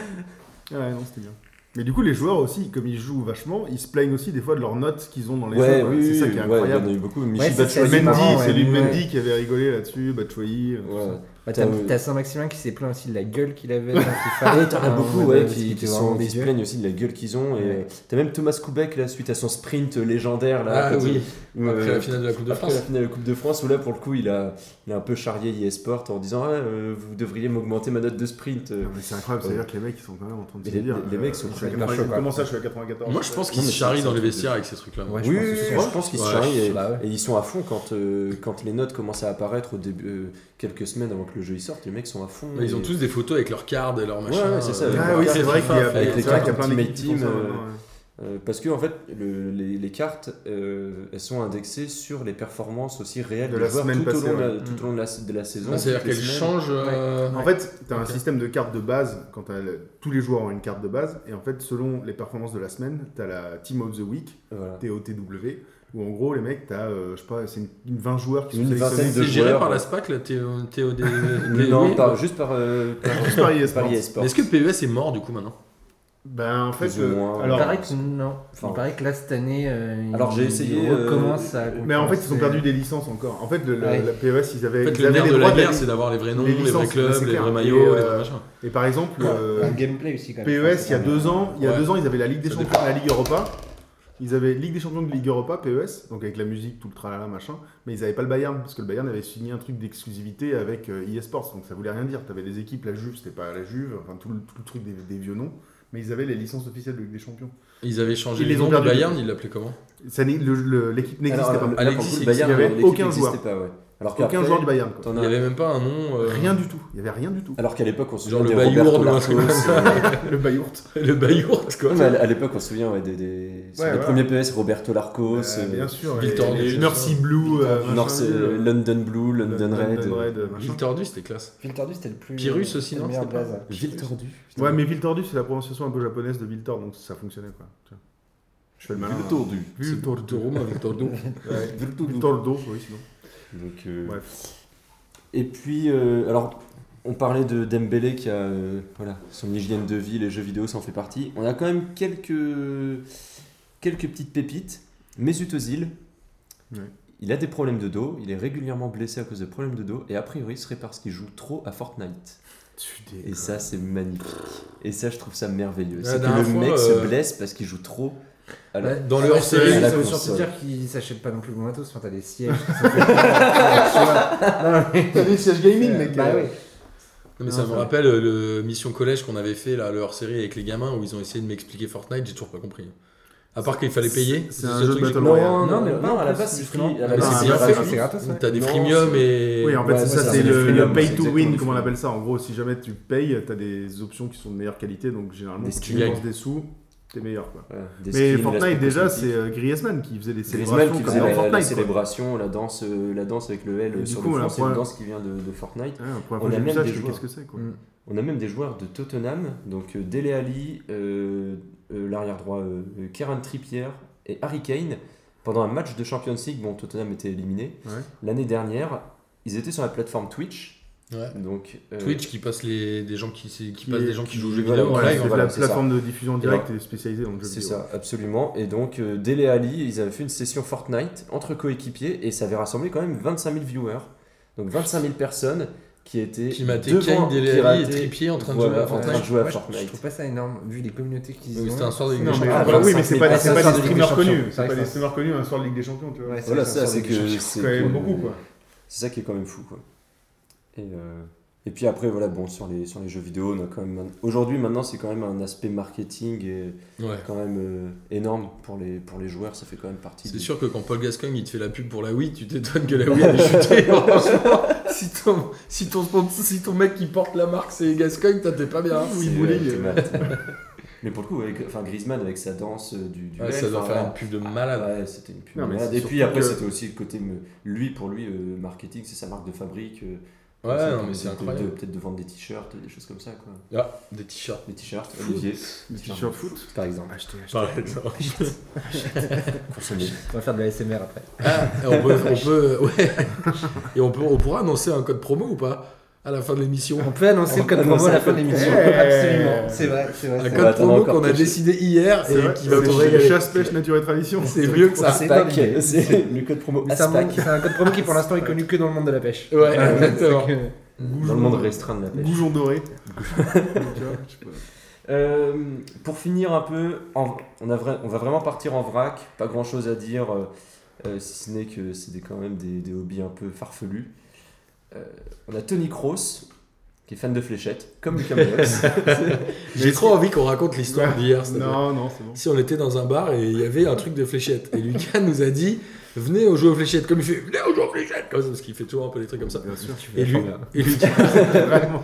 [SPEAKER 3] Ouais, non, c'était bien. Mais du coup, les joueurs aussi, comme ils jouent vachement, ils se plaignent aussi des fois de leurs notes qu'ils ont dans les jeux.
[SPEAKER 2] Ouais,
[SPEAKER 3] quoi.
[SPEAKER 2] oui,
[SPEAKER 3] c'est ça
[SPEAKER 2] oui,
[SPEAKER 3] qui est
[SPEAKER 2] ouais,
[SPEAKER 3] incroyable.
[SPEAKER 2] Il y en a eu beaucoup.
[SPEAKER 4] Ouais,
[SPEAKER 2] Michi
[SPEAKER 4] c'est
[SPEAKER 2] Batshuayi,
[SPEAKER 4] assez
[SPEAKER 3] Mendy,
[SPEAKER 4] marrant, ouais,
[SPEAKER 3] c'est lui de
[SPEAKER 4] ouais.
[SPEAKER 3] Mendy qui avait rigolé là-dessus, Batshuayi. tout ça.
[SPEAKER 2] Ouais.
[SPEAKER 4] Bah, t'as-
[SPEAKER 2] T'as, euh,
[SPEAKER 4] T'as Saint-Maximin qui s'est plaint aussi de la gueule qu'il avait. dans
[SPEAKER 2] Ah
[SPEAKER 4] FIFA.
[SPEAKER 2] ouais, t'en as
[SPEAKER 4] Ah,
[SPEAKER 2] beaucoup
[SPEAKER 4] ouais,
[SPEAKER 2] ouais,
[SPEAKER 4] parce qu'il
[SPEAKER 2] qui,
[SPEAKER 4] était
[SPEAKER 2] qui,
[SPEAKER 4] vraiment
[SPEAKER 2] sont, qui se
[SPEAKER 4] vicieux.
[SPEAKER 2] plaignent aussi de la gueule qu'ils ont. Et euh, t'as même Thomas Koubek là suite à son sprint légendaire là.
[SPEAKER 1] Ah
[SPEAKER 2] quand
[SPEAKER 1] oui,
[SPEAKER 2] il- où,
[SPEAKER 1] après
[SPEAKER 2] euh,
[SPEAKER 1] la finale de la Coupe de
[SPEAKER 2] après
[SPEAKER 1] France.
[SPEAKER 2] la finale de la Coupe de France où là pour le coup il a, il a un peu charrié eSport en disant ah, euh, vous devriez m'augmenter ma note de sprint. euh.
[SPEAKER 3] Non, mais c'est incroyable, c'est-à-dire que les mecs ils sont quand même en train de
[SPEAKER 2] Mais
[SPEAKER 3] se
[SPEAKER 2] les-
[SPEAKER 3] dire. euh,
[SPEAKER 2] les- les mecs sont
[SPEAKER 3] je suis à
[SPEAKER 2] complètement
[SPEAKER 3] 90,
[SPEAKER 4] chauds, quoi.
[SPEAKER 3] Comment ça, je suis à 94
[SPEAKER 1] Moi, je pense
[SPEAKER 2] Non,
[SPEAKER 1] qu'ils
[SPEAKER 2] mais
[SPEAKER 1] se
[SPEAKER 2] c'est-
[SPEAKER 1] charrient
[SPEAKER 2] c'est
[SPEAKER 1] dans
[SPEAKER 2] un
[SPEAKER 1] les
[SPEAKER 2] truc de-
[SPEAKER 1] vestiaires avec ces trucs-là.
[SPEAKER 4] Ouais,
[SPEAKER 2] Oui,
[SPEAKER 4] je
[SPEAKER 2] oui,
[SPEAKER 4] pense que
[SPEAKER 2] oui,
[SPEAKER 4] c'est
[SPEAKER 2] je
[SPEAKER 4] ça.
[SPEAKER 2] pense qu'ils se
[SPEAKER 1] Ouais,
[SPEAKER 2] charrient et,
[SPEAKER 4] Bah
[SPEAKER 2] et
[SPEAKER 4] ouais.
[SPEAKER 2] ils sont à fond quand, euh, quand les notes commencent à apparaître au début, euh, quelques semaines avant que que le jeu il sorte, les mecs sont à fond.
[SPEAKER 1] Ouais, Ils ont
[SPEAKER 2] et-
[SPEAKER 1] tous des photos avec leurs cartes et leurs machins.
[SPEAKER 2] ouais, c'est ça,
[SPEAKER 1] euh,
[SPEAKER 2] ouais.
[SPEAKER 1] leurs
[SPEAKER 3] Ah oui,
[SPEAKER 1] cartes
[SPEAKER 3] c'est vrai qu'il
[SPEAKER 1] FIFA
[SPEAKER 3] y a,
[SPEAKER 1] avec
[SPEAKER 2] les
[SPEAKER 3] c'est
[SPEAKER 1] les
[SPEAKER 3] vrai
[SPEAKER 1] cartes.
[SPEAKER 3] qu'il y a plein d'équipes qui font ça
[SPEAKER 2] Ultimate Team,
[SPEAKER 3] maintenant, ouais.
[SPEAKER 2] Euh, parce que en fait, le- les, les cartes, euh, elles sont indexées sur les performances aussi réelles
[SPEAKER 3] De
[SPEAKER 2] des
[SPEAKER 3] la
[SPEAKER 2] joueurs
[SPEAKER 3] semaine
[SPEAKER 2] tout, au
[SPEAKER 3] passée,
[SPEAKER 2] long de la-
[SPEAKER 3] ouais.
[SPEAKER 2] tout au long de la, de la saison.
[SPEAKER 1] Ah, C'est-à-dire
[SPEAKER 2] toutes les
[SPEAKER 1] qu'elles
[SPEAKER 2] semaines.
[SPEAKER 1] changent. euh,
[SPEAKER 3] En fait, tu as un
[SPEAKER 1] Ok.
[SPEAKER 3] système de cartes de base, quand t'as le- tous les joueurs ont une carte de base, et en fait, selon les performances de la semaine, tu as la Team of the Week,
[SPEAKER 2] Voilà.
[SPEAKER 3] TOTW, où en gros, les mecs, tu as, je sais pas, c'est une, une 20 joueurs qui
[SPEAKER 2] Une
[SPEAKER 3] sont
[SPEAKER 2] vingtaine
[SPEAKER 3] sélectionnés.
[SPEAKER 1] C'est
[SPEAKER 2] de
[SPEAKER 1] géré
[SPEAKER 2] joueurs,
[SPEAKER 1] par la
[SPEAKER 2] ouais.
[SPEAKER 1] SPAC, la TO- TOD.
[SPEAKER 2] non,
[SPEAKER 1] E. oui.
[SPEAKER 2] par- juste par, euh, par,
[SPEAKER 3] Juste par EA Sports.
[SPEAKER 2] par EA Sports.
[SPEAKER 1] Mais Est-ce que PES est mort du coup maintenant
[SPEAKER 3] Ben, en fait,
[SPEAKER 2] Plus ou
[SPEAKER 3] euh,
[SPEAKER 2] moins.
[SPEAKER 3] alors,
[SPEAKER 4] il paraît que non.
[SPEAKER 2] Enfin,
[SPEAKER 4] il paraît que là cette année, euh, ils-
[SPEAKER 2] Alors, j'ai
[SPEAKER 4] ils
[SPEAKER 2] essayé,
[SPEAKER 4] recommencent
[SPEAKER 2] euh,
[SPEAKER 4] à.
[SPEAKER 3] mais en fait, ils ont
[SPEAKER 4] concurrencer.
[SPEAKER 3] perdu des licences encore. En fait, le- la,
[SPEAKER 4] Ouais.
[SPEAKER 3] la PES, ils
[SPEAKER 1] En
[SPEAKER 3] avaient,
[SPEAKER 1] fait,
[SPEAKER 3] ils
[SPEAKER 1] le
[SPEAKER 3] avaient
[SPEAKER 1] nerf
[SPEAKER 3] les
[SPEAKER 1] de la
[SPEAKER 3] droits de la
[SPEAKER 1] guerre, c'est d'avoir les vrais noms, les, vrais
[SPEAKER 3] licences, c'est
[SPEAKER 1] clubs, les
[SPEAKER 3] clair.
[SPEAKER 1] vrais
[SPEAKER 3] Et,
[SPEAKER 1] maillots, les
[SPEAKER 3] euh,
[SPEAKER 1] vrais machins.
[SPEAKER 3] Et par exemple, euh,
[SPEAKER 4] Un gameplay aussi quand même.
[SPEAKER 3] PES, E il y a deux ans, il y a
[SPEAKER 1] Ouais.
[SPEAKER 3] deux ans, ils avaient la Ligue des
[SPEAKER 1] Ça
[SPEAKER 3] Champions,
[SPEAKER 1] dépend.
[SPEAKER 3] la Ligue Europa. Ils avaient Ligue des Champions de Ligue Europa, PES, donc avec la musique, tout le tralala, machin. Mais ils n'avaient pas le Bayern, parce que le Bayern avait signé un truc d'exclusivité avec euh, EA Sports, donc ça voulait rien dire. T'avais des équipes, la Juve, c'était pas la Juve, enfin tout le, tout le truc des, des vieux noms. Mais ils avaient les licences officielles de Ligue des Champions.
[SPEAKER 1] Ils avaient changé
[SPEAKER 3] Ils
[SPEAKER 1] les
[SPEAKER 3] les
[SPEAKER 1] noms
[SPEAKER 3] ont
[SPEAKER 1] de
[SPEAKER 3] perdus.
[SPEAKER 1] Bayern, ils l'appelaient comment
[SPEAKER 3] Ça n'est- le- le- L'équipe n'existait
[SPEAKER 2] Alors,
[SPEAKER 3] pas.
[SPEAKER 2] là,
[SPEAKER 1] Alexis,
[SPEAKER 2] pour le coup,
[SPEAKER 1] il
[SPEAKER 2] le Bayern,
[SPEAKER 3] y avait
[SPEAKER 2] l'équipe
[SPEAKER 3] aucun
[SPEAKER 2] n'existait
[SPEAKER 3] joueur.
[SPEAKER 2] pas, ouais. Alors
[SPEAKER 3] Aucun
[SPEAKER 2] qu'après,
[SPEAKER 3] joueur du Bayern, quoi.
[SPEAKER 2] t'en
[SPEAKER 1] Il
[SPEAKER 2] as-
[SPEAKER 1] n'y avait même pas un nom. euh,
[SPEAKER 3] Rien du tout. Il y avait rien du tout.
[SPEAKER 2] Alors qu'à l'époque, on se
[SPEAKER 1] Genre
[SPEAKER 2] souvient
[SPEAKER 1] le
[SPEAKER 2] des
[SPEAKER 1] Bayour,
[SPEAKER 2] Roberto
[SPEAKER 1] ou un truc comme
[SPEAKER 2] Larcos, euh,
[SPEAKER 3] le Bayourt.
[SPEAKER 1] Le Bayourt, quoi.
[SPEAKER 2] Ouais, mais à à l'époque, on se souvient ouais, des, des- sur
[SPEAKER 3] Ouais,
[SPEAKER 2] les
[SPEAKER 3] ouais.
[SPEAKER 2] premiers PES, Roberto Larcos,
[SPEAKER 3] Euh, bien
[SPEAKER 2] euh,
[SPEAKER 3] sûr.
[SPEAKER 1] Bill
[SPEAKER 3] et-
[SPEAKER 1] Tordu,
[SPEAKER 3] et- North Blue, euh, machin,
[SPEAKER 2] North- euh,
[SPEAKER 3] euh,
[SPEAKER 2] London Blue, London,
[SPEAKER 3] London
[SPEAKER 2] Red. euh,
[SPEAKER 3] Red, machin.
[SPEAKER 1] Gilles Tordu, c'était classe.
[SPEAKER 4] Filterdu, c'était le plus.
[SPEAKER 1] Pyrrhus aussi,
[SPEAKER 4] le
[SPEAKER 1] non
[SPEAKER 4] meilleur
[SPEAKER 1] c'était pas-
[SPEAKER 4] blaze.
[SPEAKER 2] Ville tordue.
[SPEAKER 3] Ouais, mais Ville Tordue, c'est la prononciation un peu japonaise de Ville Tord, donc ça fonctionnait quoi. Tu vois. Je fais le malin.
[SPEAKER 2] Ville tordue.
[SPEAKER 3] Ville Tordue.
[SPEAKER 1] Tordu, Romain, Gilles Tordu.
[SPEAKER 3] Ouais.
[SPEAKER 2] Ville tordue.
[SPEAKER 3] Ville Tordu, oui, sinon.
[SPEAKER 2] Donc, euh,
[SPEAKER 3] Bref.
[SPEAKER 2] Et puis, euh, alors, on parlait de Dembélé qui a euh, voilà, son hygiène de vie, les jeux vidéo, ça en fait partie. On a quand même quelques, quelques petites pépites. Mesut Özil,
[SPEAKER 3] Ouais.
[SPEAKER 2] il a des problèmes de dos, il est régulièrement blessé à cause de problèmes de dos, et a priori, ce serait parce qu'il joue trop à Fortnite.
[SPEAKER 3] Tu
[SPEAKER 2] Et
[SPEAKER 3] déconnes.
[SPEAKER 2] ça, c'est magnifique. Et ça, je trouve ça merveilleux.
[SPEAKER 1] La
[SPEAKER 2] c'est que le
[SPEAKER 1] dernière fois,
[SPEAKER 2] mec
[SPEAKER 1] euh,
[SPEAKER 2] se blesse parce qu'il joue trop. à la-
[SPEAKER 1] Dans le
[SPEAKER 4] Après,
[SPEAKER 1] hors-série,
[SPEAKER 2] à la
[SPEAKER 4] Ça veut
[SPEAKER 2] console.
[SPEAKER 4] surtout dire qu'ils s'achètent pas non plus le matos. Enfin, t'as des sièges.
[SPEAKER 3] T'as des sièges gaming, mec.
[SPEAKER 4] Bah
[SPEAKER 3] euh.
[SPEAKER 4] oui.
[SPEAKER 1] Non, mais ça
[SPEAKER 3] Non,
[SPEAKER 1] me
[SPEAKER 3] ça-
[SPEAKER 1] rappelle euh, le mission collège qu'on avait fait, là, le hors-série avec les gamins, où ils ont essayé de m'expliquer Fortnite, j'ai toujours pas compris. À part qu'il fallait payer.
[SPEAKER 3] c'est
[SPEAKER 1] le
[SPEAKER 3] un
[SPEAKER 1] seul
[SPEAKER 3] jeu de
[SPEAKER 1] truc que j'ai
[SPEAKER 3] Battle
[SPEAKER 1] compris.
[SPEAKER 3] Royale. Non,
[SPEAKER 2] non,
[SPEAKER 4] mais
[SPEAKER 2] non,
[SPEAKER 4] pas
[SPEAKER 2] à la
[SPEAKER 4] en
[SPEAKER 2] base,
[SPEAKER 4] plus,
[SPEAKER 2] c'est free.
[SPEAKER 4] non.
[SPEAKER 2] À la base,
[SPEAKER 4] Ah,
[SPEAKER 1] c'est
[SPEAKER 4] bah,
[SPEAKER 1] gratuit.
[SPEAKER 4] C'est gratos. ouais.
[SPEAKER 1] T'as des
[SPEAKER 2] Non,
[SPEAKER 1] freemiums
[SPEAKER 2] c'est-
[SPEAKER 1] et.
[SPEAKER 3] Oui, en fait,
[SPEAKER 2] Ouais,
[SPEAKER 3] c'est
[SPEAKER 2] ouais,
[SPEAKER 3] ça,
[SPEAKER 2] ça,
[SPEAKER 3] c'est
[SPEAKER 2] c'est
[SPEAKER 3] le,
[SPEAKER 2] freemium,
[SPEAKER 3] le pay
[SPEAKER 2] c'est
[SPEAKER 3] to
[SPEAKER 2] exactement le
[SPEAKER 3] win, comme on
[SPEAKER 2] freemium.
[SPEAKER 3] appelle ça. En gros, si jamais tu payes, t'as des options qui sont de meilleure qualité, donc généralement,
[SPEAKER 2] Des
[SPEAKER 3] si tu
[SPEAKER 2] skins.
[SPEAKER 3] dépenses des sous, t'es meilleur, quoi.
[SPEAKER 2] Voilà, des skins,
[SPEAKER 3] Mais
[SPEAKER 2] la
[SPEAKER 3] Fortnite, déjà,
[SPEAKER 2] cosmétique.
[SPEAKER 3] c'est euh, Griezmann qui faisait les
[SPEAKER 2] Griezmann
[SPEAKER 3] célébrations
[SPEAKER 2] qui
[SPEAKER 3] comme
[SPEAKER 2] faisait
[SPEAKER 3] dans
[SPEAKER 2] la, la
[SPEAKER 3] Fortnite, quoi.
[SPEAKER 2] célébration, la danse, euh, la danse avec le L
[SPEAKER 3] Et
[SPEAKER 2] euh,
[SPEAKER 3] du
[SPEAKER 2] sur
[SPEAKER 3] coup,
[SPEAKER 2] le
[SPEAKER 3] on
[SPEAKER 2] front,
[SPEAKER 3] a
[SPEAKER 2] c'est une
[SPEAKER 3] pas-
[SPEAKER 2] danse qui vient de, de Fortnite.
[SPEAKER 3] Ouais, la première
[SPEAKER 2] On a
[SPEAKER 3] fois que j'ai vu
[SPEAKER 2] même
[SPEAKER 3] ça,
[SPEAKER 2] des
[SPEAKER 3] je dis
[SPEAKER 2] joueurs.
[SPEAKER 3] qu'est-ce que c'est, quoi.
[SPEAKER 4] Mm.
[SPEAKER 2] On a même des joueurs de Tottenham, donc euh, Dele Alli, euh, euh, l'arrière droit euh, euh, Kieran Trippier et Harry Kane. Pendant un match de Champions League, bon, Tottenham était éliminé.
[SPEAKER 3] Ouais.
[SPEAKER 2] L'année dernière, ils étaient sur la plateforme Twitch.
[SPEAKER 1] Ouais.
[SPEAKER 2] Donc, euh,
[SPEAKER 1] Twitch qui passe les des gens qui, qui,
[SPEAKER 3] Qui-
[SPEAKER 1] passent des gens qui jouent aux jeux
[SPEAKER 2] voilà,
[SPEAKER 1] vidéo en
[SPEAKER 3] Ouais,
[SPEAKER 2] voilà,
[SPEAKER 1] live.
[SPEAKER 3] c'est
[SPEAKER 2] voilà,
[SPEAKER 3] la
[SPEAKER 2] c'est ça.
[SPEAKER 3] plateforme de diffusion en direct et spécialisée dans le jeu
[SPEAKER 2] C'est
[SPEAKER 3] vidéo.
[SPEAKER 2] ça, absolument. Et donc, euh, Dele Alli, ils avaient fait une session Fortnite entre coéquipiers et ça avait rassemblé quand même 25 000 viewers. Donc 25 000 personnes qui étaient
[SPEAKER 1] Qui mataient
[SPEAKER 2] devant,
[SPEAKER 1] Kane, Dele
[SPEAKER 2] qui
[SPEAKER 1] Alli et
[SPEAKER 2] rataient-
[SPEAKER 1] Trippier en train de
[SPEAKER 2] voilà,
[SPEAKER 1] jouer à
[SPEAKER 2] en train de
[SPEAKER 1] Fortnite.
[SPEAKER 2] jouer à
[SPEAKER 4] Moi, je- Je
[SPEAKER 2] Fortnite.
[SPEAKER 4] trouve pas ça énorme vu les communautés qu'ils
[SPEAKER 1] Oui,
[SPEAKER 4] ont.
[SPEAKER 1] c'était un soir de Ligue
[SPEAKER 3] Non,
[SPEAKER 1] des
[SPEAKER 3] mais,
[SPEAKER 1] Champions.
[SPEAKER 2] Ah,
[SPEAKER 3] voilà, oui,
[SPEAKER 2] ça,
[SPEAKER 3] mais
[SPEAKER 2] c'est
[SPEAKER 3] c'est pas,
[SPEAKER 2] pas-
[SPEAKER 3] c'est
[SPEAKER 2] ça,
[SPEAKER 3] pas
[SPEAKER 2] c'est
[SPEAKER 3] des
[SPEAKER 2] des
[SPEAKER 3] streamers
[SPEAKER 4] champions.
[SPEAKER 3] connus.
[SPEAKER 4] C'est
[SPEAKER 3] C'est
[SPEAKER 4] vrai
[SPEAKER 3] pas
[SPEAKER 4] que
[SPEAKER 3] des
[SPEAKER 4] ça-
[SPEAKER 3] streamers connus, un soir de Ligue des Champions, tu vois.
[SPEAKER 4] Ouais,
[SPEAKER 3] C'est
[SPEAKER 2] Voilà,
[SPEAKER 4] ça,
[SPEAKER 2] ça,
[SPEAKER 4] ça,
[SPEAKER 2] c'est
[SPEAKER 4] ça,
[SPEAKER 2] que
[SPEAKER 4] ça,
[SPEAKER 2] c'est
[SPEAKER 3] quand même
[SPEAKER 2] que-
[SPEAKER 3] beaucoup, quoi.
[SPEAKER 2] C'est ça qui est quand même fou, quoi. Et, euh, et puis après, voilà, bon, sur les, sur les jeux vidéo, on a quand même. un- Aujourd'hui, maintenant, c'est quand même un aspect marketing et
[SPEAKER 1] Ouais.
[SPEAKER 2] quand même euh, énorme pour les, pour les joueurs. Ça fait quand même partie.
[SPEAKER 1] C'est
[SPEAKER 2] du-
[SPEAKER 1] sûr que quand Paul Gascogne il te fait la pub pour la Wii, tu t'étonnes que la Wii elle est shootée. franchement. si, ton, si, ton, sponsor- si ton mec qui porte la marque c'est Gascogne, t'as- t'es pas bien. hein.
[SPEAKER 2] C'est-
[SPEAKER 1] Oui,
[SPEAKER 2] ouais,
[SPEAKER 1] boulet.
[SPEAKER 2] t'es mal, t'es mal. Mais pour le coup, avec, enfin, Griezmann avec sa danse euh, du, du
[SPEAKER 1] Ouais,
[SPEAKER 2] duel,
[SPEAKER 1] ça doit
[SPEAKER 2] enfin,
[SPEAKER 1] faire
[SPEAKER 2] là,
[SPEAKER 1] une pub de malade.
[SPEAKER 2] Ah bah, Ouais, c'était une pub.
[SPEAKER 3] Non, mais
[SPEAKER 2] malade.
[SPEAKER 3] c'est
[SPEAKER 2] Et puis
[SPEAKER 3] surtout
[SPEAKER 2] après,
[SPEAKER 3] que-
[SPEAKER 2] c'était aussi le côté. me- Lui, pour lui, euh, marketing, c'est sa marque de fabrique. euh,
[SPEAKER 1] Ouais,
[SPEAKER 2] ça
[SPEAKER 1] non,
[SPEAKER 2] permet
[SPEAKER 1] mais c'est
[SPEAKER 2] de- de-
[SPEAKER 1] incroyable.
[SPEAKER 2] de- Peut-être de vendre des t-shirts, des choses comme ça, quoi.
[SPEAKER 1] Ah, des t-shirts.
[SPEAKER 2] Des t-shirts,
[SPEAKER 1] Fou.
[SPEAKER 2] Olivier.
[SPEAKER 3] Des t-shirts foot.
[SPEAKER 4] Par exemple.
[SPEAKER 3] Acheter, acheter.
[SPEAKER 1] Par exemple.
[SPEAKER 2] Consommer.
[SPEAKER 4] On va faire de la SMR après.
[SPEAKER 1] Ah, et on peut, on peut- ouais. Et on peut, on pourra annoncer un code promo ou pas à la fin de l'émission.
[SPEAKER 4] On peut annoncer le code promo à la fin de l'émission.
[SPEAKER 3] Eh.
[SPEAKER 4] Absolument. C'est vrai, c'est vrai.
[SPEAKER 1] Un
[SPEAKER 4] c'est
[SPEAKER 2] va
[SPEAKER 1] code
[SPEAKER 2] attendre
[SPEAKER 1] promo
[SPEAKER 2] encore
[SPEAKER 1] qu'on a
[SPEAKER 2] plus.
[SPEAKER 1] décidé hier
[SPEAKER 3] C'est
[SPEAKER 1] et
[SPEAKER 3] vrai,
[SPEAKER 1] qui va vous
[SPEAKER 3] c'est
[SPEAKER 1] régaler.
[SPEAKER 3] chasse, pêche, nature et tradition.
[SPEAKER 1] C'est mieux que ça.
[SPEAKER 4] C'est
[SPEAKER 2] Aspac,
[SPEAKER 4] dingue.
[SPEAKER 2] c'est le code promo
[SPEAKER 4] Mais C'est un,
[SPEAKER 2] ASPAC.
[SPEAKER 4] monde- c'est un code promo qui pour l'instant est connu que dans le monde de la pêche. Euh,
[SPEAKER 1] Ouais, exactement.
[SPEAKER 4] c'est que-
[SPEAKER 2] Dans le monde restreint de la pêche.
[SPEAKER 3] Goujon doré. Tu vois, je sais pas.
[SPEAKER 2] Euh, pour finir un peu, en- on, a vra- on va vraiment partir en vrac, pas grand chose à dire, euh, euh, si ce n'est que c'est des- quand même des, des hobbies un peu farfelus. Euh, on a Tony Kroos, qui est fan de fléchettes, comme Lucas Monox.
[SPEAKER 1] J'ai trop envie qu'on raconte l'histoire
[SPEAKER 3] Ouais.
[SPEAKER 1] d'hier. s'il te plaît.
[SPEAKER 3] Non, non, c'est bon.
[SPEAKER 1] Si on était dans un bar et il y avait un truc de fléchettes. Et Lucas nous a dit Venez au jeu aux fléchettes. Comme il fait Venez au jeu aux plus jeune comme ça, parce qu'il fait toujours un peu des trucs comme ça.
[SPEAKER 3] Bien sûr.
[SPEAKER 1] Et, Lu- et Lucas,
[SPEAKER 3] Vraiment.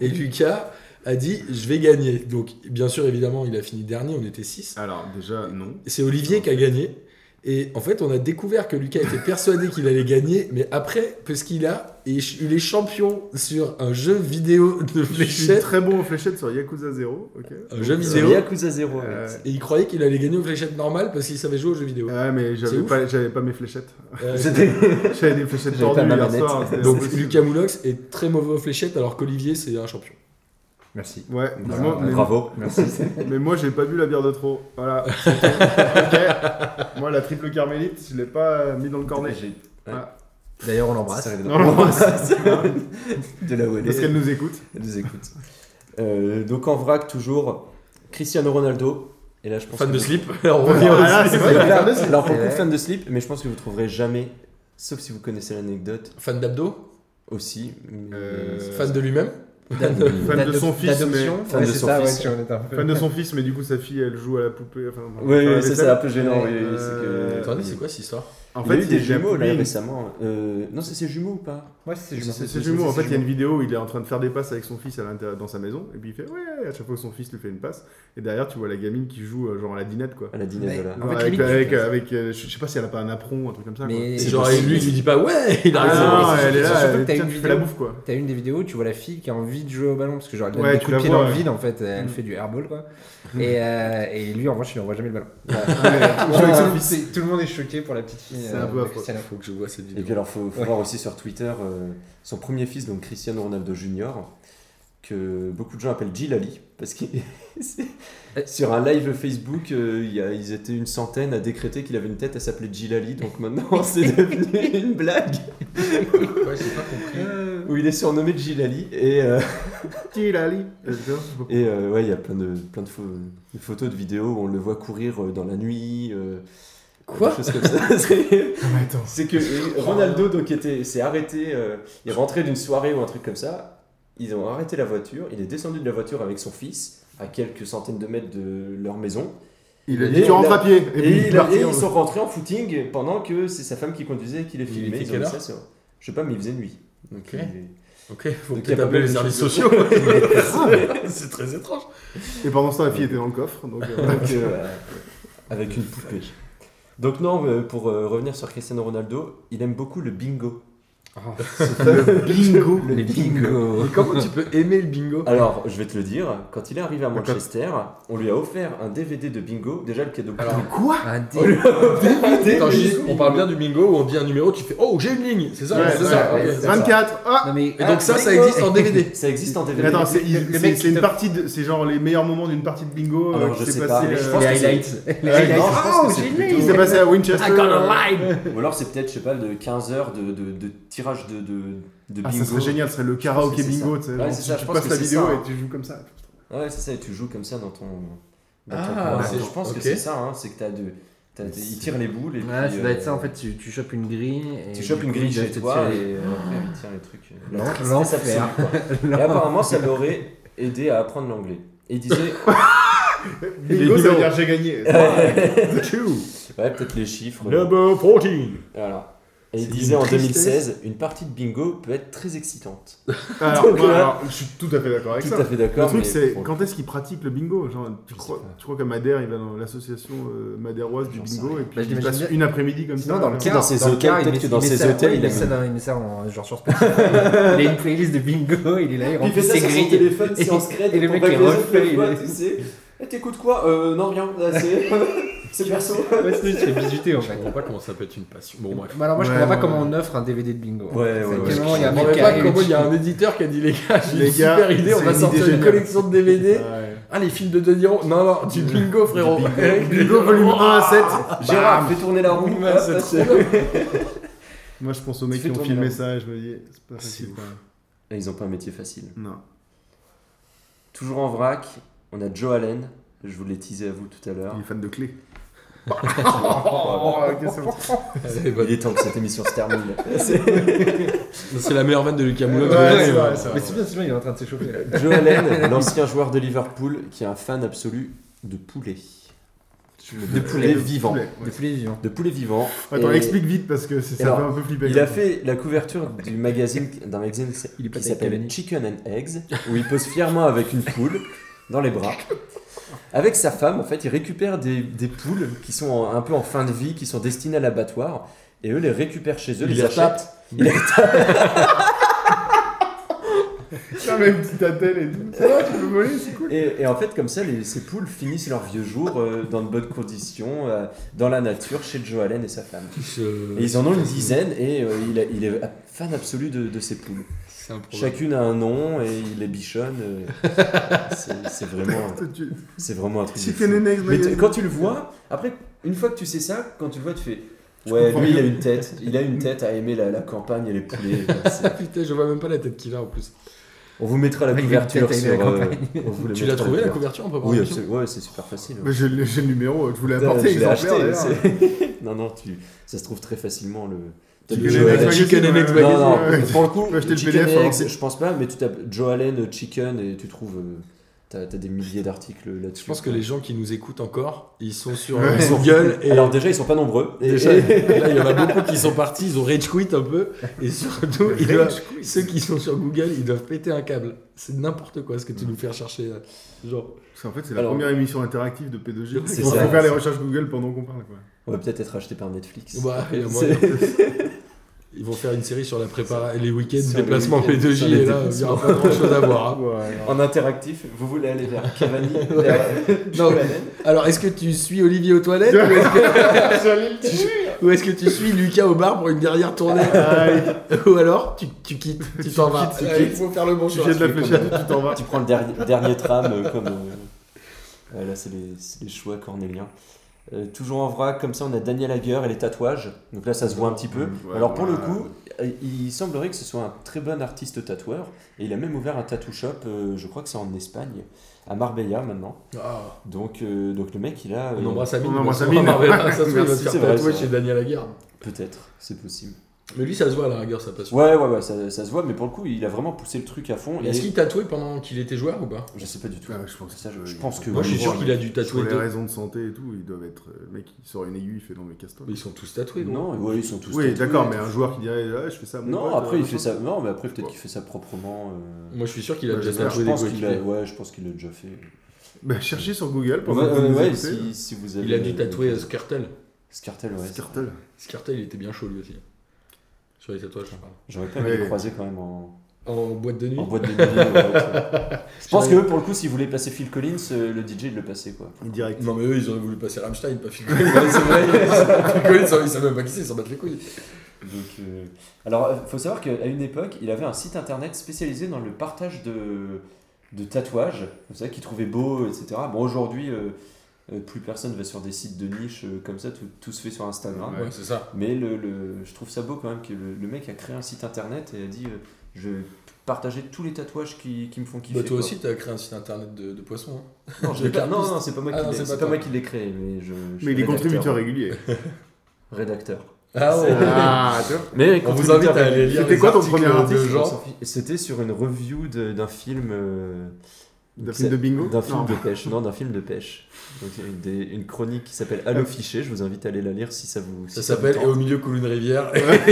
[SPEAKER 1] et Lucas a dit je vais gagner. Donc bien sûr évidemment il a fini dernier, on était 6.
[SPEAKER 3] Alors, déjà, non.
[SPEAKER 1] C'est Olivier qui a gagné. Et en fait, on a découvert que Lucas était persuadé qu'il allait gagner, mais après, parce qu'il a, et ch- il est champion sur un jeu vidéo de
[SPEAKER 3] Je suis
[SPEAKER 1] fléchettes,
[SPEAKER 3] très bon aux fléchettes sur Yakuza 0. ok
[SPEAKER 1] un jeu
[SPEAKER 2] C'est
[SPEAKER 1] vidéo,
[SPEAKER 2] Yakuza 0.
[SPEAKER 3] Euh,
[SPEAKER 1] et il croyait qu'il allait gagner aux fléchettes normales parce qu'il savait jouer aux jeux vidéo.
[SPEAKER 3] Ouais, mais
[SPEAKER 1] C'est
[SPEAKER 3] j'avais
[SPEAKER 1] ouf.
[SPEAKER 3] pas, j'avais pas mes fléchettes.
[SPEAKER 1] Euh,
[SPEAKER 2] Euh, C'était
[SPEAKER 3] J'avais des fléchettes
[SPEAKER 2] J'avais
[SPEAKER 3] tordues
[SPEAKER 2] pas ma
[SPEAKER 3] hier
[SPEAKER 2] manette.
[SPEAKER 3] soir. c'était
[SPEAKER 1] donc
[SPEAKER 3] impossible.
[SPEAKER 1] Lucas Moulox est très mauvais aux fléchettes, alors qu'Olivier c'est un champion.
[SPEAKER 4] Merci.
[SPEAKER 3] Ouais, mais
[SPEAKER 4] Voilà,
[SPEAKER 3] moi- mais,
[SPEAKER 2] Bravo.
[SPEAKER 4] Merci.
[SPEAKER 3] mais moi j'ai pas bu la bière de trop. Voilà. c'est tout. Ok. Moi la triple carmélite, je l'ai pas euh, mis dans le cornet.
[SPEAKER 2] J'ai-
[SPEAKER 4] D'ailleurs, on
[SPEAKER 2] Ça
[SPEAKER 4] l'embrasse.
[SPEAKER 2] arrive
[SPEAKER 3] Non, non,
[SPEAKER 2] dans- De la où elle
[SPEAKER 3] Parce
[SPEAKER 2] est.
[SPEAKER 3] qu'elle nous écoute.
[SPEAKER 2] Elle nous écoute. Euh, donc en vrac, toujours Cristiano Ronaldo. Et là, je pense
[SPEAKER 1] Fan
[SPEAKER 2] que
[SPEAKER 1] de
[SPEAKER 2] vous-
[SPEAKER 1] slip, alors on revient
[SPEAKER 3] Ah, là,
[SPEAKER 1] au
[SPEAKER 3] c'est
[SPEAKER 1] slip.
[SPEAKER 3] vrai,
[SPEAKER 2] Voilà.
[SPEAKER 3] fan de slip.
[SPEAKER 2] Alors pour le
[SPEAKER 4] Ouais.
[SPEAKER 2] coup, fan de slip, mais je pense que vous trouverez jamais, sauf si vous connaissez l'anecdote
[SPEAKER 1] Fan d'abdo,
[SPEAKER 2] aussi. mais-
[SPEAKER 3] Euh,
[SPEAKER 1] fan de lui-même.
[SPEAKER 3] Fan de son fils,
[SPEAKER 4] D'adoption.
[SPEAKER 2] Fan
[SPEAKER 4] Ouais,
[SPEAKER 2] de
[SPEAKER 4] c'est
[SPEAKER 2] son
[SPEAKER 4] ça,
[SPEAKER 2] fils.
[SPEAKER 4] ouais, tu en étais un peu.
[SPEAKER 3] Fan de son fils, mais du coup sa fille elle joue à la poupée. Enfin,
[SPEAKER 2] Oui,
[SPEAKER 3] à la
[SPEAKER 2] oui, ça c'est un
[SPEAKER 3] vaisselle.
[SPEAKER 2] peu gênant. oui,
[SPEAKER 3] Euh,
[SPEAKER 2] oui, c'est que-
[SPEAKER 1] Attendez, c'est quoi cette histoire
[SPEAKER 3] En
[SPEAKER 2] il y a eu des
[SPEAKER 3] il la
[SPEAKER 2] jumeaux là
[SPEAKER 3] poupée,
[SPEAKER 2] récemment. Euh, non, c'est ses jumeaux ou pas
[SPEAKER 4] Moi, c'est
[SPEAKER 3] C'est-
[SPEAKER 4] jumeau.
[SPEAKER 3] C'est c'est jumeau. En fait, il y a une vidéo où il est en train de faire des passes avec son fils à l'intérieur dans sa maison, et puis il fait ouais. À chaque fois, son fils lui fait une passe, et derrière, tu vois la gamine qui joue euh, genre à la dinette quoi.
[SPEAKER 2] À la dîner,
[SPEAKER 4] Mais-
[SPEAKER 2] voilà.
[SPEAKER 4] En fait,
[SPEAKER 3] avec,
[SPEAKER 4] limite,
[SPEAKER 3] avec, avec, euh, je je sais pas si elle a pas un apron, un truc comme ça. quoi.
[SPEAKER 4] Mais
[SPEAKER 1] Et
[SPEAKER 2] C'est
[SPEAKER 1] genre,
[SPEAKER 2] possible.
[SPEAKER 1] lui, il lui dit pas ouais, il a
[SPEAKER 3] Ah
[SPEAKER 1] raison.
[SPEAKER 3] non,
[SPEAKER 4] c'est-
[SPEAKER 3] elle
[SPEAKER 4] c'est
[SPEAKER 3] est là,
[SPEAKER 4] surtout
[SPEAKER 3] elle,
[SPEAKER 4] que t'as
[SPEAKER 3] tiens,
[SPEAKER 4] une
[SPEAKER 3] tu fais la
[SPEAKER 4] vidéo.
[SPEAKER 3] bouffe quoi.
[SPEAKER 4] T'as une des vidéos où tu vois la fille qui a envie de jouer au ballon parce que genre elle donne
[SPEAKER 3] Ouais,
[SPEAKER 4] des
[SPEAKER 3] tu
[SPEAKER 4] coups de
[SPEAKER 3] la
[SPEAKER 4] pied
[SPEAKER 3] vois,
[SPEAKER 4] dans le
[SPEAKER 3] ouais.
[SPEAKER 4] vide en fait, elle fait du airball quoi. Et, euh, et lui en revanche il lui envoie jamais le ballon.
[SPEAKER 3] joue avec son
[SPEAKER 4] C'est- tout le monde est choqué pour la petite fille.
[SPEAKER 3] C'est
[SPEAKER 4] euh,
[SPEAKER 3] un peu
[SPEAKER 4] de
[SPEAKER 3] affreux.
[SPEAKER 4] Cristiano.
[SPEAKER 1] Faut que je vois cette vidéo.
[SPEAKER 2] Et puis alors, faut, faut
[SPEAKER 4] Ouais.
[SPEAKER 2] voir aussi sur Twitter euh, son premier fils, donc Cristiano Ronaldo Jr., que beaucoup de gens appellent Gilali, parce que sur un live Facebook, euh, il y a- ils étaient une centaine à décréter qu'il avait une tête, elle s'appelait Gilali, donc maintenant c'est devenu une blague,
[SPEAKER 1] Ouais, j'ai pas compris.
[SPEAKER 2] où il est surnommé Gilali, et, euh,
[SPEAKER 3] Tilali.
[SPEAKER 2] et euh, ouais, il y a plein de, plein de, pho- de photos, de vidéos où on le voit courir euh, dans la nuit, euh,
[SPEAKER 1] Quoi
[SPEAKER 2] des choses comme ça. C'est-
[SPEAKER 3] Attends.
[SPEAKER 2] C'est que euh, Ronaldo donc était s'est arrêté, euh, il est rentré d'une soirée ou un truc comme ça. Ils ont arrêté la voiture, il est descendu de la voiture avec son fils à quelques centaines de mètres de leur maison.
[SPEAKER 3] Il a
[SPEAKER 2] Et
[SPEAKER 3] dit
[SPEAKER 2] il
[SPEAKER 3] tu rentres
[SPEAKER 2] a-
[SPEAKER 3] à pied.
[SPEAKER 2] Et,
[SPEAKER 3] puis, il est
[SPEAKER 2] il a-
[SPEAKER 3] parti
[SPEAKER 2] et
[SPEAKER 3] en-
[SPEAKER 2] ils sont rentrés en footing pendant que c'est sa femme qui conduisait et qui les
[SPEAKER 1] Il
[SPEAKER 2] filmait.
[SPEAKER 1] était
[SPEAKER 2] Ils ont
[SPEAKER 1] quelle
[SPEAKER 2] mis
[SPEAKER 1] heure
[SPEAKER 2] ça sur- je sais pas, mais il faisait nuit. Donc, euh,
[SPEAKER 1] Ok.
[SPEAKER 2] il est-
[SPEAKER 1] Ok, faut
[SPEAKER 2] Donc, il y
[SPEAKER 1] peut-être
[SPEAKER 2] a pas
[SPEAKER 1] appeler les
[SPEAKER 2] mal de
[SPEAKER 1] services
[SPEAKER 2] choses.
[SPEAKER 1] sociaux. c'est très étrange.
[SPEAKER 3] Et pendant ce temps, la fille était dans le coffre. Donc, euh, voilà.
[SPEAKER 2] Donc, euh, avec une poupée. Donc non, euh, pour euh, revenir sur Cristiano Ronaldo, il aime beaucoup le bingo.
[SPEAKER 3] Le bingo.
[SPEAKER 2] Le bingo.
[SPEAKER 1] Mais comment tu peux aimer le bingo
[SPEAKER 2] Alors, je vais te le dire, quand il est arrivé à Manchester, on lui a offert un DVD de bingo, déjà le cadeau.
[SPEAKER 1] Alors,
[SPEAKER 3] Quoi
[SPEAKER 4] Un
[SPEAKER 2] on lui
[SPEAKER 4] dé-
[SPEAKER 2] a offert un DVD
[SPEAKER 1] Attends, juste,
[SPEAKER 2] de
[SPEAKER 1] on parle
[SPEAKER 2] bingo.
[SPEAKER 1] bien du bingo où on dit un numéro, tu fais Oh, j'ai une ligne C'est ça
[SPEAKER 3] Ouais,
[SPEAKER 1] C'est
[SPEAKER 3] ouais,
[SPEAKER 1] ça
[SPEAKER 4] ouais,
[SPEAKER 1] ok.
[SPEAKER 4] c'est ça.
[SPEAKER 3] 24. Ah
[SPEAKER 4] Non, mais-
[SPEAKER 1] Et donc, ça, ça existe en DVD.
[SPEAKER 2] Ça existe en
[SPEAKER 3] Mais
[SPEAKER 2] DVD.
[SPEAKER 3] Attends, c'est
[SPEAKER 4] le- le
[SPEAKER 3] c'est-
[SPEAKER 4] mec
[SPEAKER 3] c'est
[SPEAKER 4] qui
[SPEAKER 3] une
[SPEAKER 4] te-
[SPEAKER 3] partie de. C'est genre les meilleurs moments d'une partie de bingo euh,
[SPEAKER 2] Alors,
[SPEAKER 3] qui
[SPEAKER 2] je
[SPEAKER 3] s'est
[SPEAKER 2] sais
[SPEAKER 3] passé.
[SPEAKER 2] pas, mais je
[SPEAKER 3] euh,
[SPEAKER 2] pense
[SPEAKER 4] les
[SPEAKER 2] que c'est-
[SPEAKER 4] highlights. Les
[SPEAKER 2] Ouais, non,
[SPEAKER 4] highlights.
[SPEAKER 2] je pense que
[SPEAKER 4] Oh,
[SPEAKER 2] c'est
[SPEAKER 4] j'ai
[SPEAKER 2] plutôt-
[SPEAKER 3] qui s'est passé à Winchester.
[SPEAKER 2] Ou alors c'est peut-être, je sais pas, de 15 heures de, de- de tirage de, de, de bingo.
[SPEAKER 3] Ah, ça serait génial, ce serait le
[SPEAKER 2] pense que
[SPEAKER 3] karaoké
[SPEAKER 2] c'est
[SPEAKER 3] bingo.
[SPEAKER 2] ça.
[SPEAKER 3] tu sais,
[SPEAKER 2] Ouais,
[SPEAKER 3] genre,
[SPEAKER 2] c'est ça,
[SPEAKER 3] tu
[SPEAKER 2] je pense
[SPEAKER 3] passes
[SPEAKER 2] que
[SPEAKER 3] la
[SPEAKER 2] c'est
[SPEAKER 3] vidéo
[SPEAKER 2] ça.
[SPEAKER 3] et tu joues comme ça.
[SPEAKER 2] Ouais, c'est ça, et tu joues comme ça dans ton. dans ton
[SPEAKER 1] Ah,
[SPEAKER 3] bah,
[SPEAKER 2] coin.
[SPEAKER 1] c'est-
[SPEAKER 2] je pense
[SPEAKER 1] ok.
[SPEAKER 2] que c'est ça, hein, c'est que t'as de. t'as- il tire les boules et
[SPEAKER 4] Ouais,
[SPEAKER 2] puis,
[SPEAKER 4] ça doit
[SPEAKER 2] euh,
[SPEAKER 4] être ça en fait, tu, tu chopes une grille. Et
[SPEAKER 2] Tu chopes
[SPEAKER 4] du
[SPEAKER 2] une
[SPEAKER 4] coup,
[SPEAKER 2] grille
[SPEAKER 4] ils
[SPEAKER 2] chez
[SPEAKER 4] te
[SPEAKER 2] toi
[SPEAKER 4] tirent
[SPEAKER 2] et euh, après il tire les trucs. euh,
[SPEAKER 4] L'en-
[SPEAKER 2] la tristesse
[SPEAKER 4] l'enfer.
[SPEAKER 2] absolue, quoi.
[SPEAKER 4] les-
[SPEAKER 2] Et apparemment, ça l'aurait aidé à apprendre l'anglais. Et il disait,
[SPEAKER 3] Bingo, ça veut
[SPEAKER 1] numéros.
[SPEAKER 3] dire j'ai gagné.
[SPEAKER 2] ouais, peut-être les chiffres.
[SPEAKER 1] Number 14
[SPEAKER 2] Voilà. Et il
[SPEAKER 1] C'est
[SPEAKER 2] disait
[SPEAKER 1] une
[SPEAKER 2] en
[SPEAKER 1] tristesse.
[SPEAKER 2] 2016, une partie de bingo peut être très excitante.
[SPEAKER 3] Alors,
[SPEAKER 2] Donc,
[SPEAKER 3] moi,
[SPEAKER 2] là-
[SPEAKER 3] alors, je suis tout à fait d'accord avec
[SPEAKER 2] Tout
[SPEAKER 3] ça.
[SPEAKER 2] à fait d'accord.
[SPEAKER 3] Le truc,
[SPEAKER 2] mais
[SPEAKER 3] c'est
[SPEAKER 2] bon,
[SPEAKER 3] quand est-ce qu'ils pratiquent le bingo Genre, tu,
[SPEAKER 2] Je
[SPEAKER 3] crois,
[SPEAKER 2] sais pas.
[SPEAKER 3] tu crois qu'à Madère, il va dans l'association euh, madéroise du
[SPEAKER 2] J'en sais
[SPEAKER 3] bingo
[SPEAKER 2] rien.
[SPEAKER 3] et puis
[SPEAKER 4] Bah,
[SPEAKER 3] il
[SPEAKER 4] j'imagine
[SPEAKER 3] passe
[SPEAKER 4] bien.
[SPEAKER 3] une après-midi comme
[SPEAKER 4] Sinon,
[SPEAKER 3] ça. euh,
[SPEAKER 4] dans le
[SPEAKER 3] genre.
[SPEAKER 4] car,
[SPEAKER 2] Dans ses
[SPEAKER 4] le
[SPEAKER 2] hôtels,
[SPEAKER 4] car, il
[SPEAKER 2] peut-être
[SPEAKER 4] met-
[SPEAKER 2] que dans
[SPEAKER 4] il met
[SPEAKER 2] ses
[SPEAKER 4] ça-
[SPEAKER 2] hôtels,
[SPEAKER 4] ouais,
[SPEAKER 2] il
[SPEAKER 4] il met
[SPEAKER 2] a
[SPEAKER 4] ça
[SPEAKER 2] même-
[SPEAKER 4] dans- il met ça en genre sur Spotify. Il a une playlist de bingo, il est là, il
[SPEAKER 2] Il fait
[SPEAKER 4] remplit
[SPEAKER 2] ça
[SPEAKER 4] ses
[SPEAKER 2] sur son
[SPEAKER 4] grilles.
[SPEAKER 2] téléphone,
[SPEAKER 4] Et-
[SPEAKER 2] c'est en secret.
[SPEAKER 4] et le
[SPEAKER 2] pour
[SPEAKER 4] mec
[SPEAKER 2] pas
[SPEAKER 4] les
[SPEAKER 2] que les autres
[SPEAKER 4] refait,
[SPEAKER 2] le
[SPEAKER 4] il
[SPEAKER 2] voient,
[SPEAKER 4] est-
[SPEAKER 2] tu sais. Eh, T'écoutes quoi Euh, Non, rien. là, C'est c'est perso.
[SPEAKER 4] Ouais, c'est- il se fait bisuter en
[SPEAKER 1] Je
[SPEAKER 4] fait.
[SPEAKER 1] comprends pas comment ça peut être une passion. Bon, bref.
[SPEAKER 4] Bah alors moi je
[SPEAKER 3] Ouais,
[SPEAKER 4] comprends pas
[SPEAKER 3] ouais.
[SPEAKER 4] comment on offre un DVD de bingo.
[SPEAKER 2] Ouais, ouais,
[SPEAKER 4] C'est
[SPEAKER 2] ouais.
[SPEAKER 4] quel moment il y a
[SPEAKER 1] Je
[SPEAKER 4] un mec
[SPEAKER 1] comprends
[SPEAKER 4] qui
[SPEAKER 1] pas
[SPEAKER 4] arrive et
[SPEAKER 1] comment
[SPEAKER 4] tu-
[SPEAKER 1] il y a un éditeur qui a dit les gars, j'ai une
[SPEAKER 3] Les gars,
[SPEAKER 1] super idée, on
[SPEAKER 3] c'est
[SPEAKER 1] va
[SPEAKER 3] une
[SPEAKER 1] sortir
[SPEAKER 3] idée
[SPEAKER 1] une
[SPEAKER 3] géniale.
[SPEAKER 1] collection de DVD.
[SPEAKER 3] Ouais.
[SPEAKER 1] Ah, les films de De Niro Non, non, du bingo, frérot. Ah.
[SPEAKER 3] Bingo volume 1 à 7.
[SPEAKER 2] Gérard, fais tourner la roue.
[SPEAKER 1] Ouais,
[SPEAKER 2] hop,
[SPEAKER 1] c'est
[SPEAKER 2] là,
[SPEAKER 1] trop
[SPEAKER 2] c'est-
[SPEAKER 3] Moi, je pense aux mecs
[SPEAKER 2] Fais
[SPEAKER 3] qui ont
[SPEAKER 2] tourner
[SPEAKER 3] filmé
[SPEAKER 2] là.
[SPEAKER 3] ça et je me dis, c'est pas facile.
[SPEAKER 2] ouf.
[SPEAKER 3] quoi.
[SPEAKER 2] Et Ah, Ils ont pas un métier facile.
[SPEAKER 3] Non.
[SPEAKER 2] Toujours en vrac, on a Joe Allen. Je vous l'ai teasé à vous tout à l'heure.
[SPEAKER 3] Il est fan de clés.
[SPEAKER 2] Oh,
[SPEAKER 1] C'est
[SPEAKER 2] Il est temps que cette émission se termine.
[SPEAKER 1] c'est la meilleure vanne de Lucas Moulin.
[SPEAKER 3] Ouais, c'est vrai, c'est
[SPEAKER 4] Mais c'est bien, sinon il est en train de s'échauffer. là.
[SPEAKER 2] Joe Allen, l'ancien joueur de Liverpool, qui est un fan absolu de poulet.
[SPEAKER 4] De
[SPEAKER 2] poulets
[SPEAKER 4] poulet.
[SPEAKER 2] vivants.
[SPEAKER 3] poulet, ouais.
[SPEAKER 4] De poulet vivant.
[SPEAKER 2] De poulets vivants.
[SPEAKER 3] Attends,
[SPEAKER 2] Et
[SPEAKER 3] explique vite parce que c'est- ça
[SPEAKER 2] Alors,
[SPEAKER 3] fait un peu flipper.
[SPEAKER 2] Il a fait la couverture du magazine d'un magazine
[SPEAKER 4] Il est pas
[SPEAKER 2] qui s'appelle
[SPEAKER 4] Cavani.
[SPEAKER 2] Chicken and Eggs, où il pose fièrement avec une poule dans les bras. Avec sa femme, en fait, il récupère des, des poules qui sont en- un peu en fin de vie, qui sont destinées à l'abattoir, et eux les récupèrent chez eux,
[SPEAKER 1] Il
[SPEAKER 2] les
[SPEAKER 1] les
[SPEAKER 2] achètent.
[SPEAKER 3] Putain, même petite attelle et tout. Ça va, tu peux voler, c'est cool.
[SPEAKER 2] Et, et en fait, comme ça, les- ces poules finissent leurs vieux jours euh, dans de bonnes conditions, euh, dans la nature, chez Joe Allen et sa femme.
[SPEAKER 1] euh,
[SPEAKER 2] Et ils en ont une dizaine, et euh, il, a- il est fan absolu de- de ces poules.
[SPEAKER 1] C'est un problème.
[SPEAKER 2] Chacune a un nom et il les bichonne. euh, c'est- c'est vraiment,
[SPEAKER 3] Tu-
[SPEAKER 2] c'est vraiment un truc. de
[SPEAKER 3] Chicken
[SPEAKER 2] fou.
[SPEAKER 3] and eggs
[SPEAKER 2] Mais t-
[SPEAKER 3] magazine.
[SPEAKER 2] quand tu le vois, après, une fois que tu sais ça, quand tu le vois, tu fais.
[SPEAKER 3] Je
[SPEAKER 2] Ouais,
[SPEAKER 3] comprends
[SPEAKER 2] lui il a
[SPEAKER 3] mieux.
[SPEAKER 2] une tête, il a une tête à aimer la, la campagne et les poulets. quoi, c'est-
[SPEAKER 1] Ah, Putain, je vois même pas la tête qu'il a en plus.
[SPEAKER 2] on vous mettra la
[SPEAKER 4] Avec une
[SPEAKER 2] couverture
[SPEAKER 4] tête à aimer
[SPEAKER 2] sur.
[SPEAKER 4] la
[SPEAKER 2] euh,
[SPEAKER 4] campagne.
[SPEAKER 2] on
[SPEAKER 1] Tu
[SPEAKER 2] vous mettra
[SPEAKER 1] l'as trouvé la couverture
[SPEAKER 2] couverture.
[SPEAKER 1] en
[SPEAKER 2] Oui,
[SPEAKER 1] préparation
[SPEAKER 2] absolument. Ouais, c'est super facile. hein.
[SPEAKER 3] Mais Bah, J'ai le j'ai le numéro, je vous l'ai
[SPEAKER 2] Putain,
[SPEAKER 3] apporté,
[SPEAKER 2] je l'ai
[SPEAKER 3] exemplaire
[SPEAKER 2] acheté.
[SPEAKER 3] d'ailleurs.
[SPEAKER 2] c'est- non, non, tu... ça se trouve très facilement le. t'as
[SPEAKER 3] Chicken
[SPEAKER 2] le Joe
[SPEAKER 3] and eggs
[SPEAKER 2] Allen.
[SPEAKER 3] magazine,
[SPEAKER 1] Chicken and
[SPEAKER 3] ouais.
[SPEAKER 1] eggs
[SPEAKER 2] Non, non,
[SPEAKER 3] Ouais.
[SPEAKER 2] pour le coup,
[SPEAKER 3] Peux acheter le
[SPEAKER 2] Chicken
[SPEAKER 3] PDF,
[SPEAKER 2] Eggs,
[SPEAKER 3] hein.
[SPEAKER 2] je pense pas, mais tu tapes Joe Allen Chicken et tu trouves. euh, T'as t'as des milliers d'articles là-dessus.
[SPEAKER 1] Je pense que les gens qui nous écoutent encore, ils sont sur
[SPEAKER 3] Ouais.
[SPEAKER 1] euh, Google et
[SPEAKER 2] Alors déjà, ils sont pas nombreux. Et-
[SPEAKER 1] déjà,
[SPEAKER 2] et-
[SPEAKER 1] là, il y en a beaucoup qui sont partis, ils ont rage quit un peu et surtout, ils doivent- ceux qui sont sur Google, ils doivent péter un câble. C'est n'importe quoi ce que tu nous fais rechercher. là. Genre,
[SPEAKER 3] Parce qu'en fait, c'est la
[SPEAKER 2] Alors-
[SPEAKER 3] première émission interactive de P2G.
[SPEAKER 1] C'est
[SPEAKER 3] On
[SPEAKER 1] ça.
[SPEAKER 3] peut faire les recherches Google pendant qu'on parle. Quoi.
[SPEAKER 2] On va peut-être être acheté par Netflix.
[SPEAKER 1] bah, il y a moyen.
[SPEAKER 2] C'est-
[SPEAKER 1] ils vont faire une série sur la préparation, les week-ends,
[SPEAKER 2] Sur les
[SPEAKER 1] déplacement
[SPEAKER 2] week-ends, sur
[SPEAKER 1] P2J
[SPEAKER 2] les
[SPEAKER 1] et là, il n'y aura pas grand chose à voir. hein.
[SPEAKER 3] Ouais, alors.
[SPEAKER 2] En interactif, vous voulez aller vers Cavani
[SPEAKER 1] Ouais.
[SPEAKER 2] vers
[SPEAKER 1] Non.
[SPEAKER 2] Joe Allen.
[SPEAKER 1] Alors, est-ce que tu suis Olivier aux toilettes ou est-ce que, ou est-ce que tu suis Lucas au bar pour une dernière tournée
[SPEAKER 3] Allez,
[SPEAKER 1] Ou alors, tu, tu quittes, tu t'en vas.
[SPEAKER 3] quittes, tu
[SPEAKER 1] Ouais,
[SPEAKER 3] quittes.
[SPEAKER 1] faut faire le bon
[SPEAKER 3] tu jettes la
[SPEAKER 2] comme
[SPEAKER 3] fléchette et tu t'en vas.
[SPEAKER 2] Tu prends le derni- dernier tram euh, comme. euh, ouais, là, c'est les, c'est les choix cornéliens. Euh, toujours en vrac, comme ça, on a Daniel Hager et les tatouages. Donc là, ça se voit un petit peu.
[SPEAKER 3] Ouais,
[SPEAKER 2] Alors pour le
[SPEAKER 3] ouais.
[SPEAKER 2] coup, euh, il semblerait que ce soit un très bon artiste tatoueur. Et il a même ouvert un tattoo shop, euh, je crois que c'est en Espagne, à Marbella maintenant.
[SPEAKER 1] Ah,
[SPEAKER 2] Donc, euh, donc le mec, il a.
[SPEAKER 1] on
[SPEAKER 2] euh,
[SPEAKER 1] embrasse Amine.
[SPEAKER 3] On embrasse
[SPEAKER 1] va
[SPEAKER 3] Amine.
[SPEAKER 1] voir, Ça se trouve, il va
[SPEAKER 2] Merci,
[SPEAKER 1] se
[SPEAKER 2] c'est
[SPEAKER 1] faire
[SPEAKER 2] vrai,
[SPEAKER 1] tatouer
[SPEAKER 2] c'est
[SPEAKER 1] chez Daniel Lagarde.
[SPEAKER 2] Peut-être, c'est possible.
[SPEAKER 1] Mais lui, ça se voit à la rigueur, sa passion.
[SPEAKER 2] Ouais, ouais, ouais, ça, ça se voit, mais pour le coup, il a vraiment poussé le truc à fond.
[SPEAKER 1] Est-ce
[SPEAKER 2] Et...
[SPEAKER 1] qu'il tatouait pendant qu'il était joueur ou pas
[SPEAKER 2] Je sais pas du tout.
[SPEAKER 3] Ouais, je pense,
[SPEAKER 2] Ça, je-
[SPEAKER 3] que-
[SPEAKER 2] je pense que
[SPEAKER 1] Moi, je suis
[SPEAKER 2] oui,
[SPEAKER 1] sûr
[SPEAKER 2] ouais.
[SPEAKER 1] qu'il a dû
[SPEAKER 3] Pour
[SPEAKER 1] tatouer
[SPEAKER 3] les
[SPEAKER 1] deux.
[SPEAKER 3] raisons de santé et tout, ils doivent être. Le mec, il sort une aiguille, il fait non, mais casse-toi.
[SPEAKER 1] Mais Ils sont tous tatoués, non
[SPEAKER 2] Non, ouais, ils sont tous.
[SPEAKER 3] Oui,
[SPEAKER 2] tatoués.
[SPEAKER 3] d'accord, mais un joueur qui dirait ouais, je fais ça à mon
[SPEAKER 2] Non,
[SPEAKER 3] pote,
[SPEAKER 2] après,
[SPEAKER 3] euh,
[SPEAKER 2] il fait
[SPEAKER 3] machin.
[SPEAKER 2] ça. Non, mais après, peut-être
[SPEAKER 3] Ouais.
[SPEAKER 2] qu'il fait ça proprement. euh,
[SPEAKER 1] Moi, je suis sûr qu'il a
[SPEAKER 3] Ouais,
[SPEAKER 1] déjà
[SPEAKER 3] j'espère,
[SPEAKER 2] Je
[SPEAKER 1] tatoué des
[SPEAKER 2] pense qu'il a,
[SPEAKER 1] coéquipiers.
[SPEAKER 2] ouais, je pense qu'il a déjà fait.
[SPEAKER 3] Bah, cherchez sur Google
[SPEAKER 2] Ouais,
[SPEAKER 3] pendant que vous nous
[SPEAKER 2] ouais,
[SPEAKER 3] écoutez.
[SPEAKER 2] si, si vous avez.
[SPEAKER 1] Il a dû tatouer euh, Skirtle.
[SPEAKER 2] Scartel, ouais.
[SPEAKER 3] Skirtle.
[SPEAKER 1] Skirtle, il était bien chaud lui aussi. Sur les tatouages, je parle.
[SPEAKER 2] J'aurais pas aimé
[SPEAKER 3] Ouais.
[SPEAKER 2] le croiser quand même en.
[SPEAKER 1] En boîte de nuit
[SPEAKER 2] En boîte de nuit, ouais. Je pense que eux, pour le coup, s'ils voulaient passer Phil Collins, euh, le DJ, il le passait quoi.
[SPEAKER 3] Direct.
[SPEAKER 1] Non mais eux ils auraient voulu passer Rammstein, pas Phil Collins. Ouais, c'est vrai, Phil Collins, ils savent- ils savent même pas qui c'est, ils s'en battent les couilles.
[SPEAKER 2] Donc, euh, Alors, euh, faut savoir qu'à une époque, il avait un site internet spécialisé dans le partage de, de tatouages, comme ça, qu'il trouvait beau, etc. Bon, aujourd'hui, euh, euh, plus personne va sur des sites de niche euh, comme ça, tout, tout se fait sur Instagram.
[SPEAKER 1] Ouais, c'est ça.
[SPEAKER 2] Mais le, le- je trouve ça beau quand même que le, le mec a créé un site internet et a dit euh, je vais partager tous les tatouages qui, qui me font kiffer.
[SPEAKER 1] Bah, toi
[SPEAKER 2] quoi.
[SPEAKER 1] aussi t'as créé un site internet de, de poissons. hein.
[SPEAKER 2] Non, je l'ai pas- non, non, c'est pas moi
[SPEAKER 1] Ah
[SPEAKER 2] qui
[SPEAKER 1] non,
[SPEAKER 2] l'ai-
[SPEAKER 1] c'est pas
[SPEAKER 2] c'est pas
[SPEAKER 1] toi.
[SPEAKER 2] moi qui l'ai créé, mais je. je suis
[SPEAKER 3] Mais il est
[SPEAKER 2] rédacteur.
[SPEAKER 3] contributeur régulier.
[SPEAKER 2] Rédacteur.
[SPEAKER 1] Ah ouais.
[SPEAKER 3] Ah, tu vois.
[SPEAKER 2] Mais
[SPEAKER 1] On vous invite à aller lire
[SPEAKER 3] C'était
[SPEAKER 1] les
[SPEAKER 3] quoi ton
[SPEAKER 1] articles euh,
[SPEAKER 3] premier
[SPEAKER 1] de
[SPEAKER 3] article
[SPEAKER 1] genre
[SPEAKER 2] C'était sur une review de- d'un film. euh,
[SPEAKER 3] D'un
[SPEAKER 2] donc c'est-
[SPEAKER 3] film de bingo
[SPEAKER 2] D'un film
[SPEAKER 3] Non.
[SPEAKER 2] de pêche. Non, d'un film de pêche. Donc, il y a une des- une chronique qui s'appelle Allo fiché. Je vous invite à aller la lire si ça vous.
[SPEAKER 1] Ça
[SPEAKER 2] si vous
[SPEAKER 1] s'appelle Et
[SPEAKER 2] tente.
[SPEAKER 1] au milieu coule une rivière.
[SPEAKER 2] Non, non, non,
[SPEAKER 3] Il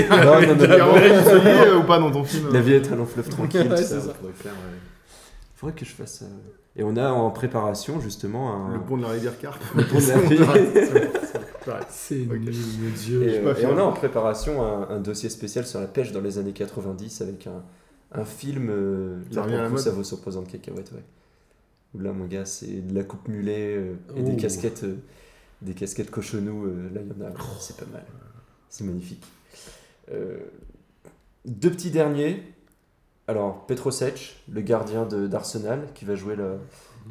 [SPEAKER 3] est
[SPEAKER 2] non,
[SPEAKER 3] rentré isolé, euh, ou pas dans ton film
[SPEAKER 2] La vie est un long fleuve tranquille.
[SPEAKER 1] Ouais,
[SPEAKER 2] tout
[SPEAKER 1] c'est
[SPEAKER 2] ça,
[SPEAKER 1] ça.
[SPEAKER 2] on pourrait faire. euh, Faudrait que je fasse. euh, Et on a en préparation justement un.
[SPEAKER 3] Le pont de la rivière Carpe.
[SPEAKER 2] pont de la rivière.
[SPEAKER 1] C'est
[SPEAKER 3] Ok.
[SPEAKER 1] nul, mon
[SPEAKER 2] Et,
[SPEAKER 1] dieu.
[SPEAKER 3] suis pas
[SPEAKER 2] euh, et
[SPEAKER 3] fier.
[SPEAKER 2] on a en préparation un, un dossier spécial sur la pêche dans les années 90 avec un, un film. euh,
[SPEAKER 3] Ça
[SPEAKER 2] là,
[SPEAKER 3] revient
[SPEAKER 2] pour
[SPEAKER 3] à la
[SPEAKER 2] le coup,
[SPEAKER 3] mode.
[SPEAKER 2] ça vaut sur Posant de cacahuètes, ouais. Où là, mon gars, c'est de la coupe mulet euh, et
[SPEAKER 1] Ouh.
[SPEAKER 2] des casquettes, euh, des casquettes cochonou. euh, là, il y en a.
[SPEAKER 3] Oh.
[SPEAKER 2] C'est pas mal. C'est magnifique. Euh, deux petits derniers. Alors, Petrosec, le gardien de- d'Arsenal, qui va jouer
[SPEAKER 3] Mhm.
[SPEAKER 2] la,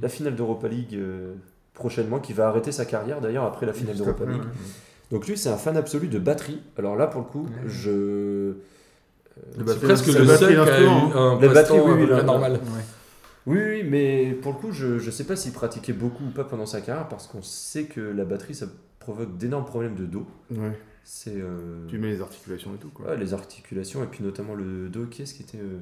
[SPEAKER 2] la finale d'Europa League euh, prochainement, qui va arrêter sa carrière d'ailleurs après la finale
[SPEAKER 3] Juste
[SPEAKER 2] d'Europa
[SPEAKER 3] après,
[SPEAKER 2] League.
[SPEAKER 3] ouais.
[SPEAKER 2] Donc lui, c'est un fan absolu de batterie. Alors là, pour le coup,
[SPEAKER 1] Ouais.
[SPEAKER 2] je... euh,
[SPEAKER 3] Le
[SPEAKER 1] C'est
[SPEAKER 3] batterie-
[SPEAKER 1] presque
[SPEAKER 3] la
[SPEAKER 1] le
[SPEAKER 3] batterie
[SPEAKER 1] seul qui a eu
[SPEAKER 3] d'instrument, hein.
[SPEAKER 1] un
[SPEAKER 2] La batterie,
[SPEAKER 1] passe-temps
[SPEAKER 2] oui, oui,
[SPEAKER 1] euh,
[SPEAKER 2] la-
[SPEAKER 1] normal.
[SPEAKER 2] Oui, oui, mais pour le coup, je ne sais pas s'il pratiquait beaucoup ou pas pendant sa carrière, parce qu'on sait que la batterie, ça provoque d'énormes problèmes de dos.
[SPEAKER 3] Ouais.
[SPEAKER 2] C'est euh,
[SPEAKER 3] Tu mets les articulations et tout, quoi.
[SPEAKER 2] ouais, les articulations et puis notamment le dos. Qui est-ce qui était... euh,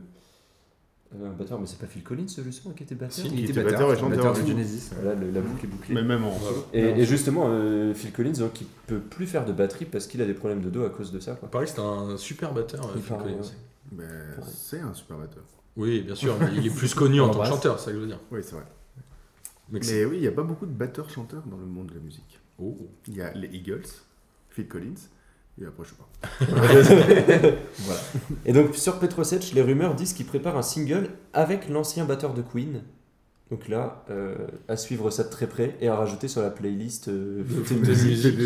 [SPEAKER 2] Euh, batteur, mais c'est pas Phil Collins le son qui était batteur
[SPEAKER 3] Si.
[SPEAKER 4] Il
[SPEAKER 3] qui
[SPEAKER 4] était
[SPEAKER 3] était
[SPEAKER 4] batteur,
[SPEAKER 3] batteur et chanteur.
[SPEAKER 4] batteur de Genesis. ouais.
[SPEAKER 2] Voilà, le- la boucle est bouclée.
[SPEAKER 3] Mais même en solo.
[SPEAKER 2] Et, et justement, euh, Phil Collins, donc, il peut plus faire de batterie parce qu'il a des problèmes de dos à cause de ça. Quoi.
[SPEAKER 1] Pareil, c'est un super batteur. euh,
[SPEAKER 2] Il
[SPEAKER 1] Phil
[SPEAKER 2] paraît,
[SPEAKER 1] Collins.
[SPEAKER 2] ouais.
[SPEAKER 3] Mais c'est un super batteur.
[SPEAKER 1] Oui, bien sûr, mais il est plus connu en tant que
[SPEAKER 2] l'embrasse.
[SPEAKER 1] chanteur, c'est ça que je veux dire.
[SPEAKER 3] Oui, c'est vrai.
[SPEAKER 1] Mais que c'est-
[SPEAKER 3] Mais oui, il n'y a pas beaucoup de batteurs-chanteurs dans le monde de la musique.
[SPEAKER 1] Oh.
[SPEAKER 3] Il y a les Eagles, Phil Collins, et après, je sais pas.
[SPEAKER 2] Et donc sur Petrosetch, les rumeurs disent qu'il prépare un single avec l'ancien batteur de Queen. Donc là, euh, à suivre ça de très près et à rajouter sur la playlist. euh, Foot and Music.
[SPEAKER 1] musique.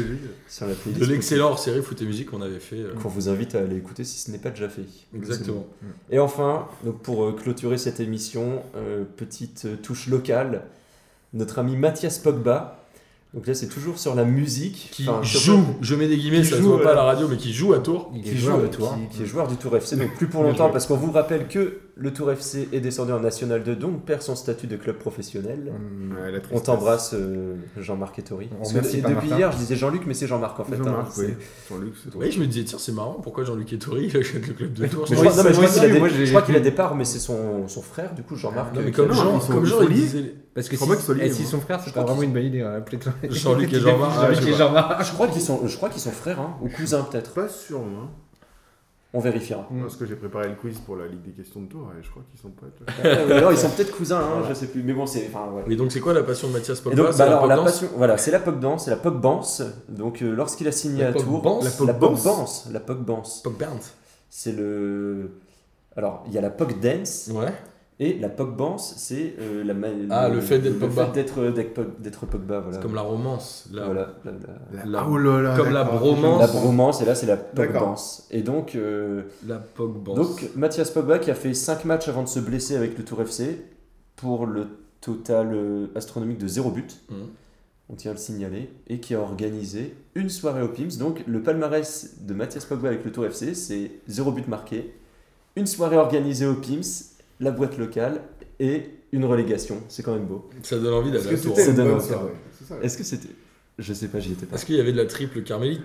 [SPEAKER 2] sur la playlist
[SPEAKER 1] De l'excellent hors série Foot et Musique qu'on avait fait. euh,
[SPEAKER 2] Qu'on vous invite à aller écouter si ce n'est pas déjà fait.
[SPEAKER 1] Exactement.
[SPEAKER 2] Et enfin, donc pour euh, clôturer cette émission, euh, petite euh, touche locale, notre ami Mathias Pogba. Donc là, c'est toujours sur la musique.
[SPEAKER 1] Qui
[SPEAKER 2] Enfin, sur-
[SPEAKER 1] joue, je mets des guillemets,
[SPEAKER 2] Qui
[SPEAKER 1] ça se
[SPEAKER 2] joue,
[SPEAKER 1] voit pas à la
[SPEAKER 2] voilà.
[SPEAKER 1] radio, mais qui joue à Tours.
[SPEAKER 4] Il est
[SPEAKER 2] qui, joue,
[SPEAKER 4] joueur de
[SPEAKER 2] qui-
[SPEAKER 4] tour.
[SPEAKER 2] qui est joueur Mm. du Tour FC, donc plus pour longtemps, parce qu'on vous rappelle que le Tour FC est descendu en National 2, donc perd son statut de club professionnel. On t'embrasse, euh, Jean-Marc Ettori.
[SPEAKER 4] On
[SPEAKER 2] Parce que
[SPEAKER 4] remercie
[SPEAKER 2] et
[SPEAKER 4] pas
[SPEAKER 2] depuis
[SPEAKER 4] Martin.
[SPEAKER 2] hier, je disais Jean-Luc, mais c'est Jean-Marc en fait. hein,
[SPEAKER 3] Jean-Marc,
[SPEAKER 2] c'est-
[SPEAKER 3] oui. Jean-Luc, c'est toi.
[SPEAKER 1] Oui, je me disais, tiens, c'est marrant, pourquoi Jean-Luc Ettori il achète le club de Tours
[SPEAKER 2] Mais je
[SPEAKER 4] Oui,
[SPEAKER 2] crois, non, mais je
[SPEAKER 4] moi
[SPEAKER 2] crois qu'il a
[SPEAKER 4] aussi,
[SPEAKER 2] des-
[SPEAKER 4] moi, j'ai-
[SPEAKER 2] je crois qu'il a des parts, mais c'est son, son frère, du coup, Jean-Marc.
[SPEAKER 1] Non,
[SPEAKER 2] euh,
[SPEAKER 1] mais
[SPEAKER 2] qui
[SPEAKER 1] comme
[SPEAKER 2] a-
[SPEAKER 3] Non,
[SPEAKER 1] Jean,
[SPEAKER 3] ils sont-
[SPEAKER 1] comme
[SPEAKER 3] ils
[SPEAKER 1] Jean,
[SPEAKER 3] sont
[SPEAKER 1] il
[SPEAKER 3] liés.
[SPEAKER 1] disait.
[SPEAKER 4] Parce que
[SPEAKER 3] Je
[SPEAKER 4] si,
[SPEAKER 3] crois pas que ce soit lié,
[SPEAKER 4] eh, si
[SPEAKER 3] moi.
[SPEAKER 4] son frère, c'est
[SPEAKER 2] crois
[SPEAKER 4] pas vraiment
[SPEAKER 2] qu'il-
[SPEAKER 4] une bonne idée. hein, Appelez-le
[SPEAKER 1] Jean-Luc et Jean-Marc.
[SPEAKER 4] Jean-Luc
[SPEAKER 3] je
[SPEAKER 4] et
[SPEAKER 3] sais
[SPEAKER 2] Ah,
[SPEAKER 4] Jean-Marc.
[SPEAKER 2] je crois qu'ils sont, je crois qu'ils sont frères, hein, ou cousins peut-être.
[SPEAKER 3] Pas sûr, moi. hein,
[SPEAKER 2] On vérifiera.
[SPEAKER 4] Mm.
[SPEAKER 3] Parce que j'ai préparé le quiz pour la Ligue des questions de tour et je crois qu'ils sont pas.
[SPEAKER 2] Ou alors ils sont peut-être cousins, hein, je sais plus. Mais bon, c'est, enfin, voilà.
[SPEAKER 1] Oui, donc c'est quoi la passion de Mathias
[SPEAKER 2] Et
[SPEAKER 1] Pogba
[SPEAKER 2] donc,
[SPEAKER 1] C'est
[SPEAKER 2] bah alors,
[SPEAKER 1] pop
[SPEAKER 2] la
[SPEAKER 1] dance
[SPEAKER 2] passion, voilà, c'est la Pog Dance, c'est la Pog Bance. Donc, euh, lorsqu'il a signé
[SPEAKER 1] La
[SPEAKER 2] à
[SPEAKER 1] Pog
[SPEAKER 2] Tours,
[SPEAKER 1] Bance
[SPEAKER 2] la
[SPEAKER 3] La
[SPEAKER 2] Pog
[SPEAKER 3] Pog Bance
[SPEAKER 2] Bance, la Pog Bance,
[SPEAKER 1] Pop Burns.
[SPEAKER 2] c'est le. Alors, il y a la Pog Dance
[SPEAKER 1] Ouais.
[SPEAKER 2] et la Pog Bance, c'est euh, la ma-
[SPEAKER 1] Ah, le fait d'être Pogba.
[SPEAKER 2] fait d'être d'être Pog- d'être Pogba, voilà.
[SPEAKER 1] C'est comme la romance. la-
[SPEAKER 2] Voilà, la, la-
[SPEAKER 1] La-
[SPEAKER 3] Oh là là.
[SPEAKER 1] comme la
[SPEAKER 3] d'accord.
[SPEAKER 1] bromance.
[SPEAKER 2] la bromance et là c'est la Pog
[SPEAKER 3] D'accord.
[SPEAKER 2] Bance. Et donc, euh,
[SPEAKER 1] La Pogba.
[SPEAKER 2] Donc Mathias Pogba qui a fait 5 matchs avant de se blesser avec le Tour FC pour le total euh, astronomique de 0 but.
[SPEAKER 1] Mhm.
[SPEAKER 2] On tient à le signaler et qui a organisé une soirée au PIMS. Donc le palmarès de Mathias Pogba avec le Tour FC, c'est 0 but marqué, une soirée organisée au PIMS, la boîte locale et une relégation. C'est quand même beau.
[SPEAKER 1] ça donne envie
[SPEAKER 3] Parce
[SPEAKER 1] d'aller
[SPEAKER 3] que
[SPEAKER 1] à Tours.
[SPEAKER 3] c'était
[SPEAKER 2] C'est
[SPEAKER 3] une
[SPEAKER 2] d'un
[SPEAKER 3] bonne
[SPEAKER 2] autre.
[SPEAKER 3] soirée, c'est ça.
[SPEAKER 2] Est-ce que c'était Je sais pas, j'y étais pas.
[SPEAKER 1] Parce qu'il y avait de la triple carmélite.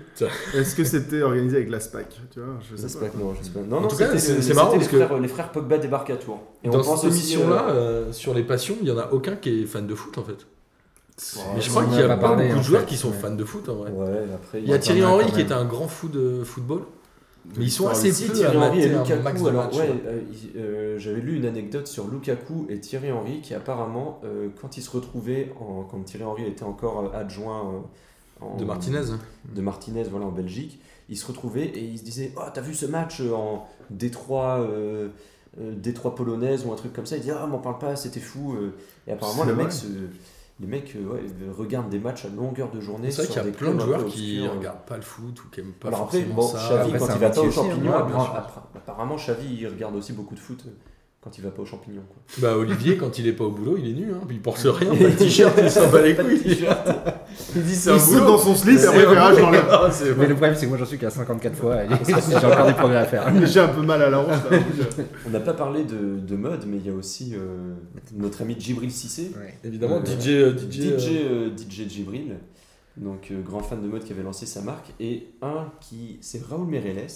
[SPEAKER 3] Est-ce que c'était organisé avec la SPAC Tu vois, je sais
[SPEAKER 2] J'espère
[SPEAKER 3] pas.
[SPEAKER 2] que non, je sais pas. Non,
[SPEAKER 1] En
[SPEAKER 2] non,
[SPEAKER 1] tout cas,
[SPEAKER 2] c'était-
[SPEAKER 1] c'est- c'est
[SPEAKER 2] c'était
[SPEAKER 1] marrant
[SPEAKER 2] les,
[SPEAKER 1] parce que-
[SPEAKER 2] frères, les frères Pogba débarquent à Tours. Et
[SPEAKER 1] Dans
[SPEAKER 2] on pense
[SPEAKER 1] cette
[SPEAKER 2] aussi,
[SPEAKER 1] émission-là,
[SPEAKER 2] euh,
[SPEAKER 1] euh, sur les passions, il y en a aucun qui est fan de foot en fait. Mais je
[SPEAKER 4] on
[SPEAKER 1] crois
[SPEAKER 4] en
[SPEAKER 1] qu'il y a
[SPEAKER 4] a
[SPEAKER 1] pas
[SPEAKER 4] pas parlé,
[SPEAKER 1] beaucoup de
[SPEAKER 4] en
[SPEAKER 1] joueurs
[SPEAKER 4] fait,
[SPEAKER 1] qui sont
[SPEAKER 4] ouais.
[SPEAKER 1] fans de foot en vrai.
[SPEAKER 2] Ouais, après.
[SPEAKER 1] Il y a
[SPEAKER 4] Ouais,
[SPEAKER 1] Thierry
[SPEAKER 4] pas mal,
[SPEAKER 1] Henry
[SPEAKER 4] quand
[SPEAKER 1] qui
[SPEAKER 4] même.
[SPEAKER 1] est un grand fou de football. Mais ils sont
[SPEAKER 3] Par le
[SPEAKER 1] assez
[SPEAKER 2] Si,
[SPEAKER 1] peu
[SPEAKER 2] Thierry
[SPEAKER 1] à
[SPEAKER 2] Henry et
[SPEAKER 1] mater un max
[SPEAKER 2] Lukaku,
[SPEAKER 1] de
[SPEAKER 2] alors
[SPEAKER 1] matchs,
[SPEAKER 2] ouais,
[SPEAKER 1] ouais.
[SPEAKER 2] euh, il- euh, j'avais lu une anecdote sur Lukaku et Thierry Henry qui apparemment, euh, quand ils se retrouvaient, en- quand Thierry Henry était encore euh, adjoint euh, en-
[SPEAKER 1] De Martinez.
[SPEAKER 2] de Martinez, voilà, en Belgique, ils se retrouvaient et ils se disaient Oh, t'as vu ce match euh, en Détroit, euh, euh, Détroit polonaise ou un truc comme ça Ils disaient Ah, m'en parle pas, c'était fou. euh. Et apparemment,
[SPEAKER 3] C'est
[SPEAKER 2] les
[SPEAKER 3] vrai.
[SPEAKER 2] mecs, se- les mecs euh, ouais, regardent des matchs à longueur de journée.
[SPEAKER 1] C'est vrai
[SPEAKER 2] sur
[SPEAKER 1] qu'il y a
[SPEAKER 2] des
[SPEAKER 1] plein de
[SPEAKER 2] clubs un
[SPEAKER 1] joueurs
[SPEAKER 2] peu
[SPEAKER 1] qui
[SPEAKER 2] obscurs. euh.
[SPEAKER 1] regardent pas le foot ou qui aiment pas
[SPEAKER 2] Alors après,
[SPEAKER 1] forcément
[SPEAKER 2] bon,
[SPEAKER 1] ça.
[SPEAKER 2] Xavi, quand
[SPEAKER 4] Après, c'est
[SPEAKER 2] il
[SPEAKER 4] un
[SPEAKER 2] va pas
[SPEAKER 4] métier
[SPEAKER 2] au
[SPEAKER 4] aussi, hein,
[SPEAKER 2] champignon,
[SPEAKER 4] ouais,
[SPEAKER 2] apparemment-
[SPEAKER 4] bien sûr.
[SPEAKER 2] appara- apparemment, Xavi, il regarde aussi beaucoup de foot euh, quand il va pas au champignon. quoi.
[SPEAKER 1] Bah Olivier, quand il est pas au boulot, il est nu, hein. puis il porte rien, pas de t-shirt, il s'en bat les
[SPEAKER 2] Pas de
[SPEAKER 1] couilles.
[SPEAKER 2] t-shirt.
[SPEAKER 1] Il dit c'est
[SPEAKER 3] Il
[SPEAKER 1] un
[SPEAKER 3] saute
[SPEAKER 1] boulot.
[SPEAKER 3] dans son slip et
[SPEAKER 1] C'est
[SPEAKER 3] après, il fait,
[SPEAKER 1] un
[SPEAKER 3] ah, je
[SPEAKER 1] boulot.
[SPEAKER 3] l'enlève.
[SPEAKER 1] Ah, c'est
[SPEAKER 4] Mais
[SPEAKER 1] vrai.
[SPEAKER 4] le problème, c'est que moi j'en suis qu'à 54 fois et j'ai encore des progrès à faire.
[SPEAKER 3] J'ai un peu mal à la hanche. là.
[SPEAKER 2] On n'a pas parlé de, de mode, mais il y a aussi euh, notre ami Djibril Cissé.
[SPEAKER 4] Ouais.
[SPEAKER 1] Évidemment,
[SPEAKER 2] Ouais.
[SPEAKER 1] DJ, euh, DJ,
[SPEAKER 2] DJ,
[SPEAKER 1] euh,
[SPEAKER 2] euh, DJ Djibril, donc euh, grand fan de mode qui avait lancé sa marque. Et un qui, c'est Raoul Mereles,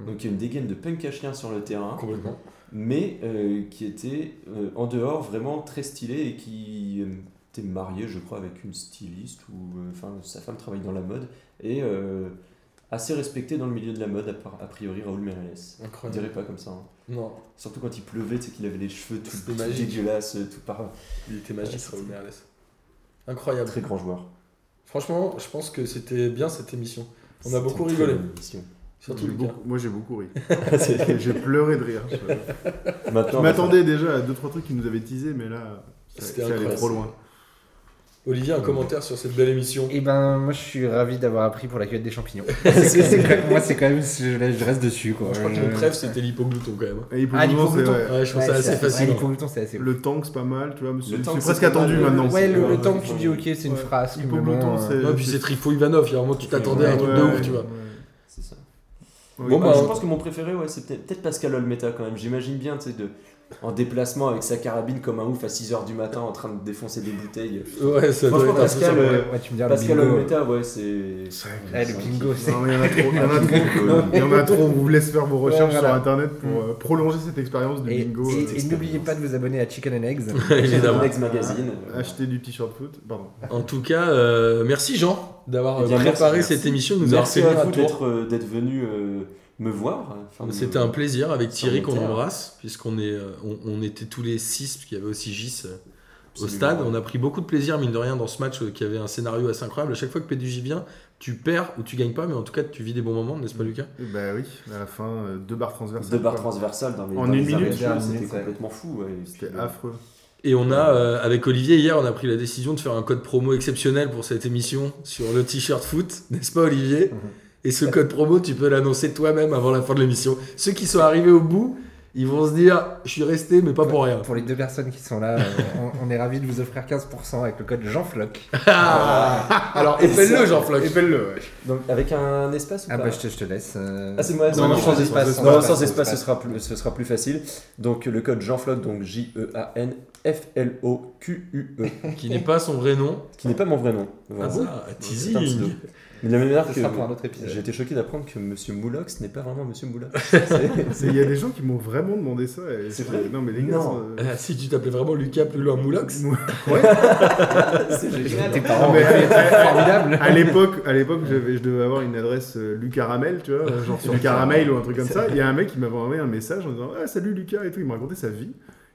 [SPEAKER 1] Hmm.
[SPEAKER 2] donc qui a une dégaine de punk à chien sur le terrain.
[SPEAKER 1] complètement.
[SPEAKER 2] mais euh, qui était euh, en dehors vraiment très stylé et qui euh, était marié, je crois, avec une styliste ou euh, enfin sa femme travaille dans la mode et euh, assez respecté dans le milieu de la mode, à part- a priori Raoul Meirelles. On
[SPEAKER 1] Incroyable.
[SPEAKER 2] dirait pas comme ça. hein.
[SPEAKER 1] Non,
[SPEAKER 2] Surtout quand il pleuvait, c'est qu'il avait les cheveux tout,
[SPEAKER 1] C'était
[SPEAKER 2] tout
[SPEAKER 1] magique.
[SPEAKER 2] dégueulasses, euh, tout par
[SPEAKER 1] il était
[SPEAKER 2] Ouais,
[SPEAKER 1] magique
[SPEAKER 2] c'est-
[SPEAKER 1] Raoul Merles. Incroyable.
[SPEAKER 2] très grand joueur.
[SPEAKER 1] Franchement, je pense que c'était bien cette émission. On a
[SPEAKER 2] C'était
[SPEAKER 1] beaucoup
[SPEAKER 2] une très
[SPEAKER 1] rigolé.
[SPEAKER 2] bonne émission.
[SPEAKER 1] Surtout
[SPEAKER 3] J'ai
[SPEAKER 1] Lucas.
[SPEAKER 3] beaucoup- Moi, j'ai beaucoup ri.
[SPEAKER 2] C'est-
[SPEAKER 3] J'ai pleuré de rire. Je
[SPEAKER 2] Maintenant, on va
[SPEAKER 3] m'attendais déjà à deux trois trucs qui nous avaient teasé, mais là, ça
[SPEAKER 1] C'était
[SPEAKER 3] ça allait
[SPEAKER 1] incroyable.
[SPEAKER 3] trop loin.
[SPEAKER 1] Olivier, un commentaire sur cette belle émission.
[SPEAKER 4] Et ben, moi je suis ravi d'avoir appris pour la cueillette des champignons. C'est- c'est quand- moi, c'est quand même. Je, je reste dessus quoi.
[SPEAKER 1] Je crois que mon trêve, c'était l'hypoglouton quand même. hein.
[SPEAKER 3] Et pour
[SPEAKER 4] Ah,
[SPEAKER 3] le moment, c'est
[SPEAKER 4] l'hypoglouton.
[SPEAKER 3] ouais.
[SPEAKER 1] Ouais, je trouve ça assez
[SPEAKER 4] Ouais,
[SPEAKER 1] facile.
[SPEAKER 4] les combinaisons, c'est assez.
[SPEAKER 3] Le tank, c'est pas mal, tu vois. mais C'est
[SPEAKER 2] tank,
[SPEAKER 3] c'est
[SPEAKER 2] c'est
[SPEAKER 3] presque
[SPEAKER 2] pas mal,
[SPEAKER 3] attendu
[SPEAKER 2] le-
[SPEAKER 3] maintenant.
[SPEAKER 4] Ouais, le,
[SPEAKER 2] Ouais,
[SPEAKER 4] le temps
[SPEAKER 2] ouais.
[SPEAKER 4] que tu dis ok, c'est une
[SPEAKER 3] Ouais.
[SPEAKER 4] phrase. que
[SPEAKER 3] Hypoglouton,
[SPEAKER 4] bon, euh,
[SPEAKER 3] c'est-
[SPEAKER 1] hein. Non, puis c'est Trifo Ivanov, il y a un moment, tu t'attendais à un truc de
[SPEAKER 3] Ouais,
[SPEAKER 1] ouf, tu vois.
[SPEAKER 2] C'est ça.
[SPEAKER 3] Ouais.
[SPEAKER 1] Bon,
[SPEAKER 2] Moi,
[SPEAKER 1] bah,
[SPEAKER 2] je
[SPEAKER 1] on-
[SPEAKER 3] Ah,
[SPEAKER 2] pense que mon préféré, ouais, c'est peut-être peut-être Pascal Olmeta quand même. J'imagine bien, tu sais, de en déplacement avec sa carabine comme un ouf à 6h du matin en train de défoncer des bouteilles.
[SPEAKER 1] Ouais, ça doit
[SPEAKER 2] Franchement,
[SPEAKER 1] être un peu
[SPEAKER 2] Pascal,
[SPEAKER 1] ça.
[SPEAKER 2] euh,
[SPEAKER 4] Ouais, tu me diras
[SPEAKER 2] Pascal
[SPEAKER 4] le bingo.
[SPEAKER 2] Olmeta, ouais, c'est.
[SPEAKER 4] Ah, le bingo, c'est.
[SPEAKER 3] Non, mais il y en a trop, il y en a trop. Il y en a trop. On vous laisse faire vos recherches
[SPEAKER 4] Ouais, voilà.
[SPEAKER 3] sur internet pour euh, prolonger cette expérience du
[SPEAKER 4] Et,
[SPEAKER 3] bingo.
[SPEAKER 4] et-
[SPEAKER 3] euh,
[SPEAKER 4] et n'oubliez pas de vous abonner à Chicken and Eggs.
[SPEAKER 1] Évidemment.
[SPEAKER 2] Next Magazine.
[SPEAKER 3] Acheter du t-shirt foot. Pardon.
[SPEAKER 1] En tout cas, euh, merci Jean d'avoir euh,
[SPEAKER 2] Eh bien, merci,
[SPEAKER 1] préparé
[SPEAKER 2] merci.
[SPEAKER 1] cette émission, de nous avoir fait
[SPEAKER 2] Merci
[SPEAKER 1] venir
[SPEAKER 2] à
[SPEAKER 1] à
[SPEAKER 2] vous
[SPEAKER 1] tour.
[SPEAKER 2] d'être euh, d'être venu euh, me voir. Enfin, me-
[SPEAKER 1] C'était un plaisir avec Thierry qu'on
[SPEAKER 2] Terre.
[SPEAKER 1] embrasse, puisqu'on est, euh, on, on était tous les six, puisqu'il y avait aussi Gis euh, au
[SPEAKER 2] Absolument.
[SPEAKER 1] stade. On a pris beaucoup de plaisir, mine de rien, dans ce match euh, qui avait un scénario assez incroyable. À chaque fois que PDJ vient, tu perds ou tu gagnes pas, mais en tout cas, tu vis des bons moments, n'est-ce pas, Lucas
[SPEAKER 3] Et Bah oui, à la fin, euh, deux barres transversales.
[SPEAKER 2] Deux barres
[SPEAKER 3] quoi.
[SPEAKER 2] transversales dans les
[SPEAKER 3] En
[SPEAKER 2] dans les
[SPEAKER 3] une
[SPEAKER 2] arrêts de
[SPEAKER 3] minute,
[SPEAKER 2] jeu,
[SPEAKER 4] ouais,
[SPEAKER 2] c'était
[SPEAKER 4] minute, ouais.
[SPEAKER 2] complètement fou. ouais. Et puis,
[SPEAKER 3] C'était
[SPEAKER 2] euh,
[SPEAKER 3] affreux.
[SPEAKER 1] Et on a, euh, avec Olivier, hier, on a pris la décision de faire un code promo exceptionnel pour cette émission sur le t-shirt foot, n'est-ce pas, Olivier
[SPEAKER 2] Mhm.
[SPEAKER 1] Et ce code promo, tu peux l'annoncer toi-même avant la fin de l'émission. Ceux qui sont arrivés au bout, ils vont se dire Je suis resté, mais pas pour rien.
[SPEAKER 4] Pour les deux personnes qui sont là, euh, on, on est ravis de vous offrir 15% avec le code Jean-Floc.
[SPEAKER 1] Ah Alors, épelle-le, Jean-Floc
[SPEAKER 3] Épelle-le. ouais.
[SPEAKER 2] Donc, avec un espace ou
[SPEAKER 4] Ah
[SPEAKER 2] pas
[SPEAKER 4] bah je te, je te laisse. euh,
[SPEAKER 2] Ah, c'est moi,
[SPEAKER 3] Non, non, sans
[SPEAKER 2] sans
[SPEAKER 3] espace,
[SPEAKER 2] espace.
[SPEAKER 3] sans
[SPEAKER 2] Non,
[SPEAKER 4] espace,
[SPEAKER 2] sans
[SPEAKER 4] sans
[SPEAKER 2] espace, ce
[SPEAKER 4] espace.
[SPEAKER 2] sera plus, ce sera plus facile. Donc le code Jean-Floc, donc E J-E-A-N. F-L-O-Q-U-E,
[SPEAKER 1] Qui n'est pas son vrai nom.
[SPEAKER 2] E, qui n'est pas mon vrai nom.
[SPEAKER 1] Ah
[SPEAKER 2] Voilà.
[SPEAKER 1] bon
[SPEAKER 2] C'est un
[SPEAKER 1] Teasing
[SPEAKER 2] pseudo. Mais de la même manière
[SPEAKER 4] ce
[SPEAKER 2] que
[SPEAKER 4] sera pour un autre épisode.
[SPEAKER 2] j'ai été choqué d'apprendre que Monsieur Moulox n'est pas vraiment Monsieur Moulox.
[SPEAKER 3] C'est- Il y a des gens qui m'ont vraiment demandé ça. et
[SPEAKER 2] C'est vrai
[SPEAKER 3] Non, mais les gars.
[SPEAKER 2] Non.
[SPEAKER 3] euh,
[SPEAKER 1] Ah, Si tu t'appelais vraiment Lucas plus loin Moulox
[SPEAKER 3] Ouais.
[SPEAKER 2] C'est génial.
[SPEAKER 4] Tes parents,
[SPEAKER 3] Non, mais-
[SPEAKER 4] ouais, formidable.
[SPEAKER 3] À l'époque, à l'époque, j'avais- je devais avoir une adresse euh, Lucas Ramel, tu vois, genre sur Lucas Ramel ou un truc comme ça. Il y a un mec qui m'avait envoyé un message en disant ah, salut Lucas et tout. Il me racontait sa vie.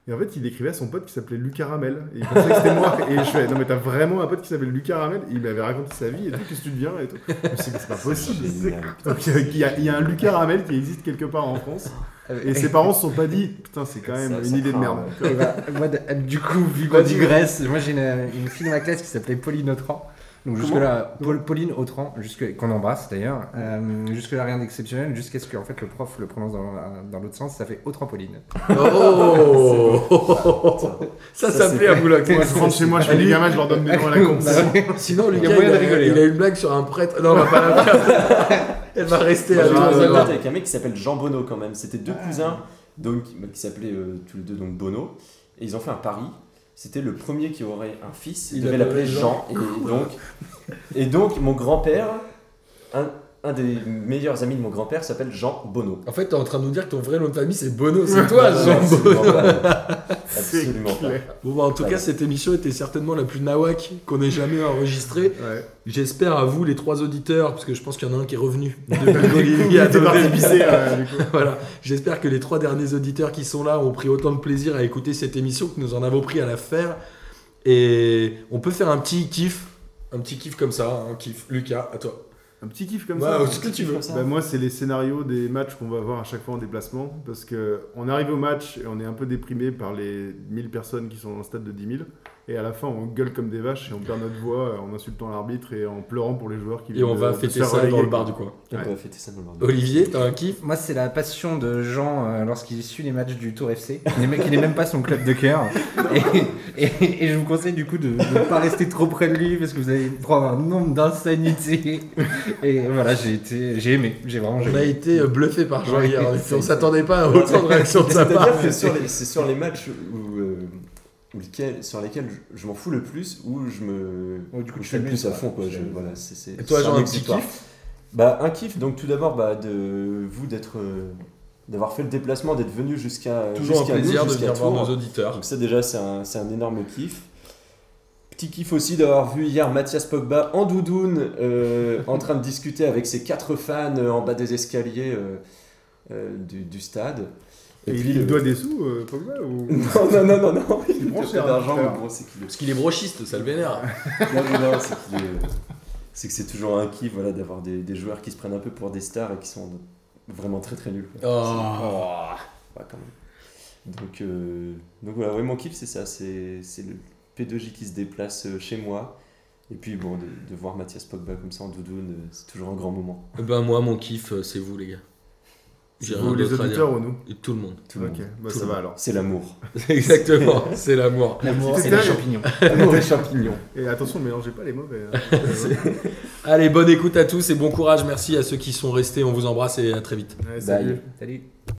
[SPEAKER 3] Et en fait, il décrivait à son pote qui s'appelait Lucas Ramel. Et il pensait que c'était moi. Et je fais non mais t'as vraiment un pote qui s'appelle Lucas Ramel. Et il m'avait raconté sa vie et tout. Qu'est-ce que tu deviens et tout. Je me suis dit, mais c'est pas possible.
[SPEAKER 2] Génial.
[SPEAKER 3] Donc, il y a- il y, a- il y a un Lucas Ramel qui existe quelque part en France.
[SPEAKER 4] bah,
[SPEAKER 3] Et ses parents se sont pas dit putain c'est quand même
[SPEAKER 2] Ça-
[SPEAKER 3] une
[SPEAKER 2] ça
[SPEAKER 3] idée de
[SPEAKER 2] craint,
[SPEAKER 3] merde.
[SPEAKER 4] Et bah, moi, de- du coup, vu qu'on
[SPEAKER 3] Vas-y.
[SPEAKER 4] digresse, moi j'ai une, une fille dans ma classe qui s'appelait Pauline Autran. Donc jusque-là, Paul- Pauline Autran, jusque, qu'on embrasse d'ailleurs. Euh, jusque-là, rien d'exceptionnel, jusqu'à ce que en fait, le prof le prononce dans, dans l'autre sens, ça fait Autran Pauline.
[SPEAKER 1] Oh Ça
[SPEAKER 2] Ça,
[SPEAKER 1] s'appelait
[SPEAKER 2] c'est-
[SPEAKER 1] à Moulox.
[SPEAKER 3] Moi je rentre chez moi, je fais des gamins, je leur donne des noms à la
[SPEAKER 4] Bah,
[SPEAKER 3] con.
[SPEAKER 1] Sinon,
[SPEAKER 4] Il y a
[SPEAKER 1] Lucas, il
[SPEAKER 4] moyen de
[SPEAKER 1] a,
[SPEAKER 4] rigoler,
[SPEAKER 1] il
[SPEAKER 4] hein.
[SPEAKER 1] a une blague sur un prêtre. Non, on va pas la faire. Bah, Elle va rester
[SPEAKER 2] Moi,
[SPEAKER 1] à
[SPEAKER 2] j'ai eu
[SPEAKER 3] Ah,
[SPEAKER 2] une
[SPEAKER 3] ouais,
[SPEAKER 2] anecdote
[SPEAKER 1] l'heure.
[SPEAKER 2] avec un mec qui s'appelle Jean Bonneau quand même. C'était deux cousins donc, qui- qui s'appelaient euh, tous les deux donc Bonneau. Et ils ont fait un pari. C'était le premier qui aurait un fils. Il,
[SPEAKER 1] Il
[SPEAKER 2] devait
[SPEAKER 1] l'appelait
[SPEAKER 2] l'appeler Jean. Et donc, et donc, mon grand-père, un, un des meilleurs amis de mon grand-père s'appelle Jean Bonneau.
[SPEAKER 1] En fait, t'es en train de nous dire que ton vrai nom de famille, c'est Bono. C'est toi, Jean
[SPEAKER 2] Absolument
[SPEAKER 1] Bono.
[SPEAKER 2] pas. Absolument pas.
[SPEAKER 1] Bon, bah, en tout cas, cette émission était certainement la plus nawak qu'on ait jamais enregistrée.
[SPEAKER 3] Ouais.
[SPEAKER 1] J'espère à vous, les trois auditeurs, parce que je pense qu'il y en a un qui est revenu.
[SPEAKER 3] Il
[SPEAKER 1] Depuis
[SPEAKER 3] était parti
[SPEAKER 1] a
[SPEAKER 3] pisser, euh, du coup.
[SPEAKER 1] Voilà, j'espère que les trois derniers auditeurs qui sont là ont pris autant de plaisir à écouter cette émission que nous en avons pris à la faire. Et on peut faire un petit kiff, un petit kiff comme ça, un kiff. Lucas, à toi.
[SPEAKER 3] Un petit kiff comme
[SPEAKER 1] Waouh,
[SPEAKER 3] ça.
[SPEAKER 1] ce que tu veux.
[SPEAKER 3] Bah, moi, c'est les scénarios des matchs qu'on va voir à chaque fois en déplacement. Parce que on arrive au match et on est un peu déprimé par les 1000 personnes qui sont dans le stade de 10 000. Et à la fin, on gueule comme des vaches et on perd notre voix euh, en insultant l'arbitre et en pleurant pour les joueurs qui
[SPEAKER 1] Et
[SPEAKER 3] viennent
[SPEAKER 1] on
[SPEAKER 3] de-
[SPEAKER 1] va
[SPEAKER 3] de se
[SPEAKER 1] fêter
[SPEAKER 3] faire
[SPEAKER 1] ça dans
[SPEAKER 3] reléguer,
[SPEAKER 1] le bar
[SPEAKER 3] quoi.
[SPEAKER 1] du coin.
[SPEAKER 2] On peut fêter ça dans le bar.
[SPEAKER 1] Olivier, t'as un kiff
[SPEAKER 4] Moi, c'est la passion de Jean euh, lorsqu'il suit les matchs du Tour FC, qui n'est- qui n'est même pas son club de cœur. Et, et- et je vous conseille du coup de ne pas rester trop près de lui parce que vous allez prendre un nombre d'insanités. Et voilà, j'ai été, j'ai aimé, j'ai vraiment
[SPEAKER 1] On a
[SPEAKER 4] aimé.
[SPEAKER 1] été bluffé par Jean
[SPEAKER 4] Ouais,
[SPEAKER 1] hier.
[SPEAKER 4] c'est-
[SPEAKER 1] On s'attendait pas à autant de réactions de sa part.
[SPEAKER 2] C'est-à-dire que sur les, c'est sur les matchs où, euh, où lequel- sur lesquels je, je m'en fous le plus, où je me.
[SPEAKER 4] Oh, du coup,
[SPEAKER 2] où
[SPEAKER 4] tu
[SPEAKER 2] je fais le
[SPEAKER 4] t'amuses,
[SPEAKER 2] plus à
[SPEAKER 4] quoi.
[SPEAKER 2] fond. Quoi. Je-
[SPEAKER 4] Tu
[SPEAKER 2] voilà, c'est, c'est-
[SPEAKER 1] Et toi,
[SPEAKER 2] c'est
[SPEAKER 1] genre, un petit
[SPEAKER 2] exutoire. bah, Un kiff, donc tout d'abord, bah, de vous d'être. euh, d'avoir fait le déplacement, d'être venu jusqu'à.
[SPEAKER 1] Toujours un
[SPEAKER 2] jusqu'à nous,
[SPEAKER 1] plaisir de
[SPEAKER 2] jusqu'à
[SPEAKER 1] venir voir
[SPEAKER 2] Tours.
[SPEAKER 1] nos auditeurs.
[SPEAKER 2] Ah, Donc, ça, déjà, c'est un, c'est un énorme kiff. Petit kiff aussi d'avoir vu hier Mathias Pogba en doudoune euh, en train de discuter avec ses quatre fans euh, en bas des escaliers euh, euh, du, du stade.
[SPEAKER 3] Et
[SPEAKER 2] puis,
[SPEAKER 3] il
[SPEAKER 2] euh,
[SPEAKER 3] doit des sous, euh, Pogba ou...
[SPEAKER 2] non, non, non, non, non.
[SPEAKER 3] Il
[SPEAKER 2] Il
[SPEAKER 3] prend
[SPEAKER 2] prend
[SPEAKER 3] cher,
[SPEAKER 2] d'argent,
[SPEAKER 3] frère.
[SPEAKER 2] mais bon, c'est qu'il est-
[SPEAKER 1] Parce qu'il est brochiste, ça le vénère.
[SPEAKER 2] Non, mais non, c'est qu'il est- c'est que c'est toujours un kiff voilà, d'avoir des, des joueurs qui se prennent un peu pour des stars et qui sont vraiment très très nuls. quoi.
[SPEAKER 1] Oh.
[SPEAKER 2] C'est- ouais, quand même. Donc, euh, donc voilà, ouais, mon kiff c'est ça, c'est c'est le P2J qui se déplace euh, chez moi. Et puis bon, de, de voir Mathias Pogba comme ça en doudoune, euh, c'est toujours un grand moment.
[SPEAKER 1] Ben moi, mon kiff, euh, c'est vous les gars. J'ai rien
[SPEAKER 3] Ou les
[SPEAKER 1] d'autre à
[SPEAKER 3] auditeurs
[SPEAKER 1] dire.
[SPEAKER 3] ou nous
[SPEAKER 1] Et Tout le monde.
[SPEAKER 2] Tout le
[SPEAKER 3] Ok,
[SPEAKER 2] monde.
[SPEAKER 3] bah,
[SPEAKER 1] Tout le
[SPEAKER 3] ça va
[SPEAKER 1] monde.
[SPEAKER 3] alors.
[SPEAKER 2] C'est l'amour.
[SPEAKER 1] Exactement, c'est l'amour.
[SPEAKER 4] L'amour
[SPEAKER 3] C'était
[SPEAKER 4] et les
[SPEAKER 3] dingue.
[SPEAKER 4] champignons.
[SPEAKER 2] L'amour des champignons.
[SPEAKER 3] Et attention, mélangez pas les mauvais. hein.
[SPEAKER 1] Allez, bonne écoute à tous et bon courage. Merci à ceux qui sont restés. On vous embrasse et à très vite.
[SPEAKER 3] Ouais, salut.
[SPEAKER 2] Bye.
[SPEAKER 4] Salut.